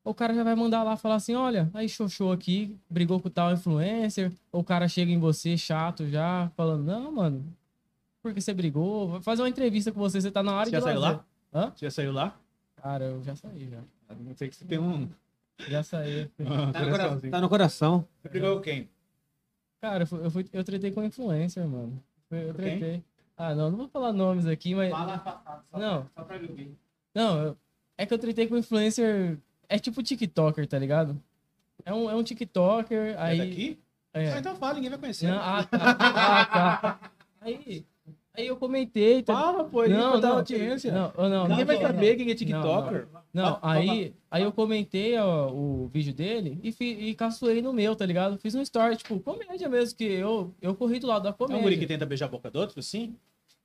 Speaker 3: O cara já vai mandar lá falar assim, olha, aí xoxou aqui, brigou com tal influencer. Ou o cara chega em você, chato já, falando, não, mano, porque você brigou. Vai fazer uma entrevista com você, você tá na área
Speaker 2: Você já
Speaker 3: de
Speaker 2: saiu
Speaker 3: lazer.
Speaker 2: lá?
Speaker 3: Hã?
Speaker 2: Você já saiu lá?
Speaker 3: Cara, eu já saí, já.
Speaker 2: A Não sei que você tem um.
Speaker 3: Já saí.
Speaker 2: um
Speaker 1: Tá no, cora-
Speaker 2: coraçãozinho.
Speaker 1: tá no coração.
Speaker 2: Você brigou com quem?
Speaker 3: Cara, eu, fui, eu, fui- eu tretei com influencer, mano. Foi- Eu
Speaker 2: Com quem?
Speaker 3: tretei. Ah, não, não vou falar nomes aqui, mas.
Speaker 1: Fala passado, só,
Speaker 3: É. Não.
Speaker 1: só pra ver.
Speaker 3: Não, eu- é que eu tretei com influencer. É tipo TikToker, tá ligado? É um, é um TikToker.
Speaker 2: É
Speaker 3: Aí.
Speaker 2: daqui?
Speaker 3: É.
Speaker 2: Ah, então fala, ninguém vai conhecer.
Speaker 3: Não, ah, tá. Ah, tá. Aí, aí eu comentei. Tá...
Speaker 2: Fala, pô, ele
Speaker 3: não,
Speaker 2: vai dar
Speaker 3: não,
Speaker 2: audiência.
Speaker 3: Não, eu não,
Speaker 2: ninguém
Speaker 3: não,
Speaker 2: vai
Speaker 3: não,
Speaker 2: saber quem é
Speaker 3: Não, não.
Speaker 2: TikToker.
Speaker 3: Não,
Speaker 2: Ah,
Speaker 3: aí, aí eu comentei ó, o vídeo dele e, fi, e caçoei no meu, tá ligado? Fiz um story, tipo, comédia mesmo, que eu, eu corri do lado da
Speaker 2: É um guri que
Speaker 3: comédia.
Speaker 2: tenta beijar a boca do outro, assim?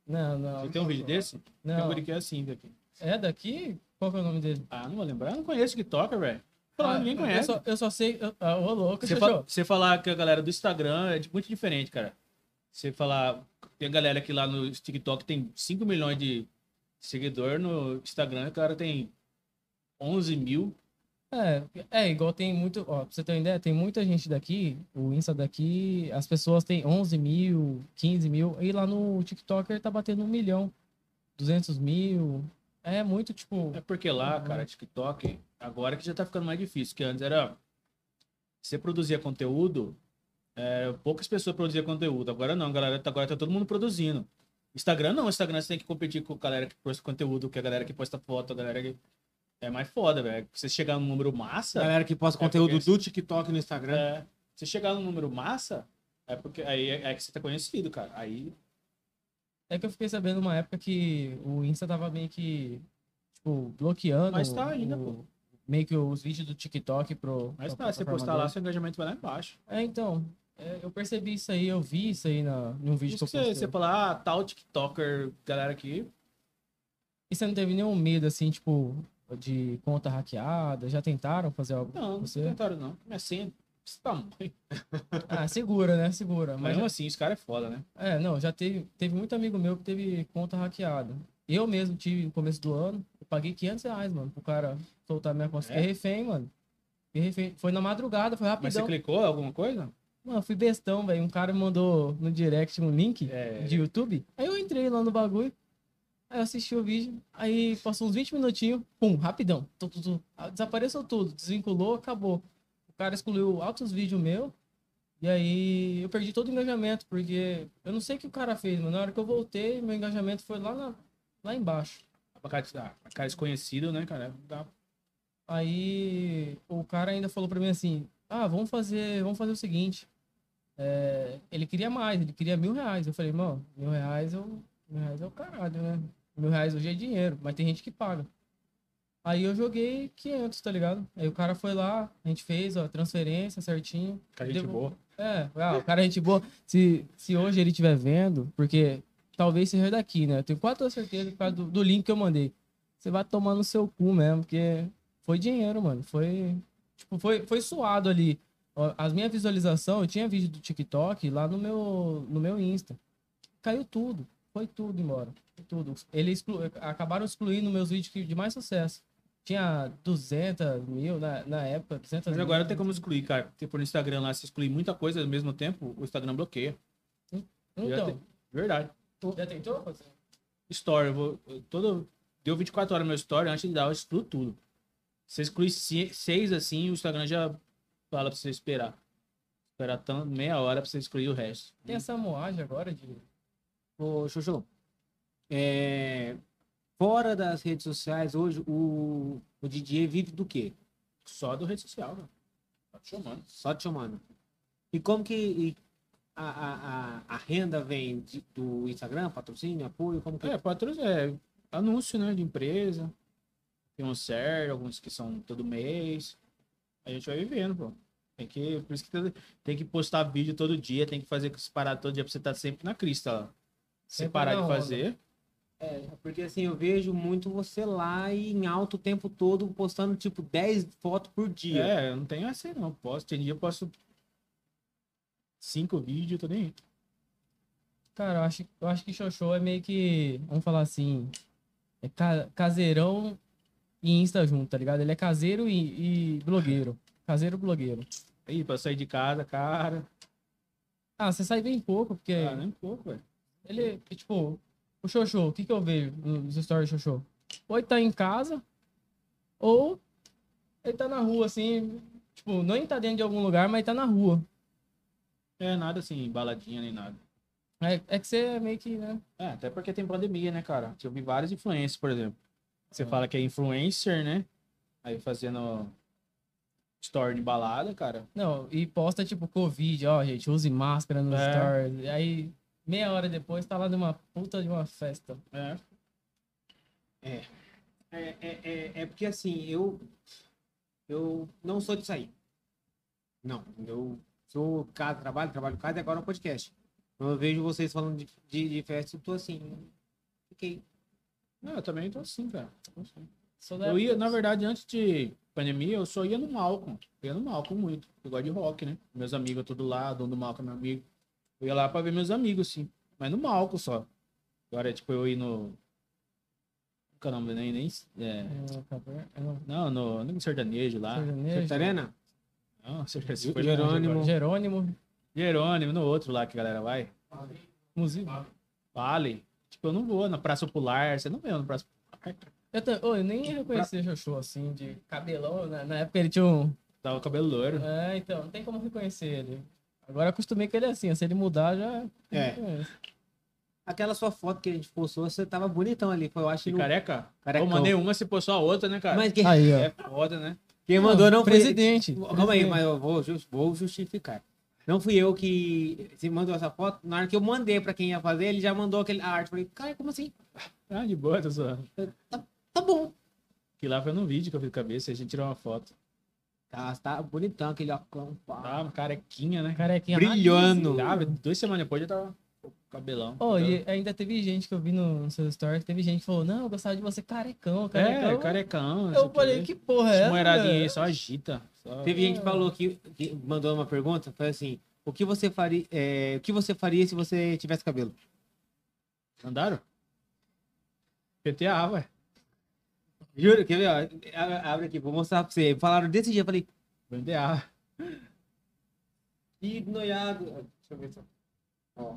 Speaker 3: Não, não.
Speaker 2: Você tem um vídeo desse? Tem um
Speaker 3: Não.
Speaker 2: guri que é assim daqui.
Speaker 3: É daqui? Qual que é o nome dele?
Speaker 2: Ah, não vou lembrar. Eu não conheço TikToker, velho. Fala,
Speaker 3: Ah,
Speaker 2: ninguém
Speaker 3: Eu
Speaker 2: conhece.
Speaker 3: só, eu só sei. eu- Ah, ô, louco,
Speaker 2: Você,
Speaker 3: Jojo.
Speaker 2: fa- você falar que a galera do Instagram é de- muito diferente, cara. Você falar. Tem a galera que lá no TikTok tem 5 milhões de seguidor no Instagram, o cara tem 11 mil.
Speaker 3: É, é, igual tem muito. Ó, pra você ter uma ideia, tem muita gente daqui, o Insta daqui, as pessoas têm 11 mil, 15 mil, e lá no TikToker tá batendo 1 milhão, 200 mil. É muito, tipo.
Speaker 2: É porque lá,
Speaker 3: Uhum.
Speaker 2: cara, TikTok, agora que já tá ficando mais difícil, que antes era. Você produzia conteúdo, é, poucas pessoas produziam conteúdo. Agora não, galera. tá- Agora tá todo mundo produzindo. Instagram não, Instagram você tem que competir com a galera que posta conteúdo, que a galera que posta foto, a galera que. É mais foda, velho. Você chegar num número massa.
Speaker 1: Galera que posta
Speaker 2: É
Speaker 1: conteúdo
Speaker 2: porque-
Speaker 1: do TikTok no Instagram.
Speaker 2: É, você chegar num número massa, é porque aí é, é que você tá conhecido, cara. Aí
Speaker 3: É que eu fiquei sabendo uma época que o Insta tava meio que, tipo, bloqueando.
Speaker 2: Mas tá ainda,
Speaker 3: o- Meio que os vídeos do TikTok pro.
Speaker 2: mas
Speaker 3: pra
Speaker 2: tá, você
Speaker 3: plataforma
Speaker 2: postar
Speaker 3: dele.
Speaker 2: lá, seu engajamento vai lá embaixo.
Speaker 3: É, então. é, eu percebi isso aí, eu vi isso aí na, num vídeo
Speaker 2: Isso
Speaker 3: que eu
Speaker 2: que você,
Speaker 3: postei.
Speaker 2: você fala, ah, tal TikToker, galera aqui.
Speaker 3: E você não teve nenhum medo, assim, tipo, de conta hackeada? Já tentaram fazer algo com
Speaker 2: Não, não
Speaker 3: você?
Speaker 2: tentaram não. Minha senha, desse tamanho.
Speaker 3: Ah, segura, né? Segura.
Speaker 2: Mas
Speaker 3: Mas,
Speaker 2: mesmo assim, os caras é foda, né?
Speaker 3: é, não, já teve, teve muito amigo meu que teve conta hackeada. Eu mesmo tive no começo do ano, eu paguei 500 reais, mano, pro cara soltar minha conta.
Speaker 2: É?
Speaker 3: Fiquei refém, mano. Fiquei refém. Foi na madrugada, foi
Speaker 2: Mas você
Speaker 3: rapidão.
Speaker 2: clicou em alguma coisa?
Speaker 3: Mano, eu fui bestão, velho. Um cara me mandou no direct um link
Speaker 2: É.
Speaker 3: de YouTube. Aí eu entrei lá no bagulho. Aí eu assisti o vídeo. Aí passou uns 20 minutinhos. Pum, rapidão. Tu, tu, tu. Ah, Desapareceu tudo. Desvinculou, acabou. O cara excluiu altos vídeos meu. E aí eu perdi todo o engajamento. Porque eu não sei o que o cara fez, mano. Na hora que eu voltei, meu engajamento foi lá, na- lá embaixo.
Speaker 2: Pra cara, ah, pra cara desconhecido, né, cara? Dá-
Speaker 3: Aí o cara ainda falou pra mim assim: Ah, vamos fazer, vamos fazer o seguinte. É, ele queria mais, ele queria mil reais. Eu falei, mano, mil reais eu, mil reais é o caralho, né? Mil reais hoje é dinheiro, mas tem gente que paga. Aí eu joguei 500, tá ligado? Aí o cara foi lá, a gente fez a transferência certinho.
Speaker 2: Cara, gente
Speaker 3: Devo-
Speaker 2: boa.
Speaker 3: É, ah, o cara é gente boa. Se, se hoje ele estiver vendo, porque talvez seja daqui, né? Eu tenho quase toda certeza por causa do, do link que eu mandei. Você vai tomar no seu cu mesmo, porque foi dinheiro, mano. Foi. Tipo, foi, foi suado ali. Ó, As minhas visualizações, eu tinha vídeo do TikTok lá no meu, no meu Insta. Caiu tudo. Foi tudo embora. Foi Tudo. Eles exclu- acabaram excluindo meus vídeos que- de mais sucesso. Tinha 200 mil na, na época, 200
Speaker 2: Mas
Speaker 3: mil.
Speaker 2: agora tem como excluir, cara. Tipo, no Instagram lá, se excluir muita coisa ao mesmo tempo, o Instagram bloqueia. Já
Speaker 3: Então,
Speaker 2: tem- Verdade.
Speaker 3: já tentou fazer?
Speaker 2: Story, eu vou. eu- Todo, deu 24 horas meu story, antes de dar, eu excluo tudo. Você exclui se- seis assim, o Instagram já fala pra você esperar. Esperar tão, meia hora pra você excluir o resto.
Speaker 3: Tem essa moagem agora de.
Speaker 1: Ô, Xuxu, é, fora das redes sociais, hoje o, o Didier vive do quê?
Speaker 2: Só do rede social, mano. Tá te chamando.
Speaker 1: Só te chamando. E como que e a, a, a, a renda vem de- do Instagram, patrocínio, apoio? Como que
Speaker 2: É, patro- é, anúncio, né, de empresa. Tem um certo, alguns que são todo mês. A gente vai vivendo, pô. Tem que, por isso que tem, tem que postar vídeo todo dia, tem que fazer com parar todo dia pra você estar sempre na crista, ó. Se
Speaker 3: Sempre
Speaker 2: parar
Speaker 3: na
Speaker 2: de
Speaker 3: onda.
Speaker 2: fazer,
Speaker 1: Porque assim, eu vejo muito você lá e em alto o tempo todo postando tipo 10 fotos por dia.
Speaker 2: É, eu não tenho assim, não. Posso, tem dia eu posso cinco vídeos, tô nem aí.
Speaker 3: Cara, eu acho, eu acho que Xoxô é meio que. Vamos falar assim. É ca- caseirão e Insta junto, tá ligado? Ele é caseiro e, e blogueiro. Caseiro blogueiro.
Speaker 2: Aí, pra sair de casa, cara.
Speaker 3: Ah, você sai bem pouco, porque.
Speaker 2: Ah, nem um pouco, velho.
Speaker 3: Ele, tipo, o Xoxô, o que que eu vejo nos stories do Xoxô? Ou ele tá em casa, ou ele tá na rua, assim. Tipo, nem tá dentro de algum lugar, mas tá na rua.
Speaker 2: É nada assim, baladinha nem nada.
Speaker 3: É, é que você é meio que, né?
Speaker 2: É, até porque tem pandemia, né, cara? Eu vi vários influencers, por exemplo. Você
Speaker 3: Ah.
Speaker 2: fala que é influencer, né? Aí fazendo story de balada, cara.
Speaker 3: Não, e posta tipo Covid, ó, gente, use máscara nos
Speaker 2: É.
Speaker 3: stories. E Aí, meia hora depois, tá lá numa puta de uma festa.
Speaker 2: É.
Speaker 1: É, é, é, é porque assim, eu eu não sou de sair. Não, eu sou casa, trabalho, trabalho casa e agora é um podcast. Quando eu vejo vocês falando de, de, de festa, eu tô assim, fiquei.
Speaker 2: Não, eu também tô assim, cara. Tô assim.
Speaker 3: Só da É,
Speaker 2: Eu ia,
Speaker 3: época-
Speaker 2: na verdade, antes de pandemia, eu só ia no Malcolm. Eu ia no Malcolm muito. Eu gosto de rock, né? Meus amigos tudo lá, dono do Malcolm, é meu amigo. Eu ia lá pra ver meus amigos, sim. Mas no Malcolm só. Agora, tipo, eu ia no. Caramba, nem. nem é...
Speaker 3: É, caverna- é, não,
Speaker 2: Não, no, no sertanejo
Speaker 1: Ah,
Speaker 2: lá.
Speaker 3: sertanejo.
Speaker 1: Sertarena?
Speaker 2: Não, sertanejo. foi longe agora.
Speaker 1: Jerônimo.
Speaker 3: Jerônimo,
Speaker 2: Jerônimo, no outro lá que a galera vai.
Speaker 3: Museu.
Speaker 1: Ah.
Speaker 2: Vale. Tipo, eu não vou na Praça Popular. Você não vê na Praça Popular.
Speaker 3: Eu, ta- ô, eu nem reconheci o Xoxô, assim, de cabelão. Na, na época ele tinha um.
Speaker 2: Tava com tá o cabelo loiro.
Speaker 3: É, então, não tem como reconhecer ele. Agora eu acostumei com ele assim, ó, se ele mudar já.
Speaker 1: É.
Speaker 3: reconheço.
Speaker 1: Aquela sua foto que a gente postou, você tava bonitão ali. Foi, eu acho que.
Speaker 2: E
Speaker 1: não-
Speaker 2: careca?
Speaker 1: Carecão.
Speaker 2: Eu mandei uma, se postou a outra, né, cara?
Speaker 1: Mas quem,
Speaker 4: Aí, ó.
Speaker 2: É foda, né?
Speaker 1: quem mandou não foi.
Speaker 3: Presidente.
Speaker 1: Calma aí, mas eu vou, jus- vou justificar. Não fui eu que. Você mandou essa foto. Na hora que eu mandei pra quem ia fazer, ele já mandou aquele, a arte. Falei, cara, como assim?
Speaker 2: Ah, de boa, tá só.
Speaker 1: Tá bom.
Speaker 2: Que lá foi no vídeo que eu fiz cabeça, a gente tirou uma foto.
Speaker 1: Tá, tá bonitão aquele óculos. pá.
Speaker 2: Tava carequinha, né?
Speaker 3: Carequinha.
Speaker 1: Brilhando.
Speaker 2: Tava, duas semanas depois já tava com o cabelão.
Speaker 3: Oh, e ainda teve gente que eu vi no, no seu story, que teve gente que falou, não, eu gostava de você carecão, carecão.
Speaker 2: É, carecão.
Speaker 3: Eu falei, que porra é essa?
Speaker 2: Moeradinha aí,
Speaker 3: velho?"
Speaker 2: só agita. Só...
Speaker 1: Teve gente que falou que, que mandou uma pergunta, foi assim: o que você faria, é, o que você faria se você tivesse cabelo?
Speaker 2: Mandaram? PTA, ué.
Speaker 1: Juro, quer ver? ó? Abre- Abre aqui, vou mostrar pra você. Falaram desse dia, eu falei,
Speaker 2: PTA.
Speaker 1: que noiado. Deixa eu ver só. Ó.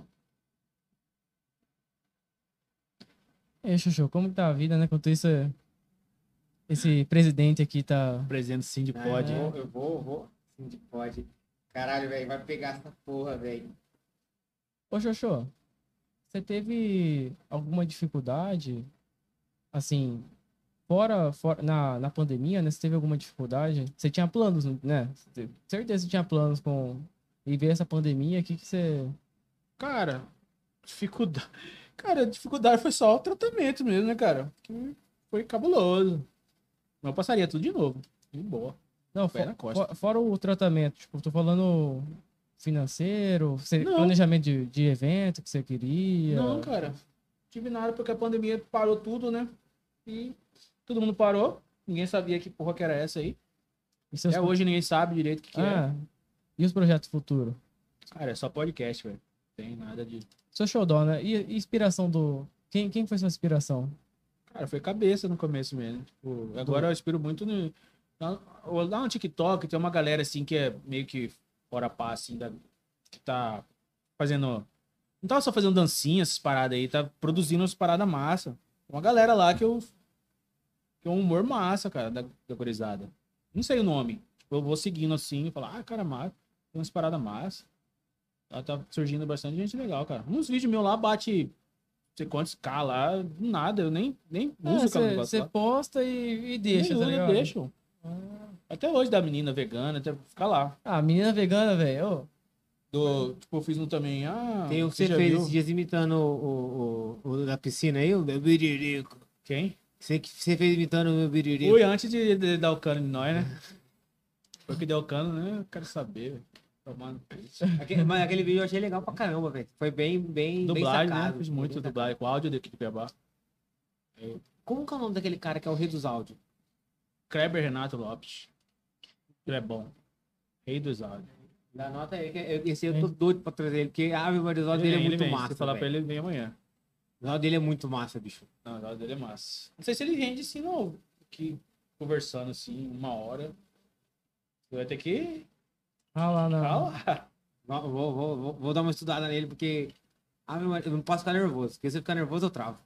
Speaker 3: Ei, Xuxu, como que tá a vida, né? Enquanto isso, esse presidente aqui tá...
Speaker 2: Presente sim de pode.
Speaker 3: É.
Speaker 1: Eu vou, eu vou, eu vou. Sim, de pode. Caralho, velho, vai pegar essa porra, velho.
Speaker 3: Ô, Xoxô, você teve alguma dificuldade, assim, fora, fora na, na pandemia, né? Você teve alguma dificuldade? Você tinha planos, né? Você teve- certeza você tinha planos com... E ver essa pandemia, o que que você...
Speaker 2: Cara, dificuldade. Cara, a dificuldade foi só o tratamento mesmo, né, cara? Que foi cabuloso. Mas eu passaria tudo de novo. De boa.
Speaker 3: Não,
Speaker 2: Pé
Speaker 3: fo-
Speaker 2: na costa.
Speaker 3: fo- fora o tratamento, tipo, tô falando financeiro, você-
Speaker 2: Não.
Speaker 3: planejamento de, de evento que você queria.
Speaker 2: Não, cara. Tive nada porque a pandemia parou tudo, né? E todo mundo parou. Ninguém sabia que porra que era essa aí.
Speaker 3: E seus-
Speaker 2: Até hoje ninguém sabe direito o que, que é.
Speaker 3: Ah, e os projetos futuros?
Speaker 2: Cara, é só podcast, velho. Tem nada de.
Speaker 3: Seu showdó, né? E, e inspiração do. Quem, quem foi sua inspiração?
Speaker 2: Cara, foi cabeça no começo mesmo. Tipo, agora eu inspiro muito no. na- Então, Lá no TikTok tem uma galera assim que é meio que fora pá, assim, da- que tá fazendo. Não tava só fazendo dancinha, essas paradas aí, tá produzindo umas paradas massa. Uma galera lá que eu. Que é um humor massa, cara, da, da gurizada. Não sei o nome. Tipo, eu vou seguindo assim e falar, ah, cara, massa. Tem umas paradas massa. Lá tá surgindo bastante gente legal, cara. Uns vídeos meus lá bate não sei quantos K lá, nada, eu nem, nem
Speaker 3: É,
Speaker 2: uso aquele negócio
Speaker 3: Você
Speaker 2: lá.
Speaker 3: posta e, e
Speaker 2: Nem
Speaker 3: deixa, tá
Speaker 2: uso,
Speaker 3: ligado?
Speaker 2: deixo. Até hoje da menina vegana, até ficar lá.
Speaker 3: Ah, menina vegana, velho. ô.
Speaker 2: Do, tipo, eu fiz um também, ah...
Speaker 1: Tem o que
Speaker 2: você
Speaker 1: você
Speaker 2: já
Speaker 1: fez
Speaker 2: viu?
Speaker 1: esses dias imitando o, o, o- o da piscina aí, o meu biririco.
Speaker 2: Quem?
Speaker 1: Você, que- você fez imitando o meu biririco.
Speaker 2: Foi antes de, de dar o cano em nós, né? Foi que deu o cano, né? Eu quero saber, velho. Tomando
Speaker 1: Aquele, mas aquele vídeo eu achei legal pra caramba, velho. Foi bem, bem, bem
Speaker 2: dublagem, né?
Speaker 1: sacado.
Speaker 2: Fiz muito
Speaker 1: Bem sacado.
Speaker 2: dublagem, com áudio daqui de Cuiabá.
Speaker 1: Como que é o nome daquele cara que é o rei dos áudios?
Speaker 2: Kleber Renato Lopes. Ele é bom. Rei dos áudios.
Speaker 1: Dá nota aí, que eu, esse eu tô doido pra trazer ele, porque a memória dos áudios dele é
Speaker 2: vem,
Speaker 1: muito
Speaker 2: vem.
Speaker 1: massa.
Speaker 2: Se falar pra
Speaker 1: velho.
Speaker 2: ele, ele vem amanhã.
Speaker 1: O áudio dele é muito massa, bicho.
Speaker 2: Não, o dele é massa. Não sei se ele rende assim, não. Que conversando assim, uma hora. Você vai ter que
Speaker 3: Ah lá, não.
Speaker 2: falar.
Speaker 1: Vou, vou, vou- vou- vou dar uma estudada nele, porque a memória, eu não posso ficar nervoso, porque se eu ficar nervoso eu travo.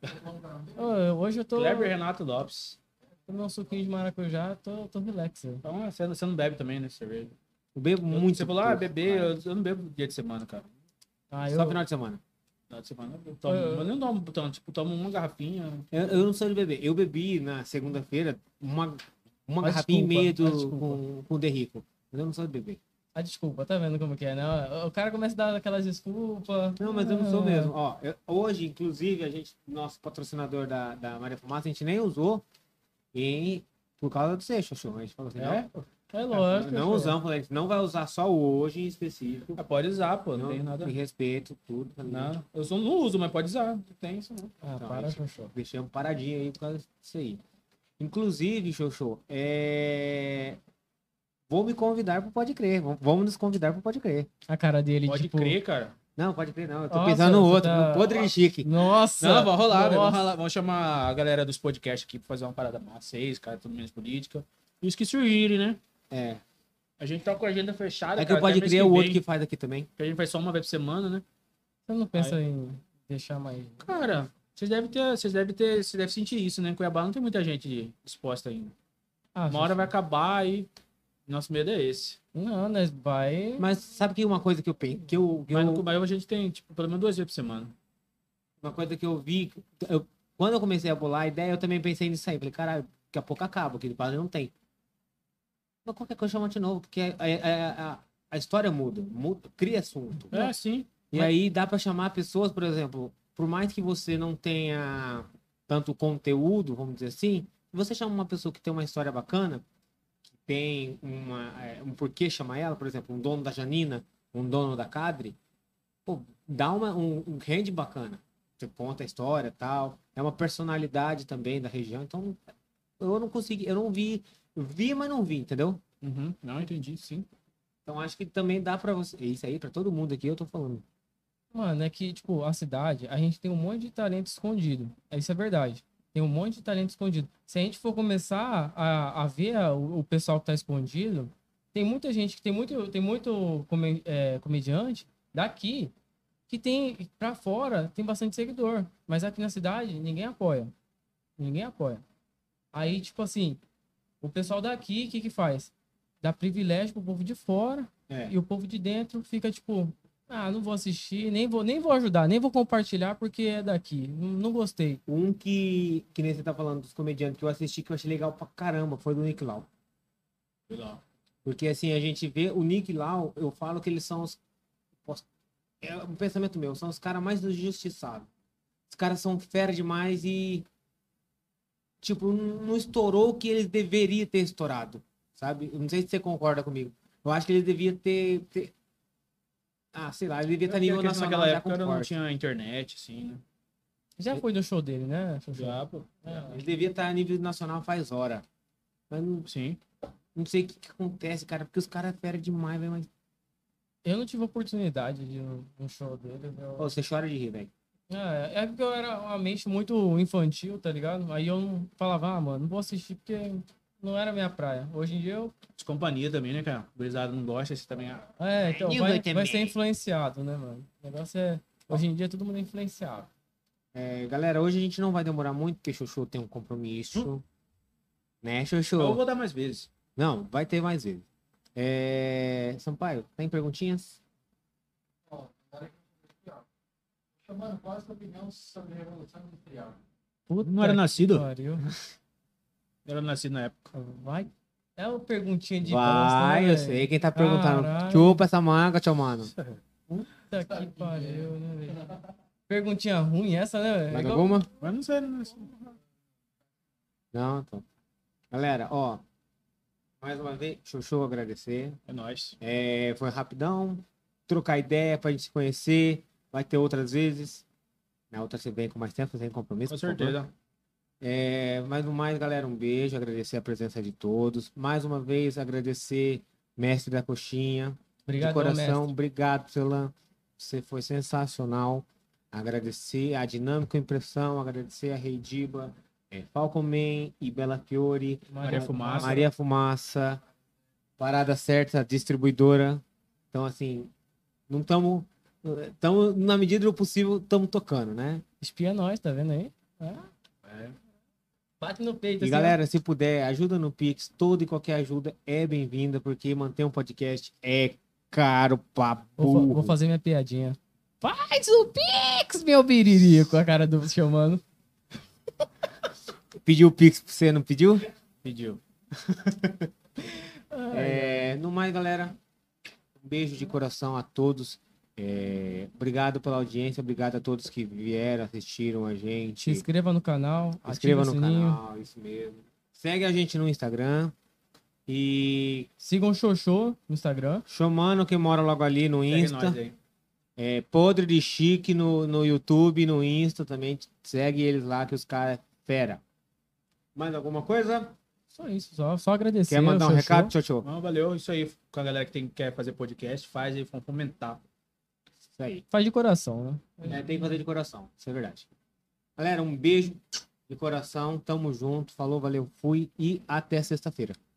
Speaker 3: Ô, hoje eu tô.
Speaker 2: Kleber Renato Lopes.
Speaker 3: Tomei um suquinho de maracujá, tô, tô relax, velho.
Speaker 2: Então você você não bebe também, né? Cerveja.
Speaker 1: Eu bebo
Speaker 2: Eu-
Speaker 1: muito.
Speaker 2: Você falou, ah,
Speaker 1: pouco,
Speaker 2: beber,
Speaker 1: cara.
Speaker 2: eu, eu não bebo dia de semana, cara.
Speaker 3: Ah, eu...
Speaker 1: Só final de semana.
Speaker 2: Final de semana eu tomo.
Speaker 3: Eu-
Speaker 2: Eu nem tomo tanto, tipo, tomo uma garrafinha.
Speaker 1: Eu, eu não sou de beber. Eu bebi na segunda-feira uma, uma
Speaker 3: Mas
Speaker 1: garrafinha e meia
Speaker 3: desculpa,
Speaker 1: do,
Speaker 3: mas desculpa.
Speaker 1: com, com o Derrico. Mas eu não sou de beber.
Speaker 3: Ah, desculpa, tá vendo como que é, né? Ó, O cara começa a dar aquelas desculpas.
Speaker 1: Não, mas eu não sou
Speaker 3: Ah.
Speaker 1: mesmo. Ó, eu- hoje, inclusive, a gente, nosso patrocinador da, da Maria Fumaça, a gente nem usou. E por causa do seixo, achou? A gente falou assim,
Speaker 2: É?
Speaker 3: É
Speaker 1: não,
Speaker 3: lógico.
Speaker 1: não
Speaker 3: pô.
Speaker 1: usamos, a gente não vai usar só hoje em específico.
Speaker 2: Ah, pode usar, pô. Não,
Speaker 1: Não,
Speaker 2: tem nada.
Speaker 1: Me respeito, tudo.
Speaker 2: Não, eu só não uso, mas pode usar. Não tem isso, não.
Speaker 3: Ah,
Speaker 1: Então,
Speaker 3: para,
Speaker 1: isso-
Speaker 3: Xoxô.
Speaker 1: Deixamos paradinho aí por causa disso aí. Inclusive, Xoxô, é... vou me convidar pro Pode Crer. Vamos- Vamos nos convidar pro Pode Crer.
Speaker 3: A cara dele,
Speaker 2: Pode
Speaker 3: tipo...
Speaker 2: crer, cara.
Speaker 1: Não, Pode Crer não. Eu tô
Speaker 3: Nossa,
Speaker 1: pensando no
Speaker 3: você
Speaker 1: outro,
Speaker 3: tá-
Speaker 1: no Podre de Chique.
Speaker 3: Nossa!
Speaker 2: Não, vai rolar, velho. Vamos
Speaker 3: nossa.
Speaker 2: rolar- Vamos chamar a galera dos podcasts aqui pra fazer uma parada massa. Seis, cara, tudo menos política. Isso que surgirem, né?
Speaker 1: É.
Speaker 2: A gente tá com a agenda fechada.
Speaker 1: É que
Speaker 2: cara,
Speaker 1: o Pode
Speaker 2: até mês
Speaker 1: Crer é o outro
Speaker 2: vem,
Speaker 1: que faz aqui também.
Speaker 2: que a gente faz só uma vez por semana, né?
Speaker 3: Você não pensa em deixar mais...
Speaker 2: Cara, vocês devem ter, vocês devem ter, vocês devem sentir isso, né? Em Cuiabá não tem muita gente disposta ainda.
Speaker 3: Ah,
Speaker 2: Uma hora vai acabar e nosso medo é esse.
Speaker 3: Não,
Speaker 2: né?
Speaker 3: nós vai...
Speaker 1: Mas sabe que uma coisa que eu penso? Que eu, que
Speaker 2: Mas
Speaker 1: eu-
Speaker 2: no Cuiabá a gente tem, tipo, pelo menos duas vezes por semana.
Speaker 1: uma coisa que eu vi. eu- quando eu comecei a bolar a ideia, eu também pensei nisso aí. Falei, caralho, daqui a pouco acaba, que quase não tem. Mas qualquer coisa chama de novo, porque a, a- a- a história muda, muda, cria assunto.
Speaker 2: É, sim.
Speaker 1: E aí dá pra chamar pessoas, por exemplo, por mais que você não tenha tanto conteúdo, vamos dizer assim, você chama uma pessoa que tem uma história bacana, que tem uma, é, um porquê chamar ela, por exemplo, um dono da Janina, um dono da Cadre, pô, dá uma, um, um rende bacana. Você conta a história tal. É uma personalidade também da região. Então, eu não consegui, eu não vi, eu vi, mas não vi, entendeu?
Speaker 2: Uhum. Não, entendi, sim.
Speaker 1: Então, acho que também dá pra você. Isso aí, pra todo mundo aqui, eu tô falando.
Speaker 3: Mano, é que, tipo, a cidade, a gente tem um monte de talento escondido. É, Isso é verdade. Tem um monte de talento escondido. Se a gente for começar a, a ver a- o, o pessoal que tá escondido, tem muita gente que tem muito, tem muito come- é, comediante daqui que tem, pra fora, tem bastante seguidor. Mas aqui na cidade, ninguém apoia. Ninguém apoia. Aí, tipo assim, o pessoal daqui, o que que faz? Dá privilégio pro povo de fora
Speaker 1: É.
Speaker 3: e o povo de dentro fica, tipo, ah, não vou assistir, nem vou, nem vou ajudar, nem vou compartilhar porque é daqui. Não, não gostei.
Speaker 1: Um que, que nem você tá falando dos comediantes que eu assisti, que eu achei legal pra caramba, foi do Nick Lau.
Speaker 2: Foi lá.
Speaker 1: Porque assim, a gente vê o Nick Lau, eu falo que eles são os. posso- É um pensamento meu, são os caras mais injustiçados. Os caras são fera demais e. Tipo, não estourou o que eles deveriam ter estourado, sabe? Eu não sei se você concorda comigo. Eu acho que eles deviam ter. ter- Ah, sei lá, ele devia estar nível nacional
Speaker 2: naquela
Speaker 1: já
Speaker 2: época
Speaker 1: com
Speaker 2: eu não
Speaker 1: forte.
Speaker 2: tinha internet, assim, né?
Speaker 3: Já foi no show dele, né? Xuxa?
Speaker 2: Já, pô.
Speaker 3: É.
Speaker 1: Ele devia estar a nível nacional faz hora. Mas não
Speaker 2: Sim.
Speaker 1: Não sei o que, que acontece, cara, porque os caras é fera demais, velho. Mas...
Speaker 3: Eu não tive oportunidade de ir no, no show dele. eu-
Speaker 1: Pô, você chora de rir, velho.
Speaker 3: É, é porque eu era uma mente muito infantil, tá ligado? Aí eu não falava, ah, mano, não vou assistir porque não era minha praia. Hoje em dia eu.
Speaker 2: As companhias também, né, cara? O gurizada não gosta, esse também. ah,
Speaker 3: É, então,
Speaker 1: Aí eu
Speaker 3: vai,
Speaker 1: também.
Speaker 3: vai ser influenciado, né, mano? O negócio é. Hoje em dia todo mundo é influenciado.
Speaker 1: É, galera, hoje a gente não vai demorar muito, porque Xoxô tem um compromisso.
Speaker 3: Hum.
Speaker 1: Né, Xoxô?
Speaker 2: Eu vou dar mais vezes.
Speaker 1: Não, vai ter mais vezes. É... Sampaio, tem perguntinhas?
Speaker 4: Chamando quase a opinião sobre a Revolução Industrial.
Speaker 3: Puta
Speaker 2: Não era
Speaker 3: que
Speaker 2: nascido?
Speaker 3: pariu.
Speaker 2: Eu era nascido na época.
Speaker 3: Vai. É uma perguntinha de bosta,
Speaker 1: vai,
Speaker 3: né,
Speaker 1: eu
Speaker 3: velho?
Speaker 1: sei quem tá perguntando.
Speaker 3: Caralho.
Speaker 1: Chupa essa manga, tio mano.
Speaker 3: Puta que pariu, né, velho? Perguntinha ruim essa, né, velho? É
Speaker 1: Mais
Speaker 3: igual-
Speaker 1: alguma?
Speaker 2: Mas não sei, não sei.
Speaker 1: Não, então. Galera, ó. Mais uma vez, Xoxô agradecer.
Speaker 2: É nóis.
Speaker 1: É, foi rapidão. Trocar ideia pra gente se conhecer. Vai ter outras vezes. Na outra você vem com mais tempo, sem compromisso.
Speaker 2: Com
Speaker 1: por favor.
Speaker 2: certeza.
Speaker 1: É, mas no mais, galera, um beijo. Agradecer a presença de todos. Mais uma vez, agradecer, mestre da coxinha. de
Speaker 3: Obrigadão,
Speaker 1: coração,
Speaker 3: mestre.
Speaker 1: obrigado, Celan. Você foi sensacional. Agradecer a Dinâmico Impressão, agradecer a Reidiba, é, Falcon Man e Bela Fiore.
Speaker 2: Maria Fumaça.
Speaker 1: Maria Fumaça, Parada Certa, distribuidora. Então, assim, não estamos. Estamos, na medida do possível, estamos tocando, né?
Speaker 3: Espia nós, tá vendo aí?
Speaker 2: É.
Speaker 3: Bate no peito.
Speaker 1: E
Speaker 3: assim,
Speaker 1: galera, se puder, ajuda no Pix. Toda e qualquer ajuda é bem-vinda, porque manter um podcast é caro pra
Speaker 3: ó. Vou, fa-
Speaker 1: burro.
Speaker 3: vou fazer minha piadinha. Faz o Pix, meu biririco. A cara do chamando.
Speaker 1: Pediu o Pix pra você, não pediu?
Speaker 2: Pediu.
Speaker 1: É, no mais, galera, um beijo de coração a todos. É, obrigado pela audiência, obrigado a todos que vieram, assistiram a
Speaker 3: Se
Speaker 1: gente.
Speaker 3: inscreva no canal.
Speaker 1: Inscreva
Speaker 3: Inscreva
Speaker 1: no
Speaker 3: o sininho.
Speaker 1: canal, Ah, isso mesmo. Segue a gente no Instagram. E
Speaker 3: Sigam o um Xoxô no Instagram.
Speaker 1: chamando quem mora logo ali no
Speaker 2: Segue
Speaker 1: Insta.
Speaker 2: nós aí.
Speaker 1: É, Podre de Chique no, no YouTube, no Insta também. Segue eles lá que os caras é fera. Mais alguma coisa?
Speaker 3: Só isso, só, só agradecer.
Speaker 1: Quer mandar
Speaker 3: ao
Speaker 1: um
Speaker 3: Xoxô.
Speaker 1: recado? Tchau, tchau.
Speaker 2: Não, valeu. Isso aí, com a galera que tem, quer fazer podcast, faz aí, vamos comentar.
Speaker 1: Isso aí.
Speaker 3: Faz de coração, né?
Speaker 1: É, tem que fazer de coração. Isso é verdade. Galera, um beijo de coração. Tamo junto. Falou, valeu, fui e até sexta-feira.